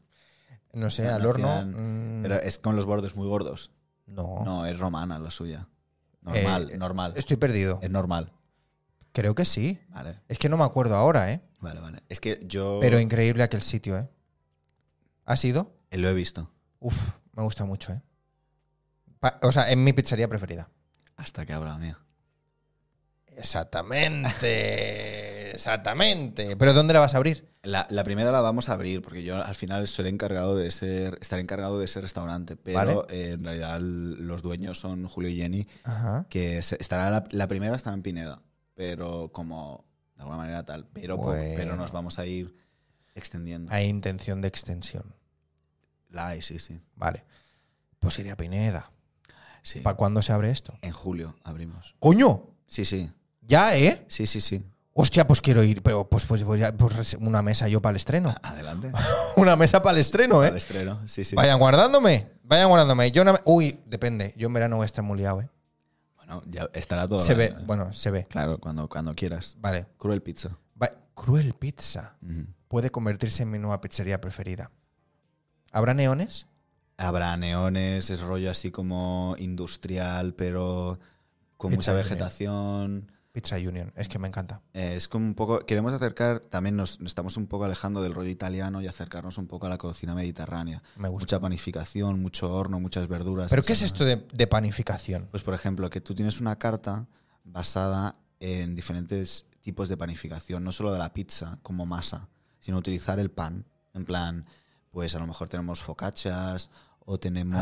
Speaker 1: No sé,
Speaker 2: No,
Speaker 1: al
Speaker 2: no
Speaker 1: horno.
Speaker 2: hacían-
Speaker 1: mm,
Speaker 2: Pero es con los bordes muy gordos.
Speaker 1: no.
Speaker 2: No, es romana la suya. Normal,
Speaker 1: Eh,
Speaker 2: normal.
Speaker 1: Estoy perdido.
Speaker 2: Es normal.
Speaker 1: Creo que sí.
Speaker 2: Vale,
Speaker 1: Es que no me acuerdo ahora, ¿eh?
Speaker 2: vale, vale. Es que yo
Speaker 1: Pero increíble aquel sitio, ¿eh? ¿Has ido?
Speaker 2: eh, lo he visto.
Speaker 1: Uf, me gusta mucho, ¿eh? Pa- o sea, es mi pizzería preferida.
Speaker 2: Hasta que habrá mía.
Speaker 1: Exactamente. Exactamente. ¿Pero dónde la vas a abrir?
Speaker 2: La, la primera la vamos a abrir, porque yo al final seré encargado de ser, estaré encargado de ese restaurante. Pero
Speaker 1: Vale.
Speaker 2: eh, en realidad el- los dueños son Julio y Jenny,
Speaker 1: Ajá.
Speaker 2: que se- estará la, la primera estará en Pineda. Pero como de alguna manera tal. Pero, po-
Speaker 1: Bueno.
Speaker 2: pero nos vamos a ir extendiendo.
Speaker 1: Hay intención de extensión.
Speaker 2: La hay, sí, sí.
Speaker 1: Vale. Pues iré a Pineda.
Speaker 2: sí.
Speaker 1: ¿Para cuándo se abre esto?
Speaker 2: En julio abrimos.
Speaker 1: ¡Coño!
Speaker 2: Sí, sí.
Speaker 1: ¿Ya, eh?
Speaker 2: Sí, sí, sí.
Speaker 1: Hostia, pues quiero ir, pero pues, pues, voy a- pues una mesa yo para el estreno.
Speaker 2: Adelante.
Speaker 1: Una mesa para el estreno, ¿eh?
Speaker 2: Al estreno. Sí, sí.
Speaker 1: Vayan guardándome, vayan guardándome. Yo no- uy, depende. Yo en verano voy a estar muy liado, ¿eh?
Speaker 2: Bueno, ya estará todo.
Speaker 1: Se ve,
Speaker 2: eh,
Speaker 1: bueno, se ve.
Speaker 2: Claro, cuando, cuando quieras.
Speaker 1: Vale.
Speaker 2: Cruel pizza.
Speaker 1: Va- Cruel Pizza
Speaker 2: Ujú.
Speaker 1: puede convertirse en mi nueva pizzería preferida. ¿Habrá neones?
Speaker 2: Habrá neones, es rollo así como industrial, pero con
Speaker 1: Pizza
Speaker 2: mucha
Speaker 1: Union.
Speaker 2: vegetación.
Speaker 1: Pizza Union, es que me encanta.
Speaker 2: Eh, es como un poco. Queremos acercar, también nos, nos estamos un poco alejando del rollo italiano y acercarnos un poco a la cocina mediterránea.
Speaker 1: Me gusta.
Speaker 2: Mucha panificación, mucho horno, muchas verduras.
Speaker 1: ¿Pero qué es
Speaker 2: ensalada.
Speaker 1: esto de, de panificación?
Speaker 2: Pues por ejemplo, que tú tienes una carta basada en diferentes tipos de panificación, no solo de la pizza como masa, sino utilizar el pan. En plan, pues a lo mejor tenemos focachas o tenemos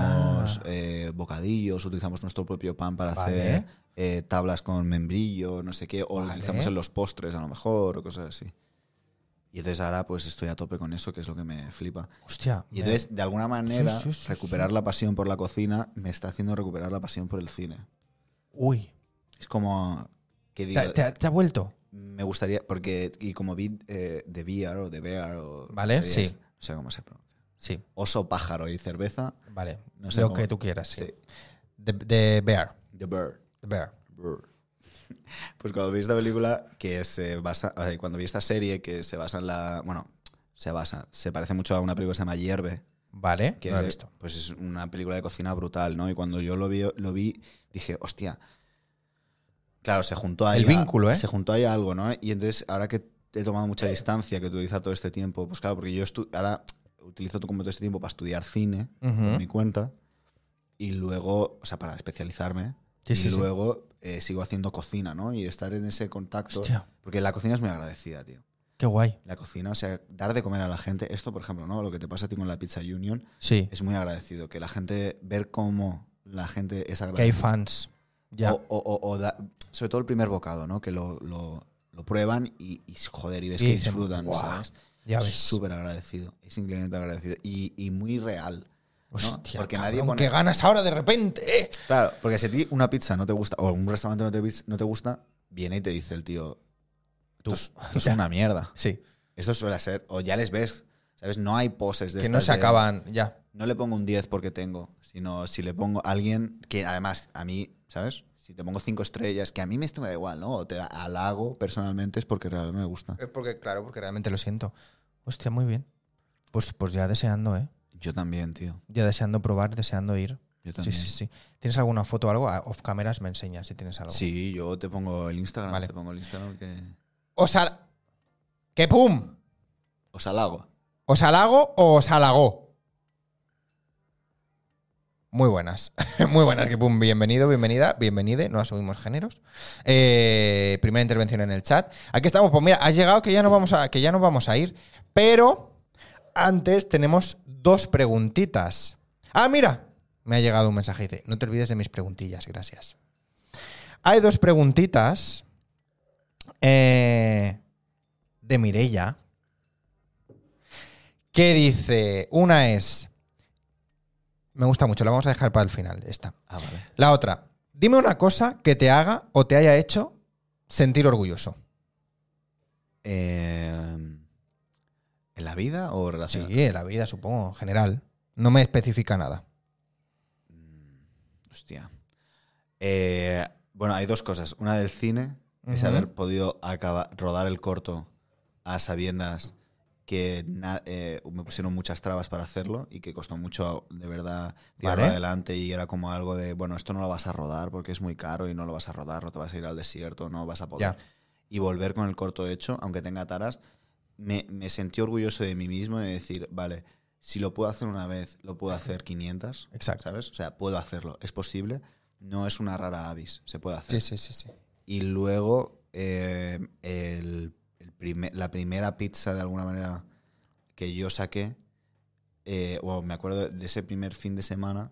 Speaker 1: Ah.
Speaker 2: eh, bocadillos, utilizamos nuestro propio pan para
Speaker 1: Vale.
Speaker 2: hacer eh, tablas con membrillo, no sé qué, o lo
Speaker 1: Vale.
Speaker 2: utilizamos en los postres a lo mejor, o cosas así. Y entonces ahora pues estoy a tope con eso, que es lo que me flipa.
Speaker 1: Hostia.
Speaker 2: Y
Speaker 1: me-
Speaker 2: entonces, de alguna manera,
Speaker 1: Sí, sí, sí,
Speaker 2: recuperar la pasión por la cocina me está haciendo recuperar la pasión por el cine.
Speaker 1: Uy.
Speaker 2: Es como que digo,
Speaker 1: ¿Te, te ha- te ha vuelto?
Speaker 2: me gustaría, porque, y como vi eh, de VR o de Bear o...
Speaker 1: Vale,
Speaker 2: no sé,
Speaker 1: sí.
Speaker 2: No sé cómo se pronuncia.
Speaker 1: Sí.
Speaker 2: Oso, pájaro y cerveza.
Speaker 1: Vale.
Speaker 2: No sé
Speaker 1: Lo
Speaker 2: cómo-
Speaker 1: que tú quieras, sí.
Speaker 2: Sí.
Speaker 1: De, de Bear.
Speaker 2: The Bird.
Speaker 1: De Bear.
Speaker 2: Brr. Pues cuando vi esta película que se basa, o sea, cuando vi esta serie que se basa en la, bueno, se basa, se parece mucho a una película que se llama Hierve,
Speaker 1: Vale.
Speaker 2: que
Speaker 1: no lo
Speaker 2: es,
Speaker 1: he
Speaker 2: de-
Speaker 1: visto.
Speaker 2: pues es una película de cocina brutal, ¿no? Y cuando yo lo vi, lo vi dije, hostia, claro, se juntó ahí
Speaker 1: El
Speaker 2: a-
Speaker 1: vínculo, ¿eh?
Speaker 2: Se juntó ahí a algo, ¿no? Y entonces ahora que he tomado mucha distancia, que utiliza todo este tiempo, pues claro, porque yo estu- ahora utilizo como todo este tiempo para estudiar cine por
Speaker 1: Ujú.
Speaker 2: mi cuenta y luego, o sea, para especializarme.
Speaker 1: Sí,
Speaker 2: y
Speaker 1: sí, sí.
Speaker 2: luego eh, sigo haciendo cocina, ¿no? Y estar en ese contacto.
Speaker 1: Hostia.
Speaker 2: Porque la cocina es muy agradecida, tío.
Speaker 1: Qué guay.
Speaker 2: La cocina, o sea, dar de comer a la gente. Esto, por ejemplo, ¿no? Lo que te pasa a ti con la Pizza Union
Speaker 1: Sí.
Speaker 2: es muy agradecido. Que la gente, ver cómo la gente es
Speaker 1: Que hay
Speaker 2: agradecida.
Speaker 1: fans. Ya.
Speaker 2: O, o- o- o da- sobre todo el primer bocado, ¿no? Que lo, lo- lo prueban y, y, joder, y ves
Speaker 1: Y
Speaker 2: que
Speaker 1: dicen,
Speaker 2: disfrutan,
Speaker 1: "Guau".
Speaker 2: ¿sabes?
Speaker 1: ya ves.
Speaker 2: Súper agradecido. Es increíblemente agradecido. Y, y muy real. ¿no?
Speaker 1: Hostia.
Speaker 2: Porque
Speaker 1: cabrón,
Speaker 2: nadie pone-
Speaker 1: que ganas ahora de repente, eh.
Speaker 2: Claro, porque si a ti una pizza no te gusta o un restaurante no te, vis- no te gusta, viene y te dice el tío,
Speaker 1: Tú.
Speaker 2: esto es, esto es una mierda.
Speaker 1: Sí.
Speaker 2: Esto suele ser, o ya les ves, ¿sabes? No hay poses de
Speaker 1: Que no
Speaker 2: estas
Speaker 1: se
Speaker 2: de,
Speaker 1: acaban. Ya.
Speaker 2: No le pongo un 10 porque tengo, sino si le pongo a alguien que además a mí, ¿sabes? Si te pongo cinco estrellas, que a mí me esto me da igual, ¿no? O te halago personalmente es porque realmente me gusta.
Speaker 1: Es Eh, porque, claro, porque realmente lo siento. Hostia, muy bien. Pues, pues ya deseando, ¿eh?
Speaker 2: Yo también, tío.
Speaker 1: Ya deseando probar, deseando ir.
Speaker 2: Yo
Speaker 1: Sí, sí, sí. ¿Tienes alguna foto o algo? Ah, Off cameras me enseñas si tienes algo.
Speaker 2: Sí, yo te pongo el Instagram,
Speaker 1: Vale.
Speaker 2: te pongo el Instagram que...
Speaker 1: O sea, que pum.
Speaker 2: Os halago.
Speaker 1: ¿Os halago o os halagó? Muy buenas. Muy buenas, que pum. Bienvenido, bienvenida, bienvenide. No asumimos géneros. Eh, primera intervención en el chat. Aquí estamos. Pues mira, has llegado que ya nos vamos a, que ya nos vamos a ir. Pero antes tenemos dos preguntitas. Ah, mira. Me ha llegado un mensaje. Dice, no te olvides de mis preguntillas, gracias. Hay dos preguntitas eh, de Mirella. ¿Qué dice? Una es. Me gusta mucho, la vamos a dejar para el final. Esta.
Speaker 2: Ah, vale.
Speaker 1: La otra. Dime una cosa que te haga o te haya hecho sentir orgulloso.
Speaker 2: Eh, ¿En la vida o relación?
Speaker 1: Sí, en la vida, supongo, en general. No me especifica nada.
Speaker 2: Hostia. Eh, bueno, hay dos cosas. Una del cine, es
Speaker 1: Ujú.
Speaker 2: haber podido acaba- rodar el corto a sabiendas que na- eh, me pusieron muchas trabas para hacerlo y que costó mucho de verdad tirarlo
Speaker 1: Vale.
Speaker 2: adelante y era como algo de, bueno, esto no lo vas a rodar porque es muy caro y no lo vas a rodar, no te vas a ir al desierto, no vas a poder.
Speaker 1: Ya.
Speaker 2: Y volver con el corto hecho, aunque tenga taras, me, me sentí orgulloso de mí mismo de decir, vale, si lo puedo hacer una vez, lo puedo hacer 500.
Speaker 1: Exacto.
Speaker 2: ¿sabes? O sea, puedo hacerlo, es posible, no es una rara avis, se puede hacer.
Speaker 1: Sí, sí, sí, sí.
Speaker 2: Y luego, eh, el- el prime- la primera pizza, de alguna manera, que yo saqué, eh, o me acuerdo de ese primer fin de semana,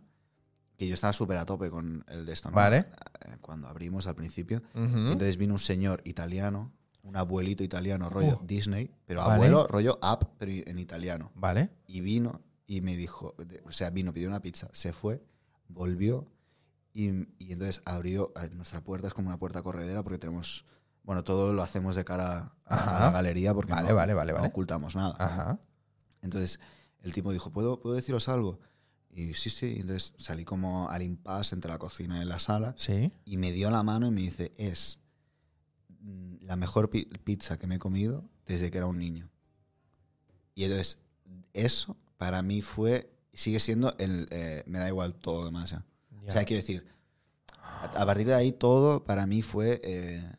Speaker 2: que yo estaba súper a tope con el de esto, ¿no?
Speaker 1: Vale. ¿Mm?
Speaker 2: Eh, Cuando abrimos al principio.
Speaker 1: Ujú.
Speaker 2: Y entonces vino un señor italiano, un abuelito italiano, rollo
Speaker 1: Uh.
Speaker 2: Disney, pero
Speaker 1: Vale.
Speaker 2: abuelo, rollo app, pero en italiano
Speaker 1: Vale.
Speaker 2: y vino y me dijo, de- o sea, vino, pidió una pizza, se fue, volvió y, y entonces abrió eh, nuestra puerta, es como una puerta corredera porque tenemos, bueno, todo lo hacemos de cara a- a,
Speaker 1: Ajá.
Speaker 2: la galería porque
Speaker 1: Vale,
Speaker 2: no,
Speaker 1: vale, vale,
Speaker 2: no
Speaker 1: vale.
Speaker 2: ocultamos nada.
Speaker 1: Ajá.
Speaker 2: Entonces el tipo dijo, ¿puedo, ¿puedo deciros algo? Y sí, sí, entonces salí como al impasse entre la cocina y la sala
Speaker 1: Sí.
Speaker 2: y me dio la mano y me dice, es mm, la mejor pi- pizza que me he comido desde que era un niño. Y entonces, eso para mí fue, sigue siendo el, eh, me da igual todo lo demás. ya.
Speaker 1: Ya.
Speaker 2: O sea, quiero decir, a, a partir de ahí todo para mí fue, eh,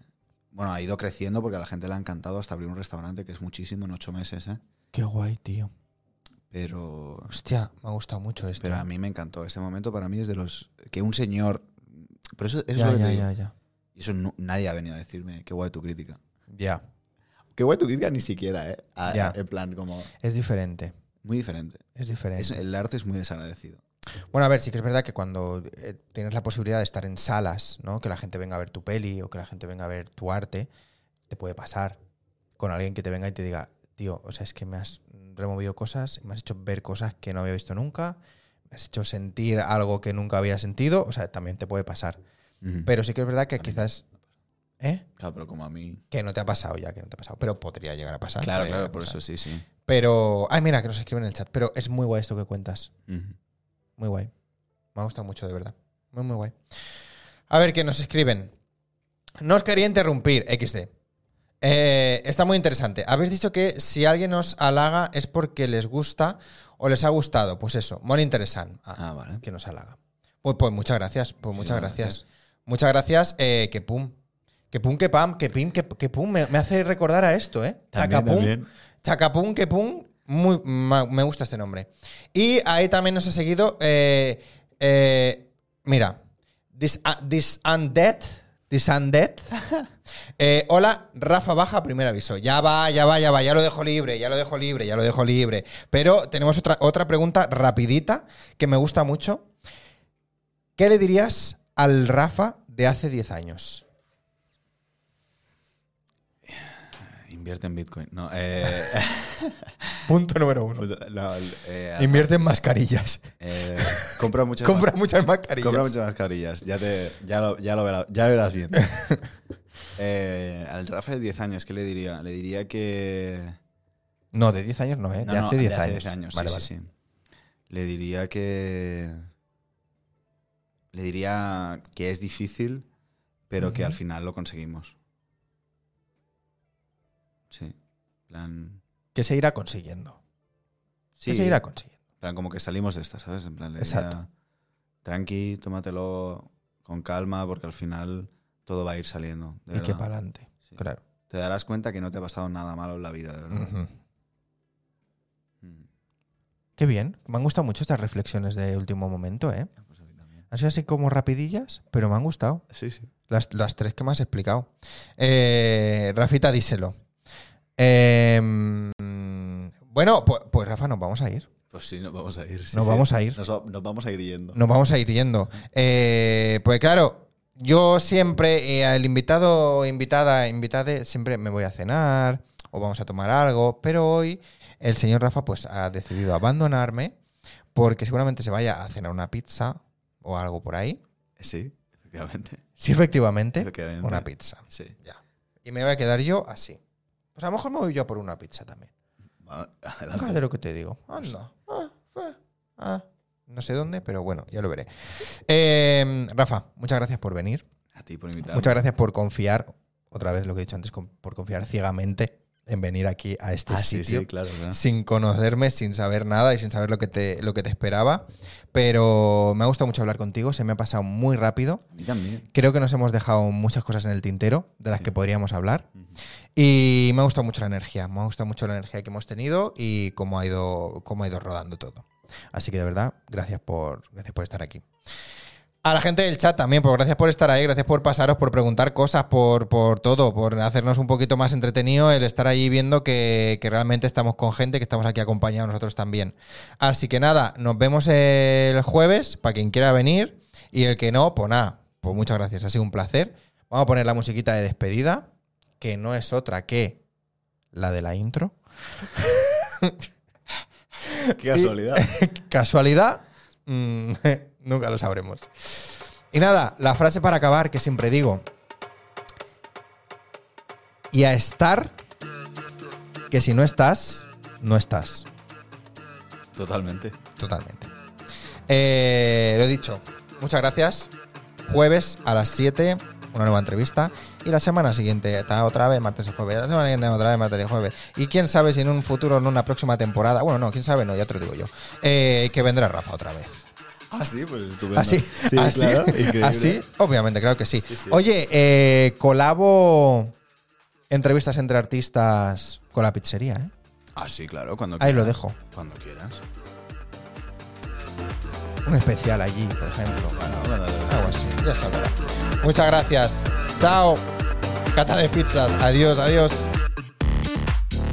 Speaker 2: bueno, ha ido creciendo porque a la gente le ha encantado hasta abrir un restaurante, que es muchísimo en ocho meses, ¿eh?
Speaker 1: Qué guay, tío.
Speaker 2: Pero
Speaker 1: Hostia, me ha gustado mucho esto.
Speaker 2: Pero a mí me encantó. Ese momento para mí es de los. Que un señor. Pero eso, eso es
Speaker 1: ya,
Speaker 2: lo que te
Speaker 1: ya,
Speaker 2: digo.
Speaker 1: ya, ya.
Speaker 2: Y eso no- nadie ha venido a decirme, qué guay tu crítica.
Speaker 1: Ya.
Speaker 2: Qué guay tu crítica ni siquiera, ¿eh? A-
Speaker 1: Ya.
Speaker 2: En plan, como.
Speaker 1: Es diferente.
Speaker 2: Muy diferente.
Speaker 1: Es diferente.
Speaker 2: Es- el arte es muy desagradecido.
Speaker 1: Bueno, a ver, sí que es verdad que cuando eh, tienes la posibilidad de estar en salas, ¿no? Que la gente venga a ver tu peli o que la gente venga a ver tu arte, te puede pasar con alguien que te venga y te diga, tío, o sea, es que me has removido cosas y me has hecho ver cosas que no había visto nunca, me has hecho sentir algo que nunca había sentido, o sea, también te puede pasar.
Speaker 2: Ujú.
Speaker 1: Pero sí que es verdad que
Speaker 2: A mí no.
Speaker 1: quizás... ¿Eh?
Speaker 2: Claro, pero como a mí.
Speaker 1: Que no te ha pasado ya, que no te ha pasado, pero podría llegar a pasar.
Speaker 2: Claro,
Speaker 1: podría llegar
Speaker 2: claro,
Speaker 1: a
Speaker 2: por
Speaker 1: pasar.
Speaker 2: eso sí, sí.
Speaker 1: Pero... Ay, mira, que nos escriben en el chat, pero es muy guay esto que cuentas.
Speaker 2: Ujú.
Speaker 1: Muy guay. Me ha gustado mucho, de verdad. Muy, muy guay. A ver, que nos escriben. No os quería interrumpir, XD. Eh, está muy interesante. Habéis dicho que si alguien os halaga es porque les gusta o les ha gustado. Pues eso, muy interesante. Ah,
Speaker 2: Ah, vale.
Speaker 1: Que nos halaga. Pues, pues muchas gracias, pues muchas
Speaker 2: Sí,
Speaker 1: gracias. Muchas gracias, eh, que pum. Que pum, que pam, que pim, que, que pum. Me, me hace recordar a esto, ¿eh? Chacapum. Chacapum, Kepum, muy, ma- me gusta este nombre. Y ahí también nos ha seguido, eh, eh, mira, this, ah, this Undead, This Undead. Eh, hola, Rafa Baja, primer aviso. Ya va, ya va, ya va, ya lo dejo libre, ya lo dejo libre, ya lo dejo libre. Pero tenemos otra, otra pregunta rapidita que me gusta mucho. ¿Qué le dirías al Rafa de hace 10 años?
Speaker 2: Invierte en Bitcoin. No, eh,
Speaker 1: Punto número uno.
Speaker 2: no, eh,
Speaker 1: Invierte en mascarillas.
Speaker 2: eh, compra muchas
Speaker 1: Compra
Speaker 2: mas-
Speaker 1: muchas mascarillas.
Speaker 2: compra muchas mascarillas. Ya, te, ya, lo, ya, lo verá- ya lo verás bien. Eh, al Rafa de 10 años, ¿qué le diría? Le diría que.
Speaker 1: No, de 10 años no, ¿eh?
Speaker 2: No,
Speaker 1: de
Speaker 2: no,
Speaker 1: hace 10
Speaker 2: de
Speaker 1: años.
Speaker 2: sí,
Speaker 1: Vale,
Speaker 2: sí,
Speaker 1: vale.
Speaker 2: sí. Le diría que. Le diría que es difícil, pero que
Speaker 1: Ujú.
Speaker 2: al final lo conseguimos. Sí. Plan.
Speaker 1: Que se irá consiguiendo.
Speaker 2: Sí,
Speaker 1: Que se irá consiguiendo.
Speaker 2: plan como que salimos de esta, ¿sabes? En plan, le diría,
Speaker 1: Exacto.
Speaker 2: tranqui, tómatelo con calma, porque al final todo va a ir saliendo. de
Speaker 1: Y que
Speaker 2: verdad.
Speaker 1: para adelante.
Speaker 2: Sí.
Speaker 1: Claro.
Speaker 2: Te darás cuenta que no te ha pasado nada malo en la vida, de verdad.
Speaker 1: Ujú. Eh.
Speaker 2: Mm.
Speaker 1: Qué bien. Me han gustado mucho estas reflexiones de último momento, ¿eh?
Speaker 2: Ah, pues a mí también.
Speaker 1: Han sido así como rapidillas, pero me han gustado.
Speaker 2: Sí, sí.
Speaker 1: Las, las tres que me has explicado. Eh, Rafita, díselo. Eh, mm, bueno, pues, pues, Rafa, nos vamos a ir.
Speaker 2: Pues sí, nos vamos a ir. sí,
Speaker 1: Nos
Speaker 2: sí.
Speaker 1: vamos a ir.
Speaker 2: Nos, va- nos vamos a ir yendo.
Speaker 1: Nos vamos a ir yendo. Eh, pues claro, yo siempre, eh, al invitado, o invitada, invitade, siempre me voy a cenar o vamos a tomar algo, pero hoy el señor Rafa pues ha decidido abandonarme porque seguramente se vaya a cenar una pizza o algo por ahí.
Speaker 2: Sí, efectivamente.
Speaker 1: Sí, efectivamente,
Speaker 2: Efectivamente.
Speaker 1: una pizza.
Speaker 2: Sí.
Speaker 1: Ya. Y me voy a quedar yo así. Pues a lo mejor me voy yo a por una pizza también.
Speaker 2: Va, adelante.
Speaker 1: Fíjate Ah, lo que te digo. Anda. Ah, fue. Ah, no sé dónde, pero bueno, ya lo veré. Eh, Rafa, muchas gracias por venir.
Speaker 2: A ti por invitarme.
Speaker 1: Muchas gracias por confiar, otra vez lo que he dicho antes, con- por confiar ciegamente en venir aquí a este
Speaker 2: Ah, sí,
Speaker 1: sitio.
Speaker 2: sí, claro. claro.
Speaker 1: Sin conocerme, sin saber nada y sin saber lo que, te, lo que te esperaba. Pero me ha gustado mucho hablar contigo, se me ha pasado muy rápido.
Speaker 2: A mí también.
Speaker 1: Creo que nos hemos dejado muchas cosas en el tintero de las
Speaker 2: Sí.
Speaker 1: que podríamos hablar.
Speaker 2: Ujú.
Speaker 1: Y me ha gustado mucho la energía, me ha gustado mucho la energía que hemos tenido y cómo ha ido, cómo ha ido rodando todo. Así que de verdad, gracias por, gracias por estar aquí. A la gente del chat también, pues gracias por estar ahí, gracias por pasaros, por preguntar cosas, por, por todo, por hacernos un poquito más entretenido el estar ahí viendo que, que realmente estamos con gente, que estamos aquí acompañados nosotros también. Así que nada, nos vemos el jueves para quien quiera venir y el que no, pues nada, pues muchas gracias, ha sido un placer. Vamos a poner la musiquita de despedida, que no es otra que la de la intro.
Speaker 2: Qué casualidad.
Speaker 1: casualidad, Mm, nunca lo sabremos. Y nada, la frase para acabar que siempre digo. Y a estar, que si no estás, no estás.
Speaker 2: Totalmente.
Speaker 1: Totalmente. Eh, lo he dicho, muchas gracias. Jueves a las 7, una nueva entrevista. Y la semana siguiente, ta- otra vez, martes y jueves. La semana siguiente, otra vez, martes y jueves. Y quién sabe si en un futuro, en una próxima temporada. Bueno, no, quién sabe, no, ya te lo digo yo. eh, que vendrá Rafa otra vez.
Speaker 2: Ah, sí, pues estupendo.
Speaker 1: Así,
Speaker 2: sí,
Speaker 1: así,
Speaker 2: claro. Increíble.
Speaker 1: así, obviamente, claro que sí.
Speaker 2: Sí, sí.
Speaker 1: Oye, eh, colabo entrevistas entre artistas con la pizzería, ¿eh?
Speaker 2: Ah, sí, claro. Cuando
Speaker 1: Ahí
Speaker 2: quieras.
Speaker 1: lo dejo.
Speaker 2: Cuando quieras.
Speaker 1: Un especial allí, por ejemplo.
Speaker 2: Bueno, bueno, de verdad.
Speaker 1: Algo así, ya sabrá. Muchas gracias. Chao. Cata de pizzas. Adiós, adiós.